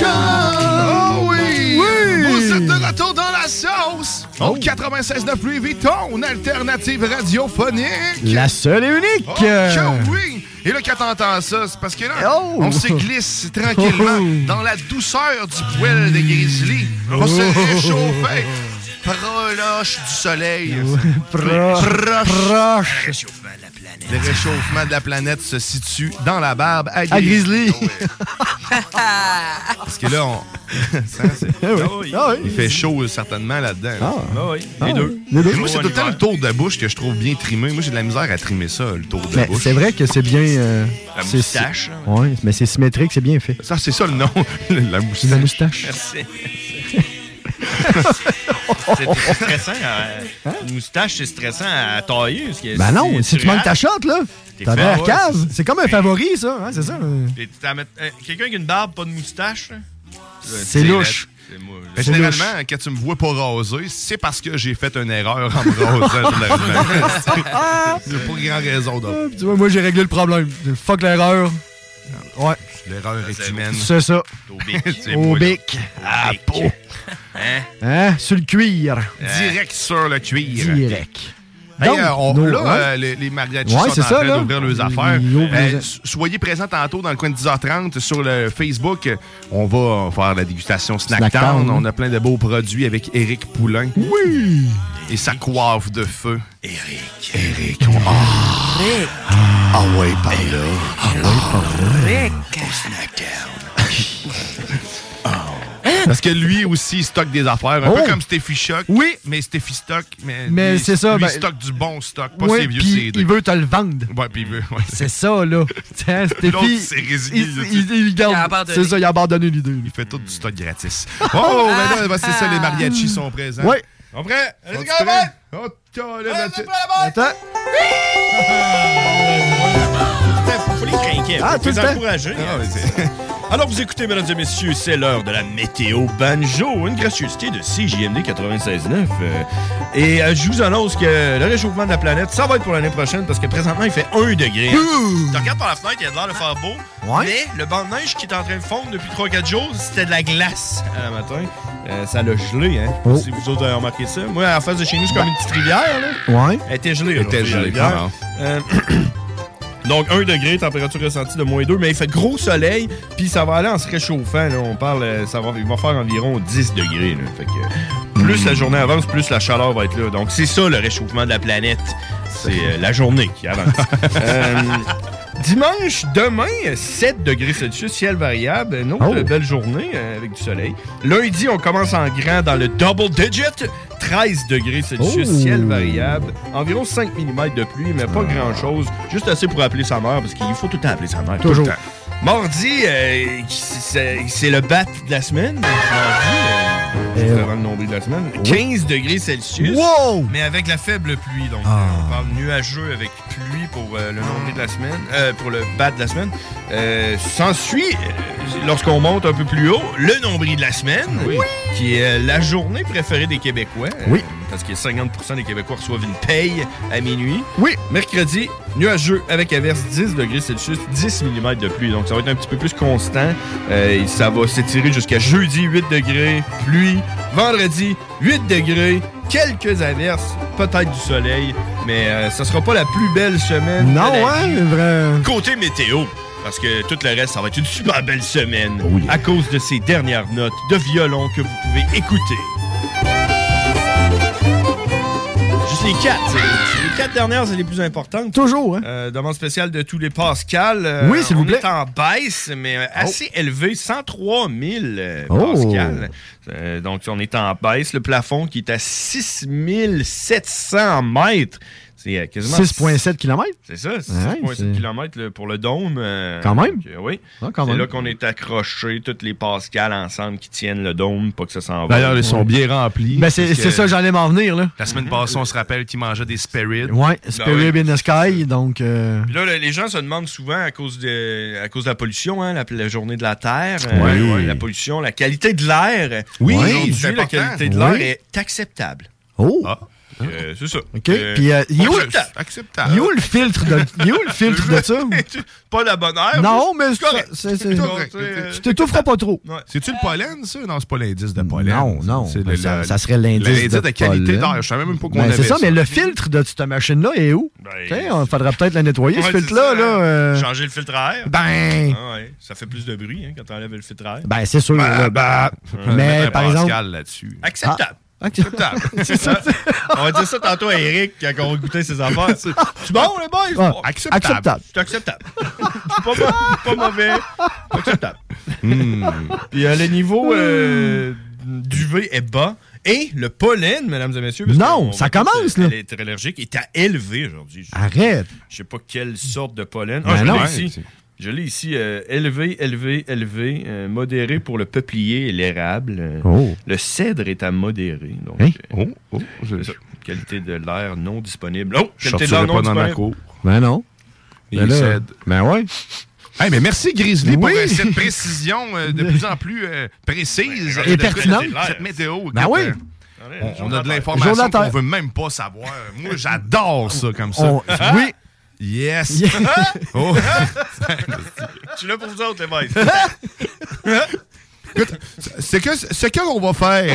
[SPEAKER 2] Oh oui!
[SPEAKER 12] Ah Oui!
[SPEAKER 2] Vous êtes de retour dans la sauce! Au
[SPEAKER 12] Oh.
[SPEAKER 2] 96.9 Louis Vuitton, alternative radiophonique!
[SPEAKER 3] La seule et unique!
[SPEAKER 2] Oh, que oui! Et là, quand t'entends ça, c'est parce que là, on se glisse tranquillement
[SPEAKER 12] Oh.
[SPEAKER 2] dans la douceur du poêle de grizzly. On se
[SPEAKER 12] Oh.
[SPEAKER 2] réchauffer. Proloche du soleil.
[SPEAKER 3] Proche.
[SPEAKER 2] Le réchauffement de la planète se situe dans la barbe à, Ah
[SPEAKER 3] À Grizzly.
[SPEAKER 2] Parce que là, on... [laughs] ça, c'est- il fait chaud certainement là-dedans. là.
[SPEAKER 3] Ah
[SPEAKER 2] Les
[SPEAKER 3] oui.
[SPEAKER 2] deux.
[SPEAKER 3] Les deux.
[SPEAKER 2] Mais moi, c'est tout le temps le tour de bouche que je trouve bien trimé. Moi, j'ai de la misère à trimer ça, le tour de
[SPEAKER 3] Mais
[SPEAKER 2] bouche.
[SPEAKER 3] c'est vrai que c'est bien. euh,
[SPEAKER 2] La
[SPEAKER 3] c'est-
[SPEAKER 2] moustache, hein.
[SPEAKER 3] c'est- Ouais, mais c'est symétrique, c'est bien fait.
[SPEAKER 2] Ça, c'est ça le nom. [laughs] la moustache.
[SPEAKER 3] La moustache. [laughs]
[SPEAKER 1] Merci. c'est très stressant. hein. Une moustache, c'est stressant à tailler. parce que
[SPEAKER 3] Ben non, si tu manques
[SPEAKER 1] rates-
[SPEAKER 3] ta shot, là,
[SPEAKER 1] T'es
[SPEAKER 3] t'as
[SPEAKER 1] fait,
[SPEAKER 3] l'air
[SPEAKER 1] ouais,
[SPEAKER 3] cave. C'est comme un favori, ça, hein, c'est ça. euh.
[SPEAKER 1] Puis t'as met- euh, Quelqu'un qui a une barbe, pas de moustache, là?
[SPEAKER 3] C'est louche.
[SPEAKER 1] C'est moi,
[SPEAKER 2] Euh, Mais
[SPEAKER 1] je-
[SPEAKER 2] Généralement, quand tu me vois pas raser, c'est parce que j'ai fait une erreur en me
[SPEAKER 3] [laughs]
[SPEAKER 2] rasant.
[SPEAKER 12] [laughs]
[SPEAKER 2] généralement. Il y a pas grand raison donc.
[SPEAKER 3] Ah, puis tu vois, moi, j'ai réglé le problème. Fuck l'erreur. Ouais.
[SPEAKER 2] L'erreur est humaine.
[SPEAKER 3] C'est ça.
[SPEAKER 2] Au
[SPEAKER 3] [laughs]
[SPEAKER 2] bec. C'est
[SPEAKER 3] Au
[SPEAKER 2] moi, là.
[SPEAKER 3] bec.
[SPEAKER 2] Ah, peau. Hein?
[SPEAKER 3] Hein? Sur le cuir.
[SPEAKER 2] Direct sur le cuir.
[SPEAKER 3] Direct.
[SPEAKER 2] Hey,
[SPEAKER 3] Donc,
[SPEAKER 2] euh, on-
[SPEAKER 3] nos-
[SPEAKER 2] là,
[SPEAKER 3] ouais.
[SPEAKER 2] euh, les, les mariachis
[SPEAKER 3] Ouais,
[SPEAKER 2] sont
[SPEAKER 3] c'est
[SPEAKER 2] en
[SPEAKER 3] ça,
[SPEAKER 2] train
[SPEAKER 3] là.
[SPEAKER 2] d'ouvrir leurs
[SPEAKER 3] Ils
[SPEAKER 2] affaires.
[SPEAKER 3] ouvrent
[SPEAKER 2] Euh,
[SPEAKER 3] les-
[SPEAKER 2] s- soyez présents tantôt dans le coin de 10h30 sur le Facebook. On va faire la dégustation Snacktown.
[SPEAKER 12] Snacktown.
[SPEAKER 2] On a plein de beaux produits avec Éric Poulain. Oui! Et sa coiffe de feu. Éric.
[SPEAKER 18] Eric. Ah Ah ouais, par là. Ah ouais, par là.
[SPEAKER 2] [laughs] Parce que lui aussi, il stocke des affaires. Un
[SPEAKER 3] Oh!
[SPEAKER 2] peu comme Steffi Shock. Oui. Mais Steffi Stock. Mais,
[SPEAKER 3] Mais
[SPEAKER 2] lui,
[SPEAKER 3] c'est ça,
[SPEAKER 2] Lui,
[SPEAKER 3] ben-
[SPEAKER 2] il stocke du bon stock, pas
[SPEAKER 3] Ouais,
[SPEAKER 2] ses vieux
[SPEAKER 3] puis
[SPEAKER 2] CD.
[SPEAKER 3] il veut te le vendre.
[SPEAKER 2] Ouais, puis il veut. ouais.
[SPEAKER 3] C'est ça, là. [laughs] Tiens,
[SPEAKER 2] L'autre,
[SPEAKER 3] Stéphie,
[SPEAKER 2] c'est résigné.
[SPEAKER 3] il,
[SPEAKER 2] là, tu sais.
[SPEAKER 3] il- il garde-
[SPEAKER 2] Il a abandonné.
[SPEAKER 3] C'est ça, il a abandonné l'idée.
[SPEAKER 2] Il fait tout du stock
[SPEAKER 3] [laughs]
[SPEAKER 2] gratis. Oh, ben là, ben, c'est ça, les mariachis sont présents.
[SPEAKER 3] Ouais.
[SPEAKER 2] On prêt? Let's go,
[SPEAKER 18] prêts?
[SPEAKER 2] man! Oh, calme, là, tu- [laughs] Attends.
[SPEAKER 1] Faut les craquer, hein,
[SPEAKER 18] Ah,
[SPEAKER 1] faut les
[SPEAKER 18] tout le temps.
[SPEAKER 1] encourager. [laughs] Alors, vous écoutez, mesdames et messieurs, c'est l'heure de la météo banjo, une gracieuseté de CJMD 96.9. Euh, et euh, je vous annonce que le réchauffement de la planète, ça va être pour l'année prochaine parce que présentement, il fait 1 degré. hein. Tu regardes par la fenêtre, il y a de l'air de faire beau. Mais le banc de neige qui est en train de fondre depuis 3-4 jours, c'était de la glace à la matin. Euh, ça l'a gelé, hein. Je
[SPEAKER 3] Oh.
[SPEAKER 1] sais pas Si vous autres avez remarqué ça. Moi, en face de chez nous, c'est comme une petite rivière, là.
[SPEAKER 3] Ouais.
[SPEAKER 1] Elle était gelée.
[SPEAKER 2] Hein? Elle était
[SPEAKER 1] aujourd'hui,
[SPEAKER 2] gelée,
[SPEAKER 1] hier.
[SPEAKER 2] pardon.
[SPEAKER 1] Euh, [clears throat] Donc, 1 degré, température ressentie de moins 2, mais il fait gros soleil, puis ça va aller en se réchauffant. là. On parle, euh, ça va, il va faire environ 10 degrés. là. Fait que, euh,
[SPEAKER 2] Mm.
[SPEAKER 1] plus la journée avance, plus la chaleur va être là. Donc, c'est ça le réchauffement de la planète. C'est euh, la journée qui
[SPEAKER 2] [laughs]
[SPEAKER 1] avance. Euh, Dimanche, demain, 7 degrés Celsius, ciel variable, une autre
[SPEAKER 2] Oh.
[SPEAKER 1] belle journée euh, avec du soleil. Lundi, on commence en grand dans le double digit, 13 degrés Celsius,
[SPEAKER 18] Oh.
[SPEAKER 1] ciel variable, environ 5 mm de pluie, mais pas grand-chose, juste assez pour appeler sa mère, parce qu'il faut tout le temps appeler sa mère. tout le
[SPEAKER 3] Toujours.
[SPEAKER 1] temps. Mardi, euh, c'est c'est le bat de la semaine. Mardi, euh, juste avant le nombril de la semaine, 15 degrés Celsius, mais avec la faible pluie, donc on parle nuageux avec pluie pour euh, le nombril de la semaine, euh, pour le bat de la semaine. Euh, S'ensuit, euh, lorsqu'on monte un peu plus haut, le nombril de la semaine, qui est euh, la journée préférée des Québécois. euh,
[SPEAKER 3] Oui.
[SPEAKER 1] parce que 50 des Québécois reçoivent une paye à minuit. Oui. Mercredi, nuageux avec averse 10 degrés Celsius, 10 mm de pluie. Donc, ça va être un petit peu plus constant. Euh, et ça va s'étirer jusqu'à jeudi, 8 degrés, pluie. Vendredi, 8 degrés, quelques averses, peut-être du soleil. Mais euh, ça sera pas la plus belle semaine. de
[SPEAKER 3] Non, hein?
[SPEAKER 1] la
[SPEAKER 3] ouais,
[SPEAKER 1] vie.
[SPEAKER 3] vrai.
[SPEAKER 1] Côté météo, parce que tout le reste, ça va être une super belle semaine
[SPEAKER 3] Oh
[SPEAKER 1] à cause de ces dernières notes de violon que vous pouvez écouter. Juste les quatre. c'est- Les quatre dernières, c'est les plus importantes.
[SPEAKER 3] Toujours, hein?
[SPEAKER 1] Euh, demande spéciale de tous les Pascal. Euh,
[SPEAKER 3] Oui, s'il vous plaît.
[SPEAKER 1] On est en baisse, mais euh, assez élevé, 103 000 euh,
[SPEAKER 3] Oh.
[SPEAKER 1] Pascal. Euh, donc, on est en baisse. Le plafond qui est à 6 700 mètres. C'est euh, quasiment
[SPEAKER 3] 6,7 km?
[SPEAKER 1] c'est ça, c'est
[SPEAKER 3] Ouais,
[SPEAKER 1] 6,7
[SPEAKER 3] c'est-
[SPEAKER 1] km là, pour le dôme. euh,
[SPEAKER 3] Quand même.
[SPEAKER 1] donc, euh, oui.
[SPEAKER 3] Ah, quand
[SPEAKER 1] c'est
[SPEAKER 3] même.
[SPEAKER 1] là qu'on est accrochés, toutes les pascales ensemble qui tiennent le dôme, pas que ça s'en va.
[SPEAKER 2] D'ailleurs, Ben, ils sont
[SPEAKER 1] Ouais.
[SPEAKER 2] bien remplis.
[SPEAKER 3] Ah, Ben, c'est c'est ça, j'allais m'en venir, là. Ben
[SPEAKER 2] La semaine passée, on se rappelle qu'il mangeait des Spirit.
[SPEAKER 3] Ouais, Spirit in the Sky, donc... euh,
[SPEAKER 1] Puis Ben Là, le- les gens se demandent souvent à cause de, à cause de la pollution, hein, la, la journée de la Terre, euh,
[SPEAKER 2] Ouais,
[SPEAKER 3] ouais.
[SPEAKER 1] la pollution, la qualité de l'air.
[SPEAKER 3] Oui,
[SPEAKER 1] Aujourd'hui,
[SPEAKER 3] c'est
[SPEAKER 1] la
[SPEAKER 3] important.
[SPEAKER 1] qualité de l'air
[SPEAKER 3] Oui.
[SPEAKER 1] est acceptable.
[SPEAKER 3] Oh!
[SPEAKER 1] Euh, c'est ça.
[SPEAKER 3] OK, puis, euh, il est où-
[SPEAKER 1] acceptable.
[SPEAKER 3] Il est où le filtre de, il est où le filtre de ça?
[SPEAKER 1] [laughs] Pas la bonne heure.
[SPEAKER 3] Non, mais
[SPEAKER 1] c'est correct.
[SPEAKER 3] c'est- c'est-
[SPEAKER 1] C'est correct.
[SPEAKER 3] tu t'étoufferas pas trop.
[SPEAKER 2] C'est-tu le pollen, ça? Non, c'est pas l'indice de pollen.
[SPEAKER 3] Non, non,
[SPEAKER 2] C'est
[SPEAKER 3] ben,
[SPEAKER 2] le-
[SPEAKER 3] ça-
[SPEAKER 2] le-
[SPEAKER 3] ça serait l'indice
[SPEAKER 2] L'indice de,
[SPEAKER 3] de
[SPEAKER 2] qualité
[SPEAKER 3] pollen.
[SPEAKER 2] d'air. Je savais même pas qu'on
[SPEAKER 3] Ben,
[SPEAKER 2] avait
[SPEAKER 3] c'est ça, mais le filtre de cette machine-là est où? T'sais, on faudra peut-être la nettoyer, ce
[SPEAKER 1] Ouais, c'est
[SPEAKER 3] filtre-là.
[SPEAKER 1] ça,
[SPEAKER 3] Là,
[SPEAKER 1] hein.
[SPEAKER 3] euh,
[SPEAKER 1] Changer le filtre à air.
[SPEAKER 3] Ben.
[SPEAKER 1] Ah ouais, Ça fait plus de bruit hein, quand on enlève le filtre à air.
[SPEAKER 3] Ben, c'est sûr. là.
[SPEAKER 1] On va mettre
[SPEAKER 3] mais
[SPEAKER 1] un
[SPEAKER 3] par exemple.
[SPEAKER 1] Pascal là-dessus. Acceptable.
[SPEAKER 3] Ah, acceptable. [laughs]
[SPEAKER 1] C'est ça. on va dire ça tantôt à Eric quand on va goûter ses
[SPEAKER 3] [laughs]
[SPEAKER 1] affaires. C'est c'est bon, les boys?
[SPEAKER 3] Ouais.
[SPEAKER 1] Bon,
[SPEAKER 3] Acceptable.
[SPEAKER 1] C'est acceptable. C'est pas, mo- pas mauvais. Acceptable. Puis euh, le niveau euh, du V est bas. Et le pollen, mesdames et messieurs. parce
[SPEAKER 3] Non,
[SPEAKER 1] qu'on
[SPEAKER 3] ça
[SPEAKER 1] va tous,
[SPEAKER 3] commence,
[SPEAKER 1] euh,
[SPEAKER 3] là.
[SPEAKER 1] Être allergique est à élevé aujourd'hui. Je-
[SPEAKER 3] Arrête.
[SPEAKER 1] Je sais pas quelle sorte de pollen.
[SPEAKER 3] Ben
[SPEAKER 1] Ah, je
[SPEAKER 3] non.
[SPEAKER 1] l'ai ici. Je l'ai ici. euh, élevé, élevé, élevé. euh, modéré pour le peuplier et l'érable. euh,
[SPEAKER 3] Oh.
[SPEAKER 1] Le cèdre est à modérer. Donc,
[SPEAKER 3] Hein?
[SPEAKER 1] euh, c'est ça. Qualité de l'air non disponible. Oh,
[SPEAKER 2] Je
[SPEAKER 1] qualité de l'air
[SPEAKER 2] sortirai
[SPEAKER 1] non
[SPEAKER 2] pas dans ma
[SPEAKER 1] disponible.
[SPEAKER 2] cour.
[SPEAKER 1] [laughs]
[SPEAKER 3] Ben non.
[SPEAKER 2] Il
[SPEAKER 3] Ben là,
[SPEAKER 2] cède.
[SPEAKER 3] Ben ouais.
[SPEAKER 2] Hey, mais merci Grizzly pour
[SPEAKER 3] Oui.
[SPEAKER 2] euh, cette précision euh, de plus en plus euh, précise
[SPEAKER 3] Et
[SPEAKER 2] de- de-
[SPEAKER 3] pertinente.
[SPEAKER 2] de Cette météo. écoute,
[SPEAKER 3] Ben oui.
[SPEAKER 2] euh, on- on, a de
[SPEAKER 3] Jour de
[SPEAKER 2] l'information
[SPEAKER 3] la
[SPEAKER 2] qu'on
[SPEAKER 3] Terre.
[SPEAKER 2] veut même pas savoir. Moi, j'adore ça comme ça.
[SPEAKER 3] On- oui.
[SPEAKER 2] Yes.
[SPEAKER 3] Yeah.
[SPEAKER 2] [laughs]
[SPEAKER 3] [laughs]
[SPEAKER 2] Oh.
[SPEAKER 1] Ah! [laughs] Je suis là pour vous autres, les boys.
[SPEAKER 3] [laughs]
[SPEAKER 2] Écoute, c'est que ce que l'on va faire,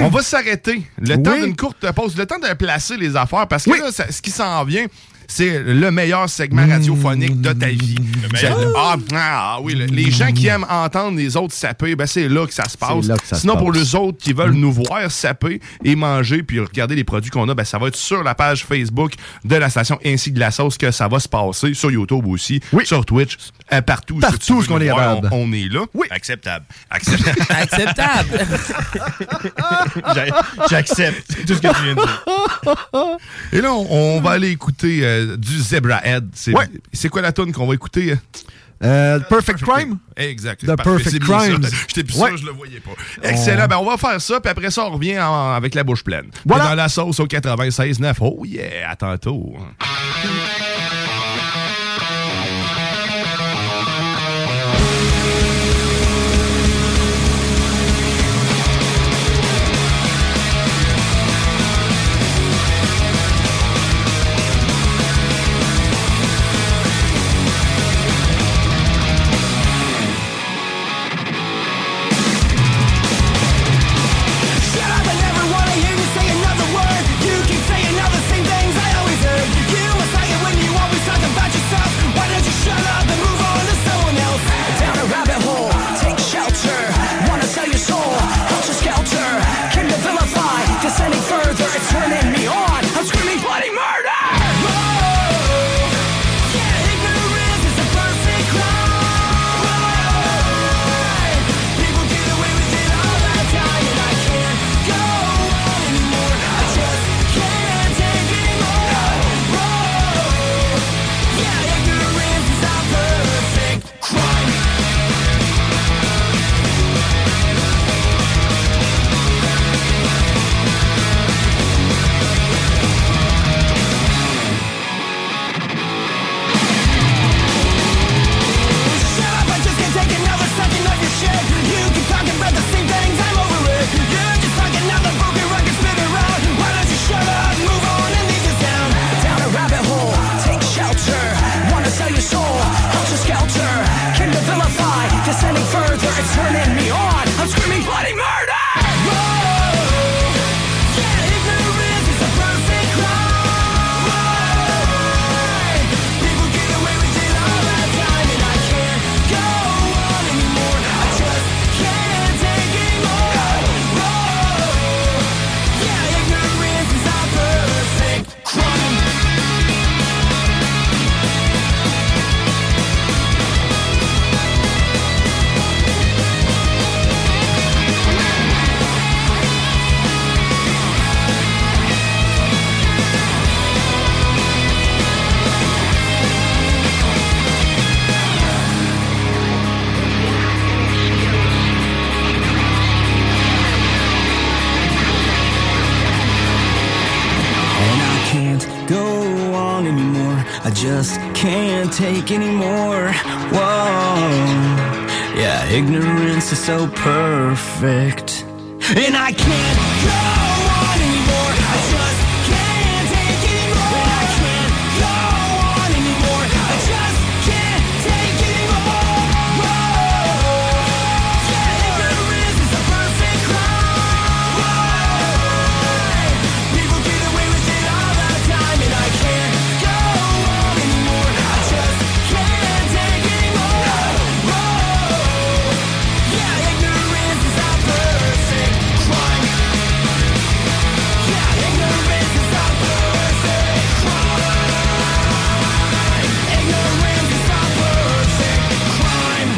[SPEAKER 2] on va s'arrêter le temps d'une courte pause, le temps de placer les affaires, parce que là, ça- ce qui s'en vient, c'est le meilleur segment radiophonique de ta vie.
[SPEAKER 1] meilleur.
[SPEAKER 2] Je- ah, ah, oui, le- les gens qui aiment entendre les autres saper, ben c'est là que ça se passe.
[SPEAKER 1] là que ça se
[SPEAKER 2] Sinon, pour
[SPEAKER 1] passe.
[SPEAKER 2] les autres qui veulent nous voir saper et manger, puis regarder les produits qu'on a, ben ça va être sur la page Facebook de la station ainsi que de la sauce que ça va se passer, sur YouTube aussi, sur Twitch, euh, partout.
[SPEAKER 27] Partout
[SPEAKER 2] Si tu veux
[SPEAKER 27] ce qu'on
[SPEAKER 2] nous
[SPEAKER 27] est
[SPEAKER 2] voir,
[SPEAKER 27] capable.
[SPEAKER 2] On, on est là. Oui. Acceptable. [laughs] Acceptable.
[SPEAKER 28] Acceptable.
[SPEAKER 2] J'accepte tout ce que tu viens de dire. Et là, on, on va aller écouter euh, du Zebrahead. C'est c'est quoi la tune qu'on va écouter?
[SPEAKER 27] Perfect Crime?
[SPEAKER 2] Eh, Exact.
[SPEAKER 27] The
[SPEAKER 2] C'est parfait,
[SPEAKER 27] Perfect
[SPEAKER 2] c'est bien ça.
[SPEAKER 27] Crimes.
[SPEAKER 2] J'étais plus
[SPEAKER 27] Ouais.
[SPEAKER 2] sûr, je le voyais pas. Excellent.
[SPEAKER 27] On-
[SPEAKER 2] Ben, on va faire ça, puis après ça, on revient en- avec la bouche pleine. Dans la sauce au 96.9. Oh yeah, à tantôt.
[SPEAKER 12] Shut up, I never wanna hear you say another word. You keep saying all the same things I always heard. You were silent when you always talk about yourself. Why don't you shut up and move on to someone else? Down a rabbit hole, take shelter. Wanna sell your soul, culture skelter. Can to vilify, descending further, it's turning me on. I'm screaming bloody murder! Descending further, it's turning me on. I'm screaming bloody murder! And I can't go on anymore. I just can't take anymore. Whoa. Yeah, ignorance is so perfect. And I can't go on anymore. I just can't take anymore. And I can't go on anymore. I just can't take anymore. Whoa. Yeah, ignorance is a perfect crime. People get away with it all the time, and I can't go on anymore. I just can't take anymore. Whoa. Yeah, ignorance is our perfect crime. Yeah, ignorance is our perfect crime. Ignorance is our perfect crime.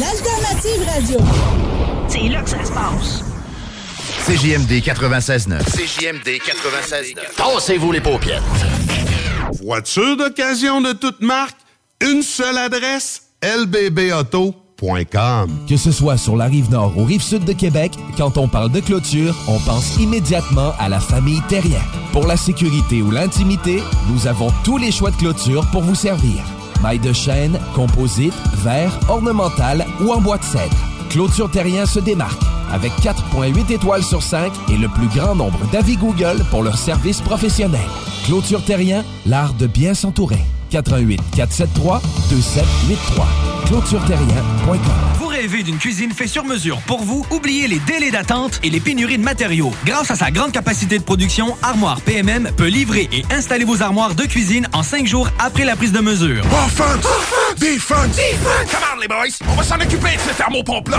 [SPEAKER 29] L'alternative radio. C'est là que ça se passe.
[SPEAKER 30] CJMD 96.9.
[SPEAKER 31] CJMD 96.
[SPEAKER 30] Tassez-vous les paupières.
[SPEAKER 31] Voiture d'occasion de toute marque, une seule adresse, lbbauto.com.
[SPEAKER 10] Que ce soit sur la rive nord ou rive sud de Québec, quand on parle de clôture, on pense immédiatement à la famille Terrien. Pour la sécurité ou l'intimité, nous avons tous les choix de clôture pour vous servir. Maille de chêne, composite, verre, ornemental ou en bois de cèdre. Clôture Terrien se démarque avec 4.8 étoiles sur 5 et le plus grand nombre d'avis Google pour leur service professionnel. Clôture Terrien, l'art de bien s'entourer. 88 473 2783. clôtureterrien.com
[SPEAKER 12] Pour
[SPEAKER 9] rêvez d'une cuisine faite sur mesure pour vous, oubliez les délais d'attente et les pénuries de matériaux. Grâce à sa grande capacité de production, Armoire PMM peut livrer et installer vos armoires de cuisine en cinq jours après la prise de mesure.
[SPEAKER 32] Offense! Defense! Defense! Come on, les boys! On va s'en occuper de ce thermopompe-là!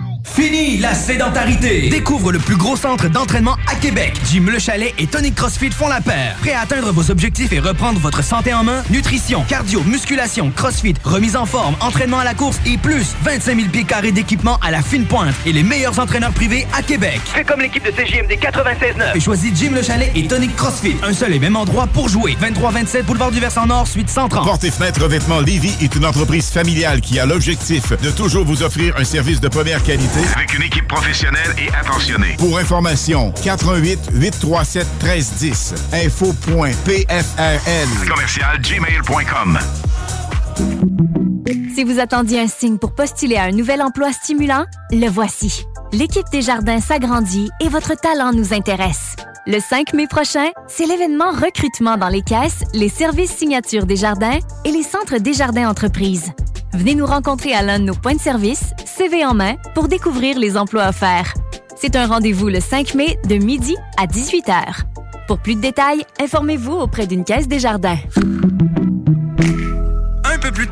[SPEAKER 9] Fini la sédentarité! Découvre le plus gros centre d'entraînement à Québec. Jim Le Chalet et Tonic CrossFit font la paire. Prêt à atteindre vos objectifs et reprendre votre santé en main? Nutrition, cardio, musculation, CrossFit, remise en forme, entraînement à la course et plus 25 000 pieds carrés d'équipement à la fine pointe et les meilleurs entraîneurs privés à Québec. Fais comme l'équipe de CJMD 96.9. Et choisis Jim Le Chalet et Tonic CrossFit.
[SPEAKER 10] Un seul et même endroit pour jouer.
[SPEAKER 9] 23-27 Boulevard du Versant Nord, suite 130.
[SPEAKER 7] Porte et fenêtre revêtement Lévis est une entreprise familiale qui a l'objectif de toujours vous offrir un service de première qualité.
[SPEAKER 33] Avec une équipe professionnelle et attentionnée.
[SPEAKER 7] Pour information, 418 837 1310 info.pfrl
[SPEAKER 33] Commercial gmail.com.
[SPEAKER 24] Si vous attendiez un signe pour postuler à un nouvel emploi stimulant, le voici. L'équipe des jardins s'agrandit et votre talent nous intéresse. Le 5 mai prochain, c'est l'événement recrutement dans les caisses, les services signatures des jardins et les centres des jardins entreprises. Venez nous rencontrer à l'un de nos points de service, CV en main, pour découvrir les emplois offerts. C'est un rendez-vous le 5 mai de midi à 18h. Pour plus de détails, informez-vous auprès d'une caisse des jardins.
[SPEAKER 9] Un peu plus de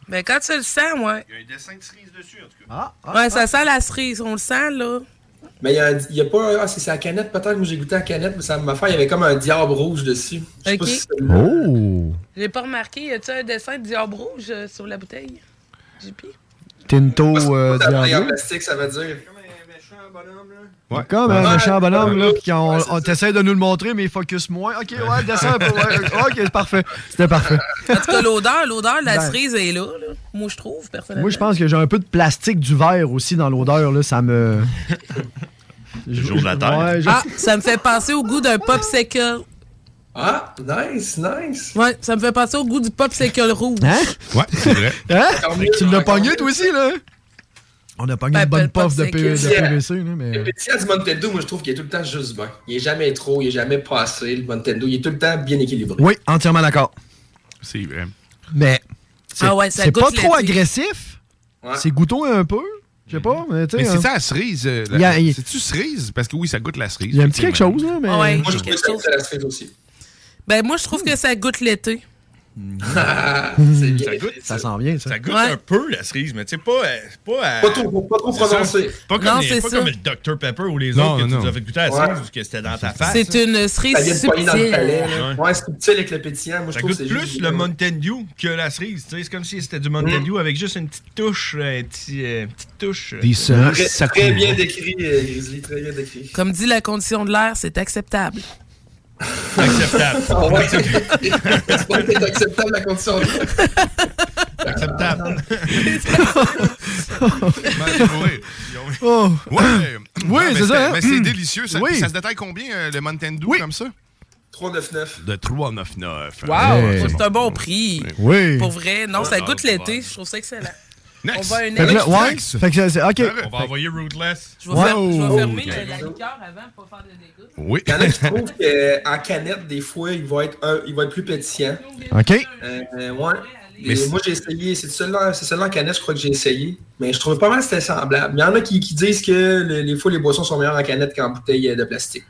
[SPEAKER 34] Mais quand tu le sens, ouais.
[SPEAKER 1] Il y a un dessin de cerise dessus, en tout
[SPEAKER 3] cas.
[SPEAKER 34] ouais, ça sent la cerise, on le sent, là.
[SPEAKER 35] Mais il y a, un- il y a pas un. Ah, c'est c'est la canette, peut-être que j'ai goûté à la canette, mais ça m'a fait. Il y avait comme un diable rouge dessus. Je sais pas
[SPEAKER 34] Ok.
[SPEAKER 35] si c'est-
[SPEAKER 3] Oh!
[SPEAKER 34] J'ai pas remarqué, y a-tu un dessin de diable rouge euh, sur la bouteille?
[SPEAKER 3] Tinto euh,
[SPEAKER 35] Ça a pris en
[SPEAKER 1] Oh,
[SPEAKER 3] Diablo.
[SPEAKER 35] plastique, ça veut dire. méchant bonhomme, là.
[SPEAKER 3] Ouais. Comme un
[SPEAKER 35] Ouais.
[SPEAKER 3] méchant bonhomme, là,
[SPEAKER 35] Ouais.
[SPEAKER 3] puis qu'on- on, t'essaie de nous le montrer, mais il focus moins. Ok, ouais, descends un peu. ouais. Ok, c'est parfait. C'était parfait.
[SPEAKER 34] En tout cas, l'odeur, l'odeur de la
[SPEAKER 3] Ben.
[SPEAKER 34] cerise est là, là. Moi, je trouve, personnellement.
[SPEAKER 3] Moi, je pense que j'ai un peu de plastique du verre aussi dans l'odeur, là. Ça
[SPEAKER 2] [laughs]
[SPEAKER 3] me.
[SPEAKER 1] Le jour de la Terre.
[SPEAKER 3] Ouais, je-
[SPEAKER 34] Ah, ça me fait penser au goût d'un popsicle.
[SPEAKER 35] Ah, nice, nice.
[SPEAKER 34] Ouais, ça me fait penser au goût du popsicle rouge.
[SPEAKER 3] Hein?
[SPEAKER 2] Ouais, c'est vrai.
[SPEAKER 3] Hein?
[SPEAKER 35] Encore
[SPEAKER 3] Fait que tu
[SPEAKER 35] mieux,
[SPEAKER 3] l'as
[SPEAKER 35] encore
[SPEAKER 3] pogné,
[SPEAKER 35] mieux.
[SPEAKER 3] toi aussi, [laughs] là? On a
[SPEAKER 35] Ben,
[SPEAKER 3] pogné une bonne puff de, P- de
[SPEAKER 35] [laughs]
[SPEAKER 3] PVC, là, mais.
[SPEAKER 35] Le pétillant du Montendo, moi, je trouve qu'il est tout le temps juste bien. Il est jamais trop, il est jamais passé, le Montendo. Il est tout le temps bien équilibré.
[SPEAKER 3] Oui, entièrement d'accord.
[SPEAKER 2] C'est vrai.
[SPEAKER 3] Mais. C'est
[SPEAKER 35] Ah ouais, ça
[SPEAKER 3] c'est
[SPEAKER 35] goûte
[SPEAKER 3] pas trop
[SPEAKER 35] l'été.
[SPEAKER 3] agressif. C'est goûteux un peu. Je sais pas. Mais, tu sais,
[SPEAKER 2] Mais c'est
[SPEAKER 3] hein.
[SPEAKER 2] ça la cerise. euh, la-
[SPEAKER 3] Il y a- il-
[SPEAKER 2] C'est-tu cerise? Parce que oui, ça goûte la cerise.
[SPEAKER 3] Il y a un petit quelque chose, là, mais-
[SPEAKER 34] Ah ouais, Moi, je
[SPEAKER 2] trouve
[SPEAKER 34] quelque
[SPEAKER 2] que c'est
[SPEAKER 35] la cerise aussi.
[SPEAKER 34] Ben, moi, je trouve que ça goûte l'été.
[SPEAKER 35] Ah,
[SPEAKER 1] ça, goûte,
[SPEAKER 3] ça sent bien, ça.
[SPEAKER 1] Mhm. Ça goûte
[SPEAKER 34] Ouais.
[SPEAKER 1] un peu la cerise, mais tu sais, pas, euh, pas, à-
[SPEAKER 35] Pas trop- pas trop
[SPEAKER 1] C'est ça.
[SPEAKER 35] prononcé.
[SPEAKER 1] Pas comme,
[SPEAKER 34] Non,
[SPEAKER 1] les-
[SPEAKER 34] c'est
[SPEAKER 1] pas
[SPEAKER 34] ça.
[SPEAKER 1] comme le Dr Pepper ou les
[SPEAKER 2] Non,
[SPEAKER 1] autres que
[SPEAKER 2] non.
[SPEAKER 1] tu nous as fait goûter à la
[SPEAKER 35] Ouais.
[SPEAKER 1] cerise ou que c'était dans ta face.
[SPEAKER 34] C'est une cerise
[SPEAKER 35] hein. Ça vient de pogner dans le palais,
[SPEAKER 34] subtile.
[SPEAKER 35] là. Ouais, c'est subtil avec le pétillant. Moi, je
[SPEAKER 1] Ça
[SPEAKER 35] trouve que
[SPEAKER 1] goûte
[SPEAKER 35] c'est
[SPEAKER 1] plus
[SPEAKER 35] juste- euh,
[SPEAKER 1] le Mountain Dew que la cerise. tu sais, C'est comme si c'était du
[SPEAKER 35] Mm.
[SPEAKER 1] Mountain Dew avec juste une petite touche. euh, un petit, euh, petite touche. euh,
[SPEAKER 2] Des
[SPEAKER 1] de-
[SPEAKER 2] cerises
[SPEAKER 1] Très-
[SPEAKER 2] sacrées.
[SPEAKER 1] très bien décrit.
[SPEAKER 35] décrit, euh, Grizzly, très bien décrit.
[SPEAKER 34] Comme dit la condition de l'air, c'est
[SPEAKER 35] [laughs]
[SPEAKER 34] acceptable.
[SPEAKER 1] Acceptable.
[SPEAKER 35] Ah ouais. [laughs] C'est pas peut-être acceptable la condition. [laughs]
[SPEAKER 1] Acceptable.
[SPEAKER 2] [laughs]
[SPEAKER 3] Oh.
[SPEAKER 2] Ouais,
[SPEAKER 3] Oui,
[SPEAKER 2] mais
[SPEAKER 3] c'est ça, hein?
[SPEAKER 2] Mais c'est
[SPEAKER 3] Mm.
[SPEAKER 2] délicieux. Ça,
[SPEAKER 3] Oui.
[SPEAKER 2] ça se détaille combien euh, le Mountain Dew comme ça?
[SPEAKER 35] 3,99.
[SPEAKER 2] De 3,99.
[SPEAKER 34] Wow,
[SPEAKER 2] Ouais.
[SPEAKER 34] c'est un bon prix.
[SPEAKER 2] Oui.
[SPEAKER 34] Pour vrai, non, ça
[SPEAKER 2] Ah,
[SPEAKER 34] goûte
[SPEAKER 2] ouais.
[SPEAKER 34] l'été. Je trouve ça excellent.
[SPEAKER 2] Next.
[SPEAKER 34] On va à
[SPEAKER 3] Fait
[SPEAKER 34] un
[SPEAKER 3] que là,
[SPEAKER 34] autre.
[SPEAKER 3] ouais, fait que c'est- c'est- ok.
[SPEAKER 1] On va envoyer Rootless.
[SPEAKER 34] Je vais, fer- je vais
[SPEAKER 3] Wow.
[SPEAKER 34] fermer
[SPEAKER 3] Ok.
[SPEAKER 34] le- la liqueur avant pour faire des dégâts.
[SPEAKER 2] Oui.
[SPEAKER 35] Il y en
[SPEAKER 2] [laughs]
[SPEAKER 35] a qui trouvent qu'en canette, des fois, il va être, un- il va être plus pétillant.
[SPEAKER 3] OK.
[SPEAKER 35] Euh, euh, ouais. Et
[SPEAKER 3] Mais c'est-
[SPEAKER 35] moi, j'ai essayé, c'est seulement, c'est seulement en canette, je crois que j'ai essayé. Mais je trouvais pas mal que c'était semblable. Il y en a qui, qui disent que le- les fois, les boissons sont meilleures en canette qu'en bouteille euh, de plastique.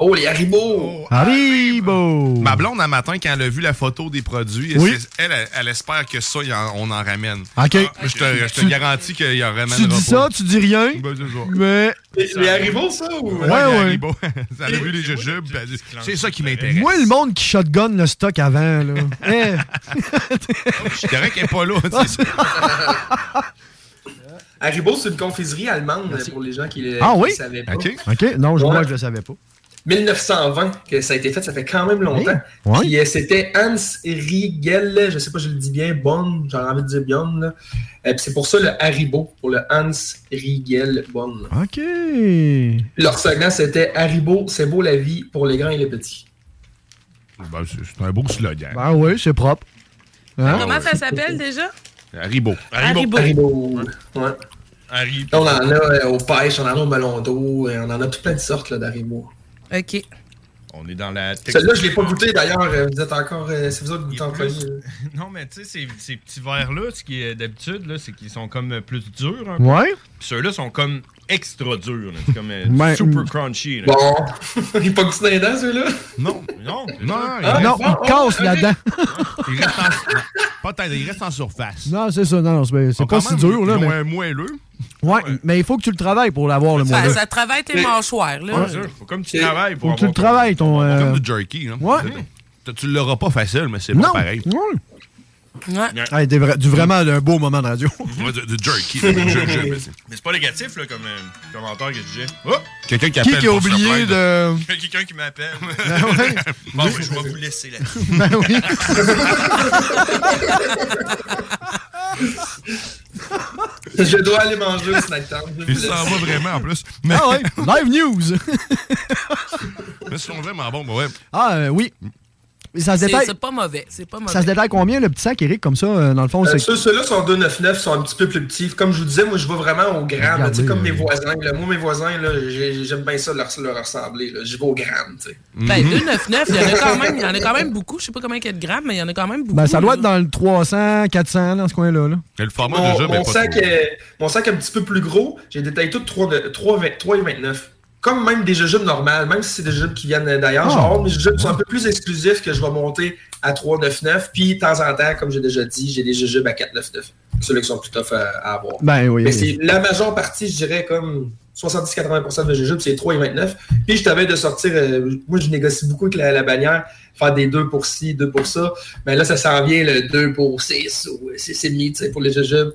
[SPEAKER 35] Oh, les haribots!
[SPEAKER 3] Haribo!
[SPEAKER 2] Ma blonde, un matin, quand elle a vu la photo des produits,
[SPEAKER 3] Oui.
[SPEAKER 2] c'est- elle, elle, elle espère que ça, il en- on en ramène.
[SPEAKER 3] OK.
[SPEAKER 2] Ah, je te, je te
[SPEAKER 3] Tu-
[SPEAKER 2] garantis qu'il y en ramènera
[SPEAKER 3] Tu dis ça,
[SPEAKER 2] pas. Ben,
[SPEAKER 3] tu dis rien. Mais.
[SPEAKER 35] Les, les haribots, ça?
[SPEAKER 2] [laughs]
[SPEAKER 35] Ou...
[SPEAKER 2] Ouais,
[SPEAKER 3] Ouais, ouais.
[SPEAKER 2] Haribo. Elle a vu les jujubes. puis elle dit, C'est ça qui m'intéresse.
[SPEAKER 3] Moi, le monde qui shotgun le stock avant, là.
[SPEAKER 2] [laughs]
[SPEAKER 3] Eh.
[SPEAKER 2] Je suis correct qu'elle n'est pas là. tu sais.
[SPEAKER 3] [laughs]
[SPEAKER 35] [laughs] Haribo, c'est une confiserie allemande euh, pour les gens qui le
[SPEAKER 3] Ah
[SPEAKER 35] qui
[SPEAKER 3] oui?
[SPEAKER 35] le savaient pas.
[SPEAKER 3] OK, non, je,
[SPEAKER 35] Ouais.
[SPEAKER 3] moi, je le savais pas.
[SPEAKER 35] 1920 que ça a été fait, ça fait quand même longtemps.
[SPEAKER 3] Ouais.
[SPEAKER 35] Puis, euh, c'était Hans Riegel, je sais pas, je le dis bien, Bonn, j'en ai envie de dire Bjorn. là. Euh, puis c'est pour ça le Haribo, pour le Hans Riegel Bonn.
[SPEAKER 3] OK. Hey,
[SPEAKER 35] Leur slogan, c'était Haribo, c'est beau la vie pour les grands et les petits.
[SPEAKER 2] Ben, c'est c'est un beau slogan.
[SPEAKER 3] Ben oui, c'est propre. Hein?
[SPEAKER 34] Comment ça s'appelle déjà?
[SPEAKER 2] Haribo.
[SPEAKER 34] Haribo.
[SPEAKER 35] Haribo. Ouais.
[SPEAKER 1] Haribo.
[SPEAKER 35] Là, on en a euh, aux pêches, on en a au melon d'eau, et on en a toutes plein de sortes là, d'Haribo.
[SPEAKER 34] OK.
[SPEAKER 1] On est dans la
[SPEAKER 35] Celle-là, je l'ai pas goûté d'ailleurs, euh, vous êtes encore, euh, c'est vous autres qui goûtez en
[SPEAKER 1] plus-
[SPEAKER 35] premier, là.
[SPEAKER 1] [laughs] Non, mais tu sais, ces, ces petits verres-là, ce qui est d'habitude, là, c'est qu'ils sont comme euh, plus durs. Un
[SPEAKER 3] Ouais.
[SPEAKER 1] Puis ceux-là sont comme extra durs. là. C'est comme euh,
[SPEAKER 3] Ouais.
[SPEAKER 1] super crunchy. là.
[SPEAKER 34] [laughs]
[SPEAKER 35] Bon, il est pas goûté dans les dents, celui-là.
[SPEAKER 1] Non, non.
[SPEAKER 2] Non,
[SPEAKER 1] Ah,
[SPEAKER 3] non,
[SPEAKER 1] bon,
[SPEAKER 3] il casse
[SPEAKER 1] ok.
[SPEAKER 3] la dent.
[SPEAKER 2] [laughs] Il reste en, pas tant- il reste en surface.
[SPEAKER 3] Non, c'est ça, non, non, c'est c'est
[SPEAKER 2] Bon,
[SPEAKER 3] pas
[SPEAKER 2] quand
[SPEAKER 3] si
[SPEAKER 2] même,
[SPEAKER 3] dur, là.
[SPEAKER 2] ils ont
[SPEAKER 3] Mais...
[SPEAKER 2] un moelleux.
[SPEAKER 3] Ouais, mais il faut que tu le travailles pour l'avoir, le
[SPEAKER 34] Ça,
[SPEAKER 3] moelleux.
[SPEAKER 34] ça travaille tes mâchoires, là.
[SPEAKER 2] Ouais,
[SPEAKER 1] Faut comme tu travailles
[SPEAKER 3] Faut que tu le travailles, ton.
[SPEAKER 2] C'est
[SPEAKER 3] euh,
[SPEAKER 2] Comme du jerky, hein. là. Ouais. Tu l'auras pas facile, mais c'est bon
[SPEAKER 3] Non.
[SPEAKER 2] pareil.
[SPEAKER 34] Ouais.
[SPEAKER 3] Hey, des vra- du vraiment un beau moment de radio.
[SPEAKER 2] Ouais, Du, du jerky, là, du jujube, là, c'est-
[SPEAKER 1] Mais c'est pas négatif, là, comme euh, commentaire que je disais. Oh!
[SPEAKER 2] Quelqu'un qui
[SPEAKER 3] Qui
[SPEAKER 2] appelle
[SPEAKER 3] qui a
[SPEAKER 2] pour se
[SPEAKER 3] oublié
[SPEAKER 2] plaindre.
[SPEAKER 3] de-
[SPEAKER 1] Quelqu'un qui m'appelle.
[SPEAKER 3] [laughs] Ben ouais.
[SPEAKER 1] Bon, ben, je vais vous laisser là.
[SPEAKER 3] [laughs] Ben
[SPEAKER 2] [laughs]
[SPEAKER 3] oui.
[SPEAKER 35] Je dois aller manger au snack time. Je vous
[SPEAKER 2] Il
[SPEAKER 35] laisse.
[SPEAKER 2] s'en va vraiment, en plus. Mais,
[SPEAKER 3] [laughs] Ah ouais, live news. [laughs]
[SPEAKER 2] mais ils sont vraiment bons, bah ouais.
[SPEAKER 3] Ah euh, oui. Mais Ça se
[SPEAKER 34] C'est
[SPEAKER 3] détaille.
[SPEAKER 34] c'est pas mauvais. C'est pas mauvais.
[SPEAKER 3] Ça se détaille combien le petit sac, Eric, comme ça, euh, dans le fond,
[SPEAKER 35] Euh,
[SPEAKER 3] c'est.
[SPEAKER 35] ceux- Ceux-là sont 299, sont un petit peu plus petits. Comme je vous disais, moi, je vais vraiment au gramme. là, Tu sais, comme
[SPEAKER 34] euh.
[SPEAKER 35] mes voisins. là. Moi, mes voisins, là, j'ai- j'aime bien ça de leur, leur ressembler. là. Je vais au gramme, tu sais.
[SPEAKER 34] Ben, 2,99, il y, en a quand même, il y en a quand même beaucoup. Je sais pas combien il y a de grammes, mais il y en a quand même beaucoup.
[SPEAKER 3] Ben, ça doit
[SPEAKER 34] là.
[SPEAKER 3] être dans le 300, 400, dans ce coin-là. Là.
[SPEAKER 2] Le format
[SPEAKER 35] Mon,
[SPEAKER 2] de jeu, mais
[SPEAKER 35] mon
[SPEAKER 2] pas
[SPEAKER 35] sac
[SPEAKER 2] trop.
[SPEAKER 35] est, mon sac est un petit peu plus gros. J'ai détaillé tout 3,29. Comme même des jujubes normales, même si c'est des jujubes qui viennent d'ailleurs.
[SPEAKER 3] Ah.
[SPEAKER 35] Genre, mes jujubes sont un peu plus exclusifs que je vais monter à 3,99. Puis, de temps en temps, comme j'ai déjà dit, j'ai des jujubes à 4,99. Ceux-là qui sont plus tough à, à avoir.
[SPEAKER 3] Ben oui.
[SPEAKER 35] Mais
[SPEAKER 3] oui.
[SPEAKER 35] c'est la majeure partie, je dirais, comme 70-80% de jujubes, c'est 3,29. Puis je t'avais de sortir, euh, moi je négocie beaucoup avec la, la bannière, faire des 2 pour Ben euh, ci, 2 pour ça. Mais là, ça s'en vient le 2 pour 6 ou 6,5 tu sais, pour les jujubes.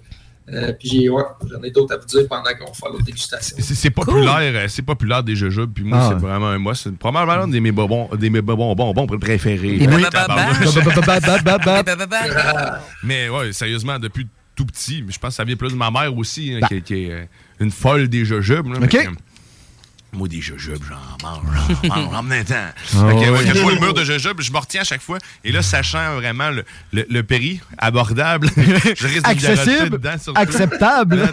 [SPEAKER 35] Euh, puis j'ai- ouais, j'en ai d'autres à vous dire pendant qu'on va faire l'autre dégustation.
[SPEAKER 2] C'est c'est populaire, euh, c'est populaire des jujubes. Puis moi,
[SPEAKER 35] Ah,
[SPEAKER 2] c'est
[SPEAKER 35] ouais.
[SPEAKER 2] vraiment un- moi, c'est probablement un des mes bonbons, des mes bonbons, bonbons préférés.
[SPEAKER 3] Et bah,
[SPEAKER 2] Oui,
[SPEAKER 3] bababa.
[SPEAKER 2] [laughs] tabarnouche.
[SPEAKER 3] bah, Bababa. bah.
[SPEAKER 2] Mais ouais, sérieusement, depuis tout petit, je pense que ça vient plus de ma mère aussi, hein, qui, qui est euh, une folle des jujubes. là,
[SPEAKER 3] OK.
[SPEAKER 2] fait que, euh, moi, des jujubes, j'en mange,
[SPEAKER 3] [laughs]
[SPEAKER 2] j'en mange, en même temps.
[SPEAKER 3] Ah,
[SPEAKER 2] Fait que,
[SPEAKER 3] ouais.
[SPEAKER 2] ouais, quand je
[SPEAKER 3] [laughs]
[SPEAKER 2] vois le mur de jujubes, je me retiens à chaque fois. Et là, sachant vraiment le, le, le prix abordable, [laughs] je risque de me garocher
[SPEAKER 3] Accessible,
[SPEAKER 2] dedans. surtout. [laughs] Euh,
[SPEAKER 3] acceptable. [laughs]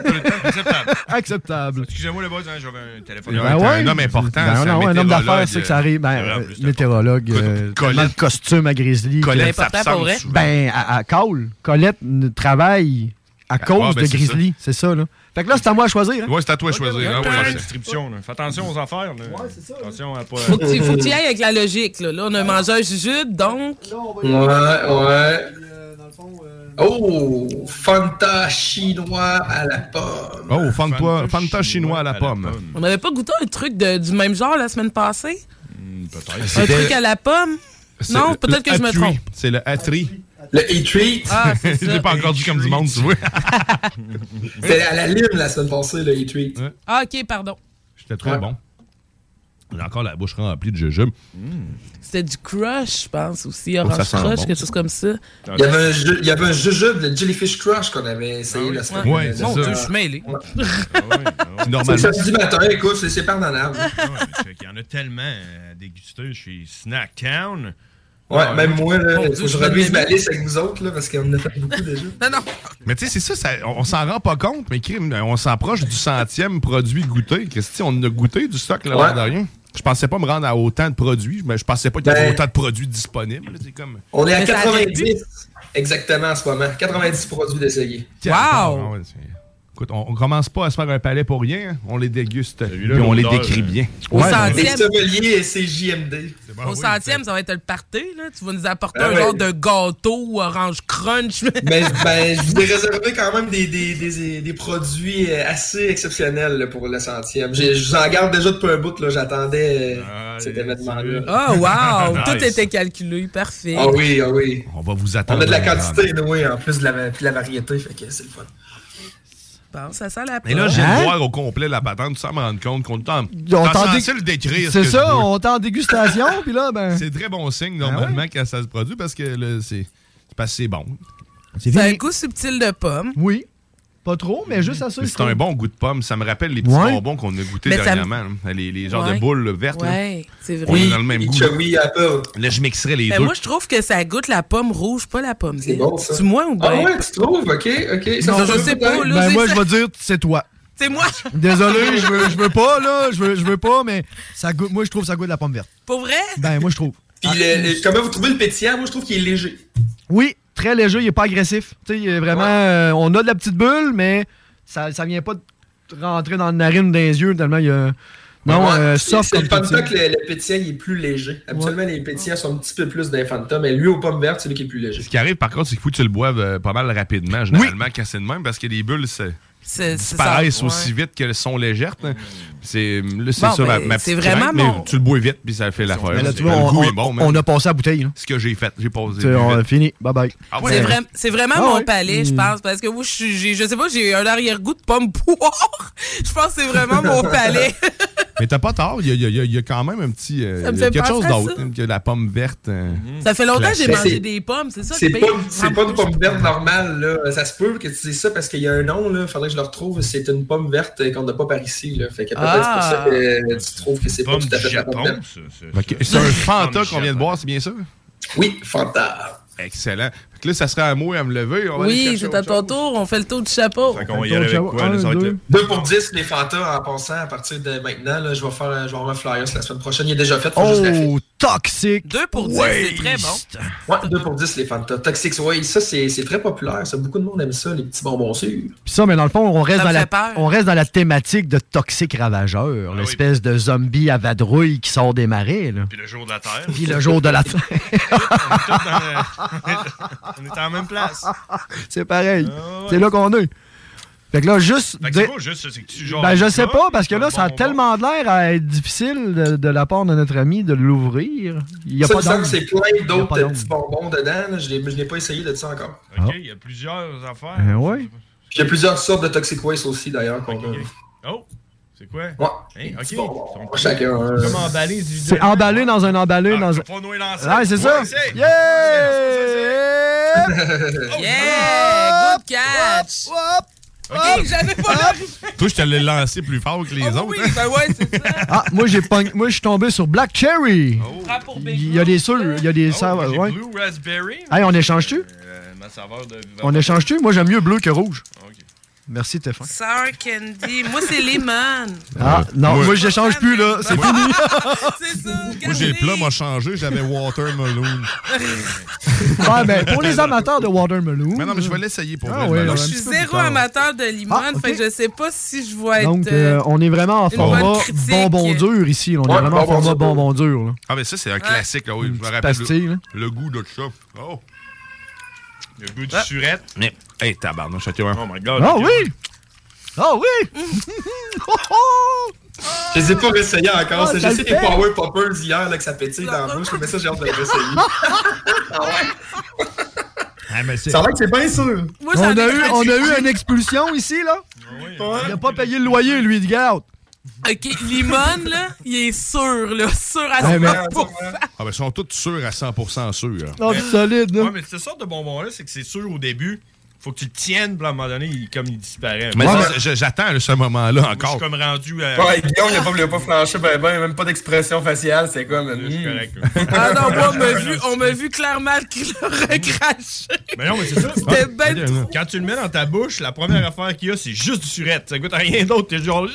[SPEAKER 2] acceptable.
[SPEAKER 1] Excusez-moi, le boss, hein,
[SPEAKER 2] [laughs]
[SPEAKER 1] j'avais un téléphone.
[SPEAKER 2] Il y a un- un homme important,
[SPEAKER 3] Eh Ben
[SPEAKER 2] c'est un
[SPEAKER 3] non, un homme
[SPEAKER 2] météorologue,
[SPEAKER 3] d'affaires, c'est que ça arrive. Ben,
[SPEAKER 2] euh,
[SPEAKER 3] euh, météorologue, euh,
[SPEAKER 2] Colette.
[SPEAKER 3] tellement de costume à Grizzly.
[SPEAKER 2] Colette
[SPEAKER 3] que-
[SPEAKER 2] C'est important s'absente pour vrai. souvent.
[SPEAKER 3] Ben, à, à Cole. Colette ne travaille à cause
[SPEAKER 2] ah, ben,
[SPEAKER 3] de
[SPEAKER 2] c'est
[SPEAKER 3] Grizzly. C'est ça, là. Fait que là, c'est à moi à choisir. hein.
[SPEAKER 2] Ouais, c'est à toi de choisir. hein, ouais.
[SPEAKER 1] Distribution, là. Fais attention aux affaires. Là. Ouais, c'est ça. Attention à pas.
[SPEAKER 34] Faut que tu faut que tu y ailles avec la logique. Là, Là, on a mangé un jujube, donc.
[SPEAKER 35] Ouais, ouais.
[SPEAKER 2] Euh,
[SPEAKER 35] Oh, Fanta chinois à la pomme.
[SPEAKER 2] Oh, Fanta, Fanta chinois à la pomme.
[SPEAKER 34] On n'avait pas goûté un truc de- du même genre la semaine passée? Un
[SPEAKER 2] C'était-
[SPEAKER 34] truc à la pomme?
[SPEAKER 2] c'est
[SPEAKER 34] Non,
[SPEAKER 2] le-
[SPEAKER 34] peut-être que
[SPEAKER 2] le
[SPEAKER 34] je me
[SPEAKER 2] atri.
[SPEAKER 34] trompe.
[SPEAKER 2] C'est le atri.
[SPEAKER 35] Le E-Treat.
[SPEAKER 34] Ah,
[SPEAKER 2] [laughs]
[SPEAKER 34] c'est ça.
[SPEAKER 2] Je l'ai pas encore dit comme du monde, [laughs] tu vois.
[SPEAKER 35] C'était à la lime la semaine passée, le E-Treat.
[SPEAKER 34] Ah, ok, pardon.
[SPEAKER 2] C'était trop bon. J'ai encore la bouche remplie de jujube.
[SPEAKER 34] C'était du crush, je pense, aussi.
[SPEAKER 2] Oh,
[SPEAKER 34] Orange
[SPEAKER 2] ça sent
[SPEAKER 34] crush,
[SPEAKER 2] bon.
[SPEAKER 34] quelque chose comme ça.
[SPEAKER 35] Il y, avait un ju- il y avait un jujube, le Jellyfish Crush qu'on avait essayé la semaine
[SPEAKER 2] Ah Ouais, c'est
[SPEAKER 34] Mon
[SPEAKER 2] ça.
[SPEAKER 34] Dieu, je suis mêlé.
[SPEAKER 1] [laughs]
[SPEAKER 35] C'est le
[SPEAKER 2] Normalement.
[SPEAKER 35] samedi matin, écoute, c'est c'est pardonnable.
[SPEAKER 1] Il y en a tellement à déguster chez Snacktown.
[SPEAKER 35] [laughs] Ouais, même moi, là,
[SPEAKER 1] Mon
[SPEAKER 35] faut
[SPEAKER 1] Dieu,
[SPEAKER 35] que je
[SPEAKER 1] je
[SPEAKER 35] revise
[SPEAKER 1] l'ai
[SPEAKER 35] ma
[SPEAKER 1] aimé.
[SPEAKER 35] liste avec vous autres, là, parce qu'on en a fait beaucoup déjà.
[SPEAKER 34] Non, non.
[SPEAKER 2] Mais tu sais, c'est ça, ça- on, on s'en rend pas compte, mais crime, on s'approche du centième produit goûté. Christy, on en a goûté du stock là,
[SPEAKER 35] Ouais.
[SPEAKER 2] l'an dernier. Je pensais pas me rendre à autant de produits, mais je pensais pas qu'il y avait
[SPEAKER 35] Ben-
[SPEAKER 2] autant de produits disponibles. là, C'est comme.
[SPEAKER 35] On est à
[SPEAKER 2] Mais ça aurait pu.
[SPEAKER 35] 90 exactement en ce moment. 90 produits d'essayer.
[SPEAKER 2] Ah ouais, c'est- Écoute, on, on commence pas à se faire un palais pour rien. hein. On les déguste, puis on les
[SPEAKER 1] l'odeur,
[SPEAKER 2] décrit
[SPEAKER 1] euh,
[SPEAKER 2] bien.
[SPEAKER 34] Au
[SPEAKER 2] Ouais,
[SPEAKER 34] centième.
[SPEAKER 35] Les sommeliers et CJMD.
[SPEAKER 34] Au centième, ça va être le party, là. Tu vas nous apporter
[SPEAKER 35] Ah
[SPEAKER 34] un
[SPEAKER 35] ouais.
[SPEAKER 34] genre de gâteau orange crunch.
[SPEAKER 35] Mais [laughs] ben, je vous ai réservé quand même des, des, des, des produits euh, assez exceptionnels là, pour le centième. J'ai- Je vous en garde déjà depuis un bout, là. j'attendais euh,
[SPEAKER 2] Ah,
[SPEAKER 35] cet événement-là.
[SPEAKER 34] Oh, wow!
[SPEAKER 2] [laughs]
[SPEAKER 34] Tout
[SPEAKER 35] Nice.
[SPEAKER 34] était calculé. Parfait.
[SPEAKER 35] Ah oui, ah oui.
[SPEAKER 2] On va vous
[SPEAKER 35] On
[SPEAKER 2] attendre.
[SPEAKER 35] a de la
[SPEAKER 2] madame.
[SPEAKER 35] quantité, oui, en plus de la, puis de la variété, fait que c'est le fun.
[SPEAKER 34] Bon, ça sent la
[SPEAKER 2] Mais là,
[SPEAKER 3] Hein?
[SPEAKER 34] pomme.
[SPEAKER 2] j'ai le voir au complet la patente sans me rendre compte qu'on est en-
[SPEAKER 3] On
[SPEAKER 2] t'en
[SPEAKER 3] t'en dé-
[SPEAKER 2] censé le décrire. ce
[SPEAKER 3] C'est
[SPEAKER 2] que je
[SPEAKER 3] ça,
[SPEAKER 2] veux.
[SPEAKER 3] on est en dégustation, [laughs] puis là, ben.
[SPEAKER 2] C'est très bon signe normalement quand ça se produit parce que là, c'est c'est parce que c'est bon.
[SPEAKER 3] C'est
[SPEAKER 34] C'est un goût subtil de pomme.
[SPEAKER 3] Oui. Pas trop, mais juste à ça.
[SPEAKER 2] Mais
[SPEAKER 3] je
[SPEAKER 2] C'est
[SPEAKER 3] trouve.
[SPEAKER 2] un bon goût de pomme. Ça me rappelle les petits
[SPEAKER 3] Ouais.
[SPEAKER 2] bonbons qu'on a goûtés
[SPEAKER 3] Mais ça me-
[SPEAKER 2] dernièrement. là. Les, les genres de
[SPEAKER 34] Ouais.
[SPEAKER 2] boules là, vertes. là.
[SPEAKER 34] Hein? Ouais, c'est vrai.
[SPEAKER 2] On est dans le même goût. là. Là, je mixerais les
[SPEAKER 34] Ben,
[SPEAKER 2] deux.
[SPEAKER 34] moi, je trouve que ça goûte la pomme rouge, pas la pomme verte.
[SPEAKER 35] bon, ça.
[SPEAKER 34] Tu moi ou
[SPEAKER 35] Ah
[SPEAKER 34] ben?
[SPEAKER 35] ouais, tu trouves? OK, OK. Ça,
[SPEAKER 34] Non,
[SPEAKER 35] ça
[SPEAKER 34] je
[SPEAKER 35] peut
[SPEAKER 34] sais
[SPEAKER 35] peut-être.
[SPEAKER 34] pas, là.
[SPEAKER 3] Ben,
[SPEAKER 34] c'est
[SPEAKER 3] moi,
[SPEAKER 34] ça.
[SPEAKER 3] je vais dire, c'est toi.
[SPEAKER 34] [laughs] C'est moi.
[SPEAKER 3] Désolé, je veux, je veux pas, là. Je veux, je veux pas, mais ça goûte, moi, je trouve ça goûte la pomme verte.
[SPEAKER 34] Pour vrai? Ah.
[SPEAKER 3] Ben, moi, je trouve.
[SPEAKER 35] Puis le- le- comment vous trouvez le pétillant? Moi, je trouve qu'il est léger.
[SPEAKER 3] Oui, très léger, il est pas agressif. Tu sais, il est vraiment. euh, on a de la petite bulle, mais ça, ça vient pas de rentrer dans le narine, dans les yeux, tellement il y a. Non,
[SPEAKER 35] Ouais,
[SPEAKER 3] euh,
[SPEAKER 35] c'est
[SPEAKER 3] soft
[SPEAKER 35] c'est
[SPEAKER 3] comme
[SPEAKER 35] le Fanta
[SPEAKER 3] tout
[SPEAKER 35] que le, le pétillant il est plus léger. Habituellement, les pétillants sont un petit peu plus d'un Fanta, mais lui, aux pommes vertes, c'est lui qui est le plus léger.
[SPEAKER 2] Ce qui arrive, par contre, c'est qu'il faut que tu le boives euh, pas mal rapidement, généralement, quand c'est de même, parce que les bulles ça-
[SPEAKER 34] C'est- c'est
[SPEAKER 2] disparaissent
[SPEAKER 34] ça, ouais.
[SPEAKER 2] aussi vite qu'elles sont légères. hein. C'est là, c'est
[SPEAKER 34] Bon,
[SPEAKER 2] ça, ma,
[SPEAKER 34] ben,
[SPEAKER 2] ma
[SPEAKER 34] c'est
[SPEAKER 2] petite
[SPEAKER 34] vraiment
[SPEAKER 2] crainte, mais
[SPEAKER 34] mon-
[SPEAKER 2] tu le bois vite, puis ça fait l'affaire.
[SPEAKER 3] Mais là,
[SPEAKER 2] Le
[SPEAKER 3] tu vois, on,
[SPEAKER 2] goût
[SPEAKER 3] on-
[SPEAKER 2] est bon, man.
[SPEAKER 3] on a passé à bouteille, là.
[SPEAKER 2] Ce que j'ai fait, j'ai
[SPEAKER 3] Tu
[SPEAKER 2] posé.
[SPEAKER 3] sais, on a fini. Bye bye.
[SPEAKER 2] Ah
[SPEAKER 34] C'est vraim- c'est vraiment
[SPEAKER 3] Ah
[SPEAKER 34] mon
[SPEAKER 3] ouais.
[SPEAKER 34] palais, je
[SPEAKER 3] Mm.
[SPEAKER 34] pense. Parce que moi, je, suis- j'ai- je sais pas, j'ai un arrière-goût de [laughs] pomme poire. Je pense que c'est [laughs] vraiment mon palais.
[SPEAKER 2] [laughs] Mais t'as pas tort, il y a, il y a- il y a- il y a quand même un petit. euh,
[SPEAKER 34] Ça me
[SPEAKER 2] il y a
[SPEAKER 34] fait
[SPEAKER 2] quelque chose
[SPEAKER 34] penser à
[SPEAKER 2] d'autre
[SPEAKER 34] ça.
[SPEAKER 2] hein, que la pomme verte. euh,
[SPEAKER 34] Ça fait longtemps que j'ai
[SPEAKER 2] classique.
[SPEAKER 34] mangé des pommes, c'est ça?
[SPEAKER 35] C'est
[SPEAKER 34] j'ai
[SPEAKER 35] pas,
[SPEAKER 34] payé
[SPEAKER 35] c'est pas une pomme verte normale, là. Ça se peut que tu dises ça parce qu'il y a un nom, là. Faudrait que je le retrouve. C'est une pomme verte euh, qu'on n'a pas par ici, là. Fait que peut-être
[SPEAKER 34] Ah.
[SPEAKER 35] c'est pour ça que euh, tu trouves que c'est pas
[SPEAKER 1] Pomme
[SPEAKER 35] tout à
[SPEAKER 1] du
[SPEAKER 35] fait la
[SPEAKER 1] Japon,
[SPEAKER 35] pomme verte.
[SPEAKER 1] ça,
[SPEAKER 2] Fait que C'est un Fanta qu'on vient de boire, c'est bien ça?
[SPEAKER 35] Oui, Fanta.
[SPEAKER 2] Excellent. Fait que là, ça serait à moi à me lever. On va aller
[SPEAKER 34] Oui,
[SPEAKER 2] chercher
[SPEAKER 34] c'est à ton tour, on fait le tour du chapeau.
[SPEAKER 2] Fait qu'on va y aller avec quoi, là, ça va être le-
[SPEAKER 35] 2 pour 10, les Fanta, en passant, à partir de maintenant, là, je vais faire, euh, je vais avoir un flyer la semaine prochaine. Il est déjà fait, faut juste la
[SPEAKER 3] Oh, toxique.
[SPEAKER 34] 2 pour
[SPEAKER 3] 10,
[SPEAKER 34] c'est très bon.
[SPEAKER 35] Ouais, 2 pour 10, les Fanta. Toxic Way, ça, c'est c'est très populaire. Ça, beaucoup de monde aime ça, les petits bonbons sûrs.
[SPEAKER 3] Puis ça, mais dans le fond, on reste,
[SPEAKER 35] Ça me
[SPEAKER 3] dans la,
[SPEAKER 35] fait peur.
[SPEAKER 3] on reste dans la thématique de toxique
[SPEAKER 2] Ah
[SPEAKER 3] ravageur, l'espèce de zombie à vadrouille qui sort des marais. Là.
[SPEAKER 1] Puis le jour de la Terre.
[SPEAKER 3] Puis le jour de
[SPEAKER 2] [laughs]
[SPEAKER 3] la Terre.
[SPEAKER 1] on, est tous
[SPEAKER 35] [laughs]
[SPEAKER 1] dans le- hein. on est en même place.
[SPEAKER 3] [laughs] C'est pareil. C'est là qu'on est. Fait que là, juste.
[SPEAKER 1] Ah Fait que c'est
[SPEAKER 3] dire-
[SPEAKER 1] quoi juste ça, c'est que tu genre.
[SPEAKER 3] ben, je sais pas, parce que là, ça a tellement de l'air à être difficile de, de la part de notre ami de l'ouvrir. Il y a
[SPEAKER 35] ça,
[SPEAKER 3] pas
[SPEAKER 35] me semble
[SPEAKER 3] d'angle.
[SPEAKER 35] que c'est plein
[SPEAKER 3] Il y a pas
[SPEAKER 35] d'autres
[SPEAKER 3] d'angle.
[SPEAKER 35] petits bonbons dedans. là. Je l'ai- je n'ai pas essayé de ça encore.
[SPEAKER 1] Ok, il y a plusieurs affaires.
[SPEAKER 3] Ben ouais.
[SPEAKER 35] Puis il y a plusieurs sortes de toxic waste aussi, d'ailleurs, qu'on a.
[SPEAKER 1] Oh, c'est quoi? Hein, ok. Sont-
[SPEAKER 35] Chacun, hein.
[SPEAKER 1] Comme emballé individuellement.
[SPEAKER 3] C'est emballé dans un emballé
[SPEAKER 1] Ah,
[SPEAKER 3] dans un.
[SPEAKER 1] Faut nous lancer.
[SPEAKER 3] Ouais, c'est ça.
[SPEAKER 1] Ouais, [laughs] c'est-
[SPEAKER 3] Yeah!
[SPEAKER 2] [laughs]
[SPEAKER 34] Yeah! Good catch! Hey, j'avais pas
[SPEAKER 2] Toi, je te l'ai lancé plus fort que les autres. hein.
[SPEAKER 34] Ben ouais, c'est
[SPEAKER 3] Ah, moi, j'ai pogn- moi, je suis tombé sur Black Cherry.
[SPEAKER 1] Oh.
[SPEAKER 34] ça. pour Big
[SPEAKER 3] Il y a des sœurs, il y a
[SPEAKER 1] Ah
[SPEAKER 3] des sœurs, ouais.
[SPEAKER 1] Blue raspberry.
[SPEAKER 3] Hey, on échange-tu?
[SPEAKER 1] Euh, ma saveur de.
[SPEAKER 3] On échange-tu? Moi, j'aime mieux bleu que rouge. Merci, Stéphane.
[SPEAKER 34] Sour candy. Moi, c'est [laughs] lemon.
[SPEAKER 3] Ah, non,
[SPEAKER 2] Moi-
[SPEAKER 3] moi, j'échange plus, là. C'est fini.
[SPEAKER 2] Moi, j'ai le plat, m'a changé, j'avais watermelon.
[SPEAKER 3] [laughs] Ouais, ben, pour les amateurs de watermelon.
[SPEAKER 2] Mais non, mais je vais l'essayer pour
[SPEAKER 3] Ah
[SPEAKER 2] vrai,
[SPEAKER 3] ouais,
[SPEAKER 2] le melon.
[SPEAKER 3] ouais,
[SPEAKER 34] Je suis zéro amateur de limon, fait que je sais pas si je vais être.
[SPEAKER 3] Donc, euh, on est vraiment en
[SPEAKER 34] une bonne
[SPEAKER 3] format
[SPEAKER 34] critique.
[SPEAKER 3] bonbon dur ici. On
[SPEAKER 2] Ouais,
[SPEAKER 3] est vraiment en
[SPEAKER 2] bonbon
[SPEAKER 3] format
[SPEAKER 2] dur.
[SPEAKER 3] bonbon dur. là.
[SPEAKER 2] Ah, mais ça, c'est un classique. ah oui, je me rappelle.
[SPEAKER 3] pastille,
[SPEAKER 2] le,
[SPEAKER 3] là.
[SPEAKER 2] le goût de ça. Oh.
[SPEAKER 1] Le goût
[SPEAKER 34] Ah.
[SPEAKER 1] du surette.
[SPEAKER 2] Mais, hey, tabarnak, chacun.
[SPEAKER 1] Oh my god.
[SPEAKER 3] Ah oui! Ah
[SPEAKER 12] Oh,
[SPEAKER 3] oui!
[SPEAKER 35] Je les ai pas réessayés encore.
[SPEAKER 3] Ah,
[SPEAKER 35] c'est
[SPEAKER 3] ça
[SPEAKER 35] J'ai essayé
[SPEAKER 3] le
[SPEAKER 35] les
[SPEAKER 3] fait.
[SPEAKER 35] Power Poppers hier, là, que ça pétille dans la bouche, mais ça, j'ai hâte de les réessayer.
[SPEAKER 3] [laughs]
[SPEAKER 2] Ah, mais c'est.
[SPEAKER 35] Ça a l'air que c'est bien sûr.
[SPEAKER 3] on, a eu, on a eu une expulsion ici, là. Il a pas payé le loyer, lui, de garde.
[SPEAKER 34] euh, Ok, limon, là, il est sûr, là. Sûr à
[SPEAKER 3] Eh,
[SPEAKER 2] Ouais, mais-
[SPEAKER 34] 100%.
[SPEAKER 2] Ah, ben, ils sont tous sûrs à 100% sûrs. hein.
[SPEAKER 3] Non,
[SPEAKER 1] Mais-
[SPEAKER 3] c'est Ah, solide, là.
[SPEAKER 1] Ouais, mais cette sorte de bonbon-là, c'est que c'est sûr au début, faut que tu le tiennes, puis à un moment donné, il, comme il disparaît.
[SPEAKER 2] Mais ça, je- j'attends là, ce moment-là
[SPEAKER 1] Moi, Je suis
[SPEAKER 2] encore.
[SPEAKER 1] comme rendu à.
[SPEAKER 35] Ouais, Guillaume, il a pas, il a pas franchi, ben, ben, même pas d'expression faciale, c'est hmm. quoi, man?
[SPEAKER 3] [laughs]
[SPEAKER 34] Ah non, moi, on m'a vu, on m'a vu clairement qu'il l'aurait craché.
[SPEAKER 1] Mais non, mais c'est ça.
[SPEAKER 34] C'était ben trop.
[SPEAKER 1] Quand tu le mets dans ta bouche, la première affaire qu'il y a, c'est juste du surette. Ça goûte à rien d'autre. T'es genre.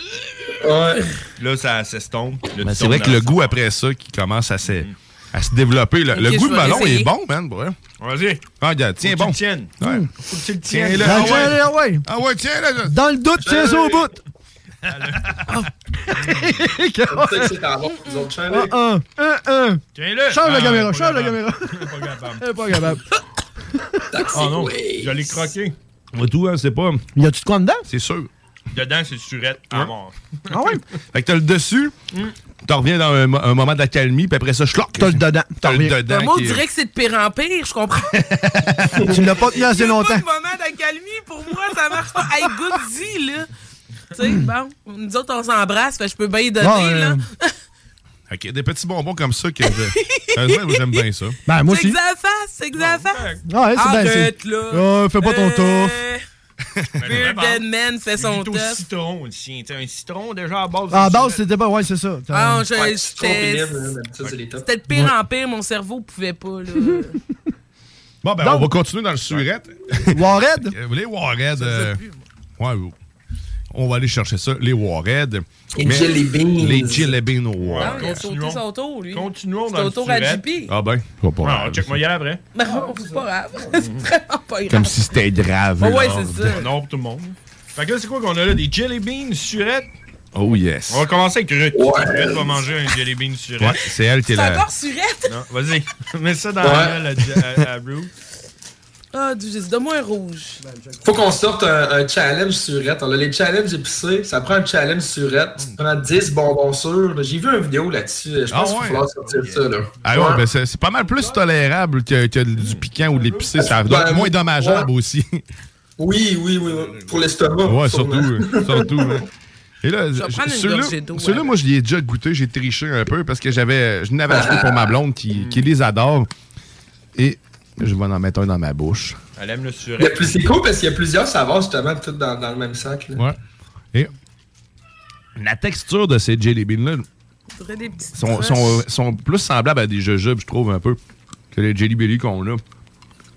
[SPEAKER 35] Ouais.
[SPEAKER 1] Là, ça s'estompe. Là,
[SPEAKER 2] Mais
[SPEAKER 1] tu
[SPEAKER 2] c'est vrai
[SPEAKER 1] tombes
[SPEAKER 2] que
[SPEAKER 1] dans
[SPEAKER 2] le goût après ça qui commence à se, à se développer. Le, le
[SPEAKER 1] Mm. Ok,
[SPEAKER 2] goût
[SPEAKER 1] je
[SPEAKER 2] de
[SPEAKER 1] vais
[SPEAKER 2] melon
[SPEAKER 1] l'essayer.
[SPEAKER 2] est bon, man. Ouais.
[SPEAKER 1] Vas-y.
[SPEAKER 2] Ah, regarde, tiens,
[SPEAKER 1] Faut que
[SPEAKER 2] bon.
[SPEAKER 1] tu le tiennes.
[SPEAKER 2] Ouais.
[SPEAKER 1] Faut que tu le
[SPEAKER 2] Tiens,
[SPEAKER 1] tiennes.
[SPEAKER 2] là,
[SPEAKER 1] Ah
[SPEAKER 2] ah
[SPEAKER 1] ouais.
[SPEAKER 2] ouais.
[SPEAKER 3] Ah ouais.
[SPEAKER 2] Ah ouais, tiens, là. là.
[SPEAKER 3] Dans le doute, tiens ça au bout.
[SPEAKER 35] On sait que c'est à voir, nous autres, Charlie.
[SPEAKER 3] Un, Ah, un, un, un.
[SPEAKER 1] Tiens-le.
[SPEAKER 3] Change la
[SPEAKER 1] Ah,
[SPEAKER 3] caméra,
[SPEAKER 1] pas
[SPEAKER 3] change la
[SPEAKER 1] capable.
[SPEAKER 3] caméra.
[SPEAKER 2] [laughs]
[SPEAKER 3] Elle est pas capable.
[SPEAKER 1] Oh non, je l'ai croqué.
[SPEAKER 2] Moi, tout, hein, c'est pas.
[SPEAKER 3] Y a-tu de quoi dedans?
[SPEAKER 2] C'est sûr.
[SPEAKER 1] Dedans, c'est surette à mort.
[SPEAKER 3] Ah ouais?
[SPEAKER 2] Fait que t'as le dessus,
[SPEAKER 1] Mm.
[SPEAKER 2] t'en reviens dans un, mo- un moment d'accalmie, puis après ça, schlock. T'as
[SPEAKER 3] le dedans.
[SPEAKER 2] T'as le dedans.
[SPEAKER 34] Ben, moi, on
[SPEAKER 2] qui est-
[SPEAKER 34] dirait que c'est de pire en pire, je comprends.
[SPEAKER 3] Tu l'as pas tenu assez
[SPEAKER 34] pas
[SPEAKER 3] longtemps.
[SPEAKER 34] de moment d'accalmie, pour moi, ça marche pas. Hey, goody, là. Tu sais,
[SPEAKER 3] Hmm.
[SPEAKER 34] bon, nous autres, on s'embrasse, fait que je peux bien y donner,
[SPEAKER 2] Ouais,
[SPEAKER 34] là.
[SPEAKER 2] euh, [laughs] Ok, des petits bonbons comme ça
[SPEAKER 1] [laughs]
[SPEAKER 2] que je- Heureusement, j'aime bien ça.
[SPEAKER 3] Ben, moi
[SPEAKER 34] C'est
[SPEAKER 3] aussi.
[SPEAKER 34] que ça fasse, c'est que ça fasse.
[SPEAKER 3] Ah ouais, c'est bien,
[SPEAKER 34] Arrête,
[SPEAKER 3] c'est-
[SPEAKER 34] là.
[SPEAKER 3] Ah, fais pas ton
[SPEAKER 34] Euh,
[SPEAKER 1] Beard
[SPEAKER 34] Dead Man fait son
[SPEAKER 1] top.
[SPEAKER 34] tough.
[SPEAKER 1] citron, le sien. T'as un citron déjà à base.
[SPEAKER 3] À base, c'était pas. Ouais, c'est ça.
[SPEAKER 34] Ah, je-
[SPEAKER 35] Ouais, c'est trop
[SPEAKER 34] j'étais-
[SPEAKER 35] pénible, hein, d'habitude, c'est les tops.
[SPEAKER 34] C'était de pire
[SPEAKER 3] Ouais.
[SPEAKER 34] en pire, mon cerveau pouvait pas, là.
[SPEAKER 2] Bon, ben, on va continuer dans le surette.
[SPEAKER 3] Warhead?
[SPEAKER 2] Euh, [laughs] Les Warhead. euh, Ouais, ouais. on va aller chercher ça, les Warhead.
[SPEAKER 1] Les
[SPEAKER 2] Mais-
[SPEAKER 1] Jelly Beans.
[SPEAKER 2] Les Jelly Beans au
[SPEAKER 1] Ouais,
[SPEAKER 2] Warhead.
[SPEAKER 34] Il a sauté son tour, lui.
[SPEAKER 1] Continuons
[SPEAKER 34] C'est
[SPEAKER 1] dans
[SPEAKER 34] au
[SPEAKER 1] le
[SPEAKER 34] tour à
[SPEAKER 1] surette.
[SPEAKER 34] JP.
[SPEAKER 2] Ah ben, je vais pas.
[SPEAKER 1] Non, check-moi, y aller après.
[SPEAKER 34] Ben, c'est pas grave. [laughs] C'est vraiment pas grave.
[SPEAKER 2] Comme si c'était grave.
[SPEAKER 34] Ah ouais,
[SPEAKER 2] là.
[SPEAKER 34] c'est ça.
[SPEAKER 1] Non, pour tout le monde. Fait que là, c'est quoi qu'on a là? Des jelly beans surettes?
[SPEAKER 2] Oh yes.
[SPEAKER 1] On va commencer avec Ruth.
[SPEAKER 2] Ouais.
[SPEAKER 1] Ruth va manger un jelly bean surette.
[SPEAKER 2] Ouais, c'est elle qui est
[SPEAKER 34] C'est
[SPEAKER 2] la.
[SPEAKER 34] encore surette?
[SPEAKER 1] Non, vas-y. Mets ça dans
[SPEAKER 35] Ouais.
[SPEAKER 1] la gueule à Je- à, à Ruth.
[SPEAKER 34] Ah, du juste, donne-moi un rouge.
[SPEAKER 35] Faut qu'on sorte un, un challenge surette. On a les challenges épicés. Ça prend un challenge surette. Tu prends 10 bonbons sûrs. J'ai vu une vidéo là-dessus. Je pense
[SPEAKER 2] Ah
[SPEAKER 35] qu'il
[SPEAKER 2] ouais.
[SPEAKER 35] faut falloir sortir ça. Là.
[SPEAKER 2] Ah ouais, ben c'est c'est pas mal plus tolérable que, que du piquant ou de l'épicé. Ça doit être
[SPEAKER 35] Ben,
[SPEAKER 2] moins dommageable aussi. [laughs]
[SPEAKER 35] Oui, oui, oui. oui. Pour l'estomac.
[SPEAKER 2] Ouais,
[SPEAKER 35] sûrement.
[SPEAKER 2] surtout. euh, surtout hein. Et là,
[SPEAKER 35] Je vais prendre une
[SPEAKER 2] ceux-là,
[SPEAKER 35] gorgée d'eau,
[SPEAKER 2] ceux-là, moi, je les ai déjà goûté, j'ai triché un peu parce que j'avais, je n'avais acheté pour ma blonde
[SPEAKER 35] Mm.
[SPEAKER 2] qui, qui les adore. Et je vais en mettre un dans ma bouche.
[SPEAKER 1] Elle aime le surette.
[SPEAKER 35] Il y a plus- C'est cool parce qu'il y a plusieurs saveurs justement toutes dans, dans le même sac. Là.
[SPEAKER 2] Ouais. Et la texture de ces jelly beans-là
[SPEAKER 34] Je voudrais des petites
[SPEAKER 2] sont,
[SPEAKER 34] touches.
[SPEAKER 2] sont, sont plus semblables à des jujubes, je trouve, un peu, que les jelly belly qu'on a.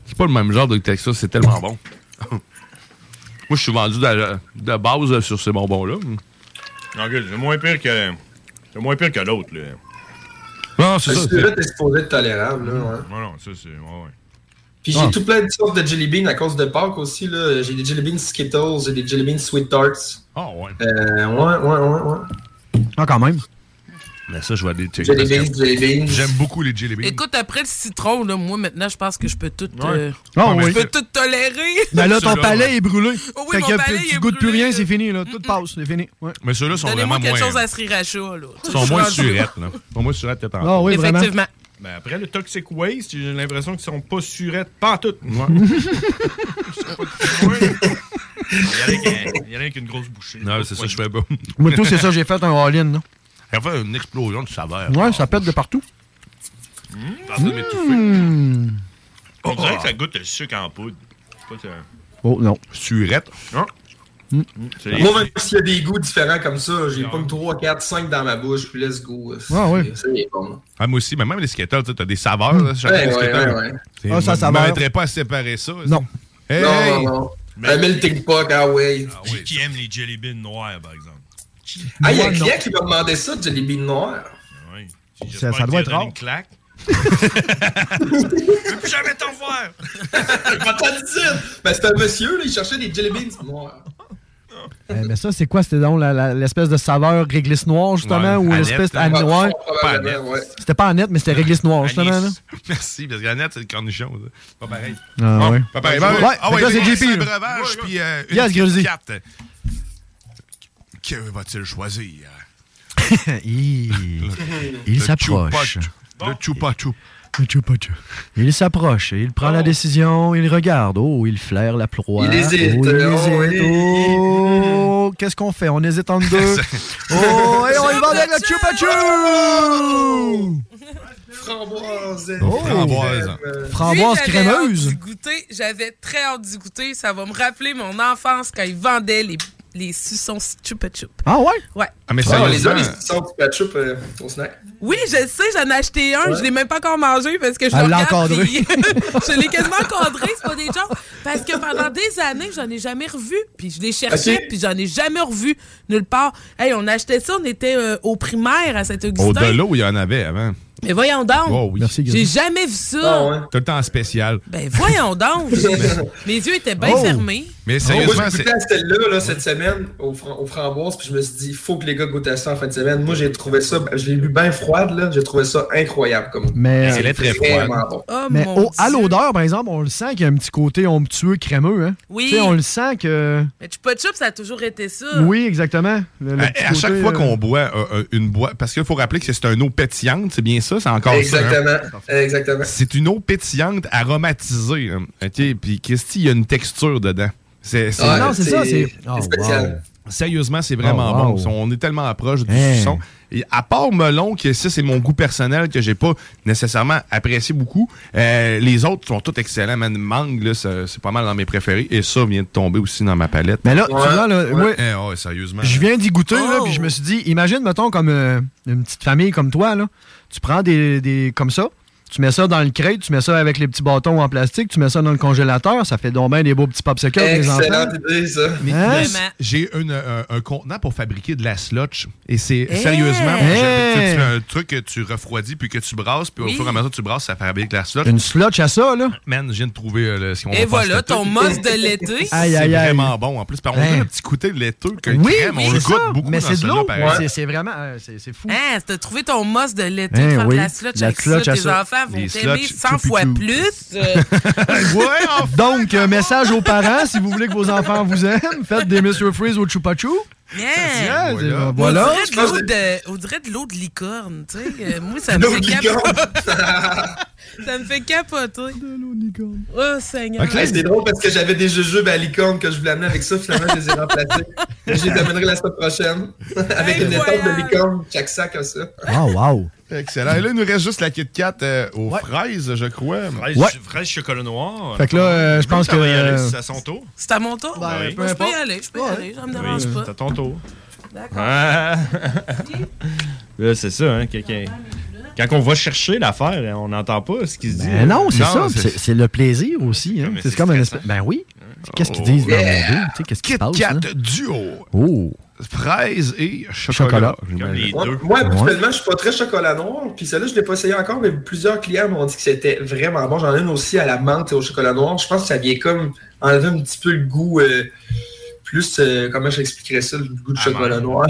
[SPEAKER 2] C'est pas le même genre de texture, c'est tellement bon. [laughs] moi, je suis vendu de, de base sur ces bonbons-là.
[SPEAKER 1] Non, regarde, c'est moins pire que. C'est moins pire que l'autre, là. Ah,
[SPEAKER 2] Non,
[SPEAKER 35] Le surette est supposé être tolérable. Là, ouais.
[SPEAKER 1] Non, non, ça, c'est. Ouais, ouais.
[SPEAKER 35] Puis j'ai
[SPEAKER 1] Ah.
[SPEAKER 35] tout plein de sortes de jelly beans à cause de Pâques aussi. là. J'ai des jelly beans Skittles, j'ai des jelly beans Sweet Tarts.
[SPEAKER 2] Ah ouais.
[SPEAKER 35] Euh, ouais, ouais, ouais, ouais.
[SPEAKER 3] Ah, quand même.
[SPEAKER 2] Mais ça, je vais aller checker.
[SPEAKER 35] Jelly
[SPEAKER 2] parce que
[SPEAKER 35] beans, jelly beans.
[SPEAKER 2] J'aime beaucoup les jelly beans.
[SPEAKER 34] Écoute, après le citron, là, moi, maintenant, je pense que je peux tout... euh,
[SPEAKER 3] Ah,
[SPEAKER 34] je
[SPEAKER 3] oui.
[SPEAKER 34] peux tout tolérer.
[SPEAKER 3] Mais là, ton palais est brûlé.
[SPEAKER 34] Oh oui,
[SPEAKER 3] Fait
[SPEAKER 34] mon
[SPEAKER 3] que
[SPEAKER 34] palais, il est
[SPEAKER 3] tu goûtes plus rien, c'est fini, là. Tout passe, c'est fini. Ouais.
[SPEAKER 2] Mais ceux-là sont
[SPEAKER 34] Donnez-moi
[SPEAKER 2] vraiment
[SPEAKER 34] quelque
[SPEAKER 2] Ah, moins.
[SPEAKER 34] chose à sriracha, là.
[SPEAKER 2] sont moins surettes, là. Sont moins surettes que tantôt.
[SPEAKER 3] Ah oui, vraiment.
[SPEAKER 34] Effectivement.
[SPEAKER 1] Ben après le Toxic Waste, j'ai [laughs] l'impression qu'ils sont pas surettes, pas toutes.
[SPEAKER 2] Ouais.
[SPEAKER 1] Il y en a qu'une grosse bouchée.
[SPEAKER 2] Non, c'est ça, je fais pas.
[SPEAKER 3] [laughs] Moi, tout,
[SPEAKER 2] [laughs]
[SPEAKER 3] c'est ça, j'ai fait un all-in. Ah, non?
[SPEAKER 2] J'ai fait une explosion de saveur.
[SPEAKER 3] Ouais, ça pète de Mmh. partout. Mmh.
[SPEAKER 1] On dirait que ça goûte le sucre en poudre. C'est pas ça.
[SPEAKER 3] Oh non.
[SPEAKER 2] Surette.
[SPEAKER 3] Mm.
[SPEAKER 1] C'est-
[SPEAKER 35] Moi, même s'il y a des goûts différents comme ça, j'ai pas 3, 4, 5 dans ma bouche, puis let's go.
[SPEAKER 3] Ah ouais.
[SPEAKER 35] C'est bon.
[SPEAKER 2] Ah, moi aussi, mais même les Skittles, tu as des saveurs. Là, chacun
[SPEAKER 35] Ouais,
[SPEAKER 2] des
[SPEAKER 35] ouais,
[SPEAKER 2] Skittles.
[SPEAKER 35] ouais, ouais.
[SPEAKER 2] C'est-
[SPEAKER 35] Ah, ça,
[SPEAKER 2] je
[SPEAKER 35] saveur.
[SPEAKER 2] m'arrêterais pas à séparer ça.
[SPEAKER 3] Non.
[SPEAKER 2] Hey!
[SPEAKER 35] Non, non, non. Mais... Le melting pot, ah ouais.
[SPEAKER 1] Ah oui, qui aime les jelly beans noirs, par exemple?
[SPEAKER 35] Ah, il y a un
[SPEAKER 1] Moi, non.
[SPEAKER 35] client qui m'a demandé ça, de Jelly Bean Noir.
[SPEAKER 3] Ça, ça doit être rare.
[SPEAKER 1] Une claque. Je veux plus jamais t'en voir.
[SPEAKER 35] [laughs] Pas tant de dire. Ben, c'était un monsieur, là, il cherchait des Jelly Beans noirs.
[SPEAKER 3] Eh, mais ça, c'est quoi? C'était donc la- la- l'espèce de saveur réglisse noire, justement,
[SPEAKER 2] Ouais,
[SPEAKER 3] ou
[SPEAKER 2] Annette,
[SPEAKER 3] l'espèce
[SPEAKER 2] là.
[SPEAKER 3] à noire.
[SPEAKER 2] Pas Annette.
[SPEAKER 3] C'était pas Annette, mais c'était réglisse noire, justement. Là.
[SPEAKER 2] [laughs] Merci, parce que la nette, c'est le cornichon. ça. Pas pareil.
[SPEAKER 3] Ah,
[SPEAKER 2] Bon,
[SPEAKER 3] ouais.
[SPEAKER 2] Pas pareil.
[SPEAKER 3] Ouais,
[SPEAKER 2] Ben,
[SPEAKER 3] ouais,
[SPEAKER 2] ah
[SPEAKER 3] fait que là, c'est
[SPEAKER 2] des
[SPEAKER 3] JP,
[SPEAKER 2] boissons,
[SPEAKER 3] là.
[SPEAKER 2] breuvages, puis euh, une
[SPEAKER 3] Yes, Gruzzy.
[SPEAKER 2] Kit Kat. Que va-t-il choisir?
[SPEAKER 3] [laughs] il il
[SPEAKER 2] Le
[SPEAKER 3] s'approche.
[SPEAKER 2] Chupa- Le Chupa Chup.
[SPEAKER 3] Le Chupa Chup. Il s'approche, il prend la décision, il regarde. Oh, il flaire la proie.
[SPEAKER 12] Oh. Il hésite.
[SPEAKER 3] Oh, il
[SPEAKER 12] Oh,
[SPEAKER 3] hésite.
[SPEAKER 12] oui.
[SPEAKER 3] Oh, qu'est-ce qu'on fait? On hésite entre [laughs]
[SPEAKER 2] [laughs]
[SPEAKER 3] deux. oh, et on y va avec le Chupa Chup!
[SPEAKER 35] Framboise.
[SPEAKER 3] Oh.
[SPEAKER 34] euh,
[SPEAKER 3] Framboise. Framboise
[SPEAKER 34] Lui, j'avais hâte
[SPEAKER 3] crémeuse.
[SPEAKER 34] d'y goûter. J'avais très hâte d'y goûter. Ça va me rappeler mon enfance quand ils vendaient les, les suçons Chupa Chup.
[SPEAKER 3] Ah ouais?
[SPEAKER 34] Ouais.
[SPEAKER 2] Ah, mais
[SPEAKER 35] ça, on les a,
[SPEAKER 2] sérieusement.
[SPEAKER 35] les sortes du ketchup euh, au snack.
[SPEAKER 34] Oui, je sais, j'en ai acheté un.
[SPEAKER 35] Ouais.
[SPEAKER 34] Je l'ai même pas encore mangé parce que je
[SPEAKER 35] Elle
[SPEAKER 34] le
[SPEAKER 35] l'a
[SPEAKER 34] regarde,
[SPEAKER 35] encadré.
[SPEAKER 34] puis- [laughs] je l'ai quasiment encadré, c'est pas des gens. Parce que pendant des années, j'en ai jamais revu. Puis je l'ai cherché,
[SPEAKER 35] Ok.
[SPEAKER 34] puis j'en ai jamais revu nulle part. Hey, on achetait ça, on était euh, au primaire à
[SPEAKER 2] Au
[SPEAKER 34] Saint-Augustin.
[SPEAKER 2] delà, il y en avait avant.
[SPEAKER 34] Mais voyons donc.
[SPEAKER 2] Oh oui. Merci,
[SPEAKER 34] J'ai jamais vu ça.
[SPEAKER 2] Tout le temps en spécial.
[SPEAKER 34] Ben voyons donc. Mes yeux étaient bien
[SPEAKER 2] Oh.
[SPEAKER 34] fermés. [laughs]
[SPEAKER 2] Mais
[SPEAKER 35] moi,
[SPEAKER 2] sérieusement,
[SPEAKER 35] j'ai
[SPEAKER 2] c'est.
[SPEAKER 35] goûté à celle-là là, cette semaine aux, fram- aux framboises, puis je me suis dit, il faut que les gars goûtent à ça en fin de semaine. Moi, j'ai trouvé ça, ben, je l'ai bu bien froide, là, j'ai trouvé ça incroyable. Comme...
[SPEAKER 3] Mais- Elle est
[SPEAKER 35] très
[SPEAKER 3] froide. mais au- à l'odeur, par exemple, on le sent qu'il y a un petit côté onctueux, crémeux. Hein?
[SPEAKER 34] Oui.
[SPEAKER 3] Tu
[SPEAKER 34] Euh.
[SPEAKER 3] sais, on le sent que.
[SPEAKER 34] Mais Chupa Chup, ça a toujours été ça.
[SPEAKER 3] Oui, exactement. Le- le
[SPEAKER 2] À,
[SPEAKER 3] petit
[SPEAKER 2] à chaque
[SPEAKER 3] côté,
[SPEAKER 2] fois
[SPEAKER 3] euh,
[SPEAKER 2] qu'on boit euh, euh, une boîte, parce qu'il faut rappeler que c'est une eau pétillante, c'est bien ça, c'est encore ça. hein?
[SPEAKER 35] Exactement. Exactement.
[SPEAKER 2] C'est une eau pétillante aromatisée. hein. OK? Puis, Christy, il y a une texture dedans. C'est, c'est-
[SPEAKER 3] Ah, non, c'est ça, c'est- c'est Oh, spécial.
[SPEAKER 2] Sérieusement, c'est vraiment
[SPEAKER 3] Oh, wow.
[SPEAKER 2] bon. On est tellement proche du
[SPEAKER 3] Hein.
[SPEAKER 2] son. Et à part melon, que ça, c'est mon goût personnel que j'ai pas nécessairement apprécié beaucoup. euh, les autres sont tous excellents. Man, mangue, là, ça- c'est pas mal dans mes préférés. Et ça vient de tomber aussi dans ma palette.
[SPEAKER 3] Mais là, tu vois, là, moi,
[SPEAKER 2] Eh, ouais, sérieusement.
[SPEAKER 3] Je viens d'y goûter, là,
[SPEAKER 2] Oh!
[SPEAKER 3] puis je me suis dit, imagine, mettons, comme euh, une petite famille comme toi, là, tu prends des, des- comme ça, tu mets ça dans le crate, tu mets ça avec les petits bâtons en plastique, tu mets ça dans le congélateur, ça fait donc bien des beaux petits popsicles, les enfants.
[SPEAKER 35] Excellente idée, ça.
[SPEAKER 2] Mais-
[SPEAKER 3] Hein?
[SPEAKER 2] mais c- J'ai une, euh, un contenant pour fabriquer de la slotch. Et c'est
[SPEAKER 3] Hey!
[SPEAKER 2] sérieusement
[SPEAKER 3] Hey!
[SPEAKER 2] j'ai- tu- tu- un truc que tu refroidis puis que tu brasses. Puis
[SPEAKER 3] Oui.
[SPEAKER 2] au fur et à mesure que tu brasses, ça fabrique de la slotch.
[SPEAKER 3] Une slotch à ça, là.
[SPEAKER 2] Man, je viens de trouver euh, le- ce qu'on
[SPEAKER 34] Et
[SPEAKER 2] va faire
[SPEAKER 34] voilà,
[SPEAKER 2] cet été.
[SPEAKER 34] ton mousse de l'été.
[SPEAKER 3] Aïe,
[SPEAKER 2] C'est
[SPEAKER 3] aïe, aïe.
[SPEAKER 2] vraiment bon en plus. Par on a
[SPEAKER 3] Hein?
[SPEAKER 2] un petit côté de laiteux que
[SPEAKER 3] Oui,
[SPEAKER 2] crème,
[SPEAKER 3] oui,
[SPEAKER 2] on le
[SPEAKER 3] c'est
[SPEAKER 2] goûte
[SPEAKER 3] ça.
[SPEAKER 2] beaucoup
[SPEAKER 3] Mais
[SPEAKER 2] dans
[SPEAKER 3] c'est de
[SPEAKER 2] celui-là,
[SPEAKER 3] l'eau.
[SPEAKER 2] pareil.
[SPEAKER 3] Ouais, c'est- C'est vraiment, euh, c'est c'est fou.
[SPEAKER 34] Hein, t'as trouvé ton mousse de l'été,
[SPEAKER 3] Hein,
[SPEAKER 34] faire
[SPEAKER 3] oui,
[SPEAKER 34] de la slotch
[SPEAKER 3] de la
[SPEAKER 34] avec
[SPEAKER 3] slotch
[SPEAKER 34] ça,
[SPEAKER 3] à
[SPEAKER 34] tes
[SPEAKER 3] ça.
[SPEAKER 34] enfants vont
[SPEAKER 3] Les
[SPEAKER 34] t'aimer
[SPEAKER 3] slotch
[SPEAKER 34] 100 fois plus.
[SPEAKER 3] [laughs]
[SPEAKER 34] Euh, [laughs]
[SPEAKER 3] Donc, euh, message aux parents, si vous voulez que vos enfants vous aiment, faites des Mr. Freeze au Chupa Chou.
[SPEAKER 34] yeah.
[SPEAKER 3] Yes, euh, voilà.
[SPEAKER 34] On dirait de l'eau de- On dirait de l'eau de licorne, tu sais. Euh, Moi, ça me
[SPEAKER 3] L'eau
[SPEAKER 34] fait
[SPEAKER 3] de licorne.
[SPEAKER 34] capoter. [laughs] Ça me fait capoter. De l'eau de licorne. Oh, Seigneur.
[SPEAKER 35] Ouais, c'est drôle parce que j'avais des jujubes à licorne que je voulais amener avec ça, finalement, je les ai remplacés. Je les amènerai la semaine prochaine. [laughs] avec une étoffe de licorne, chaque sac comme ça.
[SPEAKER 3] Ah, wow.
[SPEAKER 2] Excellent. Et là, il nous reste juste la Kit Kat euh, aux fraises, je crois.
[SPEAKER 1] Fraise,
[SPEAKER 3] Ouais.
[SPEAKER 1] fraise chocolat noir.
[SPEAKER 3] Fait que là, euh, je pense
[SPEAKER 1] Ça va y
[SPEAKER 3] que,
[SPEAKER 1] aller,
[SPEAKER 3] euh,
[SPEAKER 1] C'est à son tour.
[SPEAKER 34] C'est à mon tour?
[SPEAKER 1] Ben,
[SPEAKER 34] Ouais.
[SPEAKER 1] peu
[SPEAKER 34] Moi, je peux y
[SPEAKER 1] importe.
[SPEAKER 34] aller, je peux y aller, ça me dérange
[SPEAKER 1] Oui,
[SPEAKER 34] pas.
[SPEAKER 1] c'est à ton tour.
[SPEAKER 34] D'accord.
[SPEAKER 1] Ah. Là, c'est ça, hein, quelqu'un. Quand on va chercher l'affaire, on n'entend pas ce qu'il se dit.
[SPEAKER 3] Ben non, c'est ça.
[SPEAKER 1] Non,
[SPEAKER 3] C'est c'est le plaisir aussi. Hein. C'est comme un espèce. Ben oui. Qu'est-ce qu'ils disent dans
[SPEAKER 2] Ah, oh, yeah.
[SPEAKER 3] mon dos? Tu sais, Qu'est-ce qui se
[SPEAKER 2] Kit
[SPEAKER 3] passe?
[SPEAKER 2] Kat
[SPEAKER 3] hein?
[SPEAKER 2] duo.
[SPEAKER 3] Oh.
[SPEAKER 2] Fraise et chocolat.
[SPEAKER 3] Chocolat.
[SPEAKER 2] j'imagine.
[SPEAKER 35] Moi, moi, habituellement, je suis pas très chocolat noir. Puis celle-là, je l'ai pas essayé encore, mais plusieurs clients m'ont dit que c'était vraiment bon. J'en ai une aussi à la menthe et au chocolat noir. Je pense que ça vient comme enlever un petit peu le goût, euh, plus, euh, comment j'expliquerais ça, le goût du chocolat noir.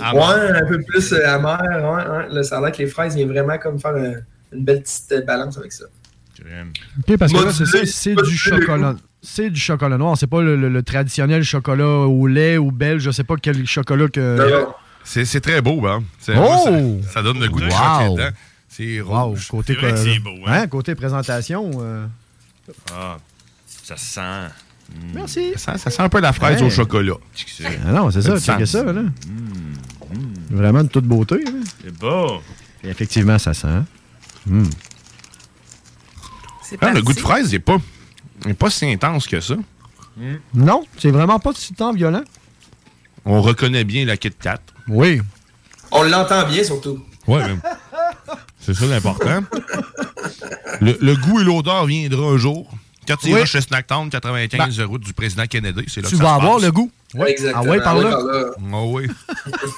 [SPEAKER 2] Amer.
[SPEAKER 35] Ouais, un peu plus euh, amer. Ouais, ouais. Là, ça a l'air que les fraises viennent vraiment comme faire euh, une belle petite euh, balance avec ça.
[SPEAKER 3] OK, parce que là,
[SPEAKER 35] Modulé,
[SPEAKER 3] c'est ça, c'est
[SPEAKER 35] modulé.
[SPEAKER 3] du chocolat. C'est du chocolat noir. C'est pas le, le- le traditionnel chocolat au lait ou belge. Je sais pas quel chocolat que.
[SPEAKER 2] C'est c'est très beau, hein? C'est-
[SPEAKER 3] Euh, Oh!
[SPEAKER 2] moi, ça, ça donne le goût de
[SPEAKER 3] Wow!
[SPEAKER 2] chocolat dedans. C'est rouge.
[SPEAKER 3] Côté,
[SPEAKER 2] C'est hein. vrai que
[SPEAKER 3] euh,
[SPEAKER 2] c'est beau, hein?
[SPEAKER 3] Côté présentation. euh,
[SPEAKER 1] Ah, ça sent.
[SPEAKER 3] Merci.
[SPEAKER 2] Ça, ça sent un peu la fraise
[SPEAKER 3] Ouais.
[SPEAKER 2] au chocolat.
[SPEAKER 3] Ah non, c'est ça,
[SPEAKER 2] du
[SPEAKER 3] checker
[SPEAKER 2] sens.
[SPEAKER 3] ça, là. Vraiment de toute beauté. hein. là.
[SPEAKER 1] C'est
[SPEAKER 2] Oh,
[SPEAKER 1] beau.
[SPEAKER 3] Et effectivement, ça sent. Mm.
[SPEAKER 2] Ah, le goût de fraise n'est pas,
[SPEAKER 3] Hein?
[SPEAKER 2] il est pas si intense que ça. Hmm.
[SPEAKER 3] Non, c'est vraiment pas si tant violent.
[SPEAKER 2] On reconnaît bien la Kit Kat.
[SPEAKER 3] Oui.
[SPEAKER 35] On l'entend bien surtout.
[SPEAKER 2] Ouais, mais c'est ça l'important. Le, le goût et l'odeur viendra un jour. Quand tu
[SPEAKER 3] Oui. Ben,
[SPEAKER 2] iras chez Snacktown, 95 route du président Kennedy, c'est là
[SPEAKER 3] Tu
[SPEAKER 2] que ça
[SPEAKER 3] vas
[SPEAKER 2] se
[SPEAKER 3] avoir
[SPEAKER 2] passe.
[SPEAKER 3] le goût. Oui.
[SPEAKER 2] Exactement.
[SPEAKER 3] Ah ouais, par
[SPEAKER 2] Ah
[SPEAKER 3] là.
[SPEAKER 2] ouais, par là. Ah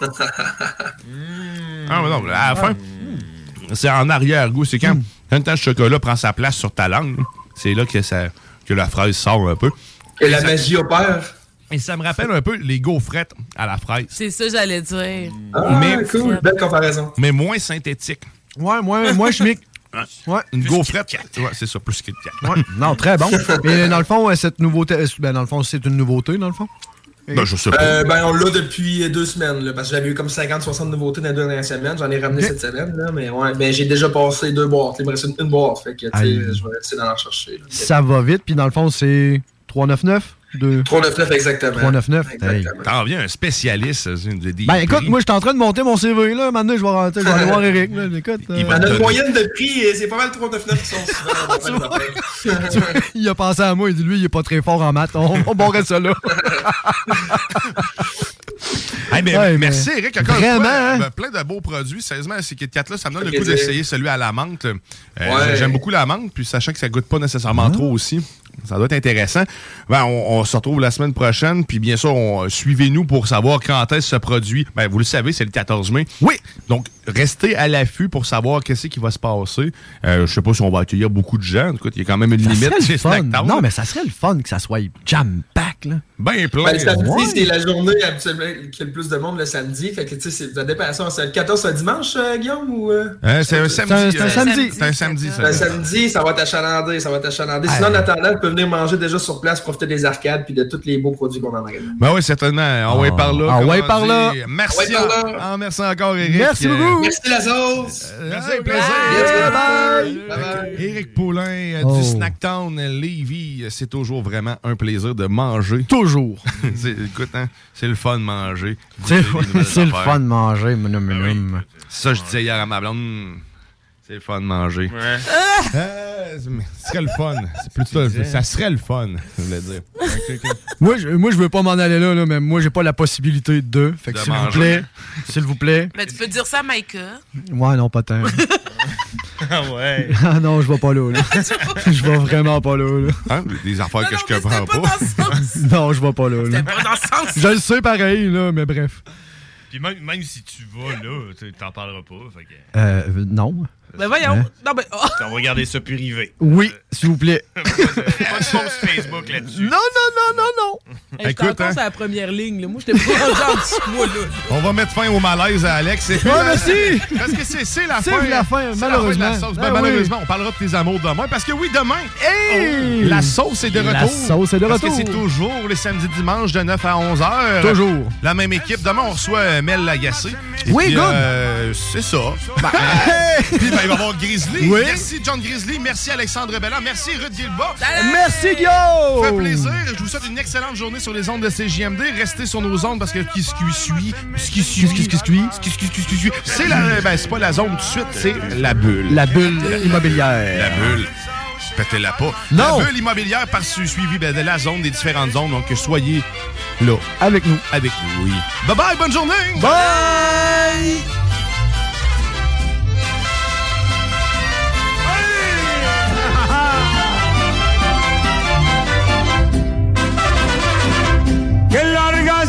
[SPEAKER 2] [laughs] oui. Ah, mais non, mais à la fin, Ah. c'est en arrière-goût. C'est quand, quand le temps de chocolat prend sa place sur ta langue, là, c'est là que, ça, que la fraise sort un peu.
[SPEAKER 35] Que la
[SPEAKER 2] Ça-
[SPEAKER 35] magie opère.
[SPEAKER 2] Et ça me rappelle un peu les gaufrettes à la fraise.
[SPEAKER 34] C'est ça, j'allais dire.
[SPEAKER 35] Ah,
[SPEAKER 2] Mais-
[SPEAKER 35] cool. Belle comparaison.
[SPEAKER 2] mais moins synthétique.
[SPEAKER 3] Ouais, moins, moins chimique. Ouais.
[SPEAKER 2] Une gaufrette. Ouais, c'est ça, plus Kit Kat.
[SPEAKER 3] Ouais. Non, très bon.
[SPEAKER 2] [laughs]
[SPEAKER 35] [laughs]
[SPEAKER 3] Et dans le fond, euh, cette nouveauté. euh, Ben, dans le fond, c'est une nouveauté, dans le fond.
[SPEAKER 2] Ben, je sais pas.
[SPEAKER 35] Euh, ben, on l'a depuis euh, deux semaines, là, parce que j'avais eu comme 50-60 nouveautés dans les deux dernières semaines. J'en ai ramené cette semaine, là, mais ouais, ben, j'ai déjà passé deux boîtes. Il me reste une, une boîte, fait que, tu sais,
[SPEAKER 3] Aïe.
[SPEAKER 35] je vais essayer d'en rechercher. là.
[SPEAKER 3] Ça va vite, puis dans le fond, c'est 399. de-
[SPEAKER 35] 399 exactement.
[SPEAKER 3] 399. Hey.
[SPEAKER 2] T'en viens un spécialiste. c'est une- des- des
[SPEAKER 3] Ben écoute,
[SPEAKER 2] prix.
[SPEAKER 3] moi je suis en train de monter mon CV là, maintenant je vais rentrer, je vais aller voir Eric là, écoute. euh,
[SPEAKER 35] Ben, notre moyenne de prix, euh, c'est pas mal 399 qui sont souvent.
[SPEAKER 2] [laughs]
[SPEAKER 35] dans la boîte.
[SPEAKER 3] Tu vois, [laughs] il a pensé à moi, il dit lui il est pas très fort en maths, on, on barrait ça là.
[SPEAKER 2] [laughs] Hey, ben,
[SPEAKER 3] Ouais,
[SPEAKER 2] merci,
[SPEAKER 3] mais-
[SPEAKER 2] Eric. Encore une
[SPEAKER 3] Vraiment,
[SPEAKER 2] fois,
[SPEAKER 3] hein?
[SPEAKER 2] ben, plein de beaux produits. Sérieusement, ces Kit Kat-là, ça me donne
[SPEAKER 3] Ça
[SPEAKER 2] le
[SPEAKER 3] fait
[SPEAKER 2] goût
[SPEAKER 3] plaisir.
[SPEAKER 2] d'essayer celui à la menthe. Euh,
[SPEAKER 3] Ouais.
[SPEAKER 2] J'aime beaucoup la menthe, puis sachant que ça goûte pas nécessairement
[SPEAKER 3] Ah.
[SPEAKER 2] trop aussi. Ça doit être intéressant. Ben, on, on se retrouve la semaine prochaine. Puis bien sûr, on- euh, suivez-nous pour savoir quand est-ce ce produit. Ben, vous le savez, c'est le 14 mai. Oui. Donc, restez à l'affût pour savoir qu'est-ce qui va se passer. Euh, je sais pas si on va accueillir beaucoup de gens. Écoute, il y a quand même une
[SPEAKER 3] Ça
[SPEAKER 2] limite
[SPEAKER 3] serait
[SPEAKER 2] chez
[SPEAKER 3] le fun.
[SPEAKER 2] Snacktown.
[SPEAKER 3] Non, mais ça serait le fun que ça soit jam pack là.
[SPEAKER 2] Ben, plein.
[SPEAKER 35] Ben, le samedi,
[SPEAKER 3] Ouais.
[SPEAKER 35] c'est la journée absolument qui a le plus de monde le samedi. Fait que, tu sais, c'est- ça dépend. ça, C'est le 14 un dimanche, euh, Guillaume, ou... euh?
[SPEAKER 2] Euh, c'est un samedi.
[SPEAKER 35] C'est un- c'est un
[SPEAKER 2] euh,
[SPEAKER 35] samedi.
[SPEAKER 2] C'est un samedi, ça.
[SPEAKER 35] Le samedi, ça va t'achalander, ça va t'achalander. Sinon, en attendant, tu peux venir manger déjà sur place, profiter des arcades puis de tous les beaux produits qu'on a en magasin.
[SPEAKER 2] Ben oui, certainement. On va y par là.
[SPEAKER 3] Ah
[SPEAKER 2] comme
[SPEAKER 3] ouais,
[SPEAKER 2] on
[SPEAKER 3] par
[SPEAKER 2] dit.
[SPEAKER 3] là.
[SPEAKER 2] Merci.
[SPEAKER 3] Ouais, par là.
[SPEAKER 2] Ah, merci encore, Eric.
[SPEAKER 3] Merci
[SPEAKER 2] Euh,
[SPEAKER 3] beaucoup.
[SPEAKER 35] Merci la sauce.
[SPEAKER 2] Merci,
[SPEAKER 3] Euh,
[SPEAKER 2] plaisir. Eric Poulain euh,
[SPEAKER 3] Oh.
[SPEAKER 2] du Snacktown euh, Lévis. Euh, C'est toujours vraiment un plaisir de manger.
[SPEAKER 3] Toujours.
[SPEAKER 2] [laughs] c'est, écoute, hein, c'est le fun de manger.
[SPEAKER 3] [laughs] C'est
[SPEAKER 2] Goûter des nouvelles
[SPEAKER 3] c'est le
[SPEAKER 2] affaires. Ben
[SPEAKER 3] fun de manger, mon homme, mon homme.
[SPEAKER 2] Ça, je disais hier à ma blonde, Hmm, c'est le fun de manger. Euh, c'est- ce serait le fun. C'est plutôt,
[SPEAKER 3] disais.
[SPEAKER 2] ça serait le fun, je voulais dire.
[SPEAKER 3] [laughs] Moi, je, moi, je veux pas m'en aller là, là, mais moi, j'ai pas la possibilité de. Fait que
[SPEAKER 2] De
[SPEAKER 3] s'il vous
[SPEAKER 2] manger.
[SPEAKER 3] plaît, s'il vous plaît.
[SPEAKER 34] Mais Ben, tu peux dire ça à Micah.
[SPEAKER 3] Ouais, non, pas tant.
[SPEAKER 1] Ah ouais.
[SPEAKER 3] [laughs] ah non, je vais pas là, là. Je vais vraiment pas là, là.
[SPEAKER 2] Hein, des affaires que je comprends pas.
[SPEAKER 3] [laughs] Non, je vais pas là, là. Je le sais pareil, là, mais bref.
[SPEAKER 1] Puis même, même si tu vas là, tu- t'en parleras pas. Fait que,
[SPEAKER 3] Euh, non.
[SPEAKER 34] Ben voyons.
[SPEAKER 3] Hein?
[SPEAKER 34] Non, ben. oh.
[SPEAKER 1] on va regarder ça plus
[SPEAKER 2] [laughs]
[SPEAKER 1] rivé.
[SPEAKER 3] Oui, s'il vous plaît.
[SPEAKER 1] Pas de post Facebook là-dessus.
[SPEAKER 3] Non, non, non, non,
[SPEAKER 34] Hey, j'étais
[SPEAKER 2] Écoute,
[SPEAKER 34] encore
[SPEAKER 2] hein.
[SPEAKER 34] sur la première ligne. Là. Moi, j'étais pas [laughs] rendu en dessous, moi, là.
[SPEAKER 2] On va mettre fin au malaise à Alex.
[SPEAKER 34] Ouais, merci.
[SPEAKER 2] Parce que c'est c'est la
[SPEAKER 34] C'est
[SPEAKER 2] fin.
[SPEAKER 34] la fin,
[SPEAKER 2] C'est
[SPEAKER 3] malheureusement.
[SPEAKER 2] La fin de la sauce. Ben,
[SPEAKER 3] Ben oui.
[SPEAKER 2] Malheureusement, on parlera de tes amours demain. Parce que oui, demain,
[SPEAKER 3] Hey!
[SPEAKER 2] oh, la sauce est de retour.
[SPEAKER 3] Mmh. La sauce est de
[SPEAKER 2] Parce
[SPEAKER 3] retour.
[SPEAKER 2] que c'est toujours les samedis dimanches de 9 à 11 heures.
[SPEAKER 3] Toujours.
[SPEAKER 2] La même équipe. Demain, on reçoit euh, Mel Lagacé. Et
[SPEAKER 3] Oui,
[SPEAKER 2] puis,
[SPEAKER 3] good.
[SPEAKER 2] euh,
[SPEAKER 3] [laughs]
[SPEAKER 2] c'est ça. Ben, euh, puis, ben, il va y avoir Grizzly.
[SPEAKER 3] Oui.
[SPEAKER 2] Merci, John Grizzly. Merci, Alexandre Bella. Merci, Ruth Guilbert.
[SPEAKER 3] Merci, Guillaume.
[SPEAKER 2] Ça fait plaisir. Je vous souhaite une excellente journée sur les ondes de CJMD. Restez sur nos ondes parce que qui ce qui suit, ce qui suit, ce qui suit, ce qui suit, ce qui suit, c'est la, ben, c'est pas la zone tout de suite, c'est la bulle.
[SPEAKER 3] La bulle Euh, immobilière.
[SPEAKER 2] La bulle. Pétez-la pas.
[SPEAKER 3] Non.
[SPEAKER 2] La bulle immobilière par su- suivi ben, de la zone, des différentes zones. Donc, soyez là.
[SPEAKER 3] Avec nous.
[SPEAKER 2] Avec nous, oui. Bye bye, bonne journée.
[SPEAKER 3] Bye.
[SPEAKER 8] Qué largas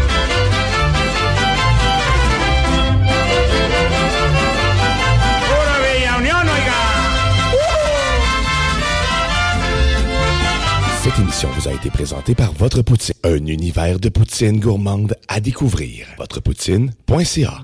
[SPEAKER 8] Pura Bella Unión, oiga.
[SPEAKER 5] Cette
[SPEAKER 2] émission
[SPEAKER 5] émission
[SPEAKER 2] vous a été présentée par Votre Poutine, un univers de poutine gourmande à découvrir. Votrepoutine.ca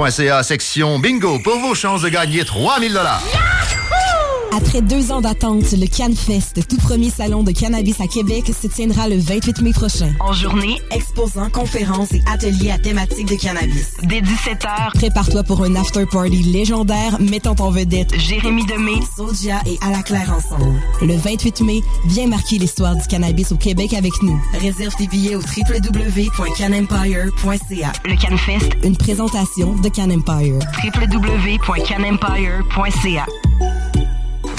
[SPEAKER 31] fmca section bingo pour vos chances de gagner 3000 dollars.
[SPEAKER 21] Après deux ans d'attente, le CanFest, tout premier salon de cannabis à Québec, se tiendra le 28 mai prochain.
[SPEAKER 16] En journée,
[SPEAKER 21] exposants, conférences et ateliers à thématique de cannabis.
[SPEAKER 16] Dès 17h,
[SPEAKER 21] Prépare-toi pour un after-party légendaire mettant en vedette
[SPEAKER 16] Jérémy Demé,
[SPEAKER 21] Soldia et À la Claire ensemble. Le 28 mai, viens marquer l'histoire du cannabis au Québec avec nous. Réserve tes billets au www.canempire.ca.
[SPEAKER 16] Le CanFest,
[SPEAKER 21] Une présentation de Can Empire.
[SPEAKER 16] www.canempire.ca.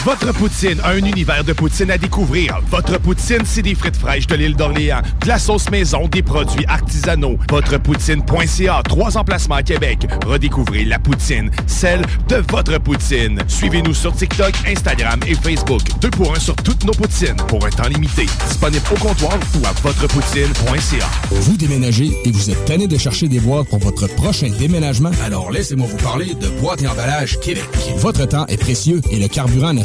[SPEAKER 2] Votre Poutine a un univers de poutine à découvrir. Votre Poutine, c'est des frites fraîches de l'île d'Orléans, de la sauce maison, des produits artisanaux. Votrepoutine.ca, trois emplacements à Québec. Redécouvrez la poutine, celle de votre poutine. Suivez-nous sur TikTok, Instagram et Facebook. Deux pour un sur toutes nos poutines, pour un temps limité. Disponible au comptoir ou à votrepoutine.ca.
[SPEAKER 19] Vous déménagez et vous êtes tanné de chercher des boîtes pour votre prochain déménagement? Alors laissez-moi vous parler de Boîte et Emballage Québec. Votre temps est précieux et le carburant ne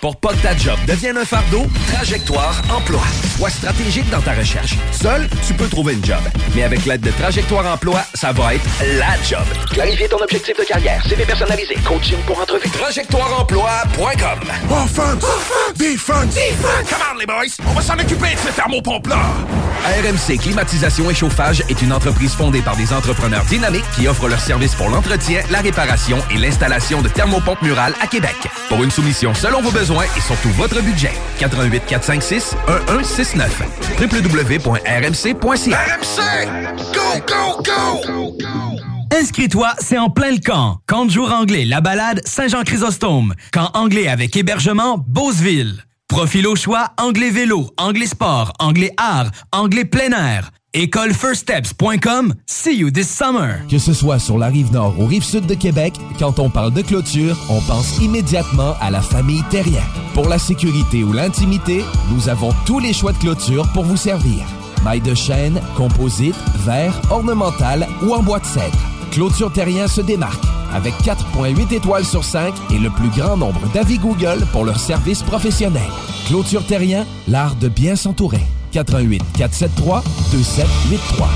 [SPEAKER 10] Pour pas que ta job devienne un fardeau, Trajectoire Emploi. Sois stratégique dans ta recherche. Seul, tu peux trouver une job. Mais avec l'aide de Trajectoire Emploi, ça va être la job. Clarifier ton objectif de carrière, CV personnalisé, coaching pour entrevue. TrajectoireEmploi.com
[SPEAKER 12] Offense! Defense! Defense! Come on, les boys! On va s'en occuper de ce thermopompe-là!
[SPEAKER 10] RMC Climatisation et Chauffage est une entreprise fondée par des entrepreneurs dynamiques qui offrent leurs services pour l'entretien, la réparation et l'installation de thermopompes murales à Québec. Pour une soumission selon vos besoins et surtout votre budget, 88 456 1169 www.rmc.ca
[SPEAKER 12] Go, go, go!
[SPEAKER 9] Inscris-toi, c'est en plein le camp. Camp de jour anglais, la balade, Saint-Jean-Chrysostome. Camp anglais avec hébergement, Beauceville. Profil au choix, anglais vélo, anglais sport, anglais art, anglais plein air. École firststeps.com. See you this summer.
[SPEAKER 36] Que ce soit sur la rive nord ou rive sud de Québec, quand on parle de clôture, on pense immédiatement à la famille Terrien. Pour la sécurité ou l'intimité, nous avons tous les choix de clôture pour vous servir. Maille de chêne, composite, verre, ornemental ou en bois de cèdre. Clôture Terrien se démarque avec 4.8 étoiles sur 5 et le plus grand nombre d'avis Google pour leur service professionnel. Clôture Terrien, l'art de bien s'entourer. 88 473 2783.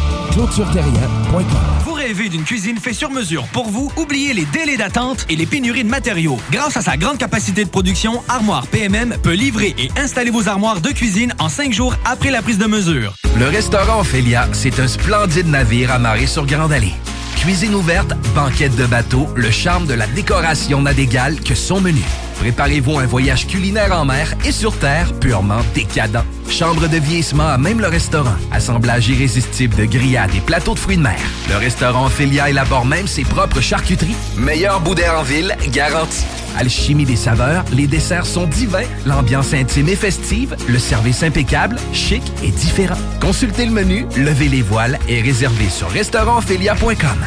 [SPEAKER 36] Clôtureterrien.com
[SPEAKER 9] Vous rêvez d'une cuisine faite sur mesure pour vous? Oubliez les délais d'attente et les pénuries de matériaux. Grâce à sa grande capacité de production, Armoire PMM peut livrer et installer vos armoires de cuisine en cinq jours après la prise de mesure.
[SPEAKER 10] Le restaurant Ophélia, c'est un splendide navire amarré sur Grande Allée. Cuisine ouverte, banquette de bateau, le charme de la décoration n'a d'égal que son menu. Préparez-vous un voyage culinaire en mer et sur terre purement décadent. Chambre de vieillissement à même le restaurant. Assemblage irrésistible de grillades et plateaux de fruits de mer. Le restaurant Ophélia élabore même ses propres charcuteries. Meilleur boudin en ville, garanti. Alchimie des saveurs, les desserts sont divins, l'ambiance intime et festive, le service impeccable, chic et différent. Consultez le menu, levez les voiles et réservez sur restaurantphilia.com.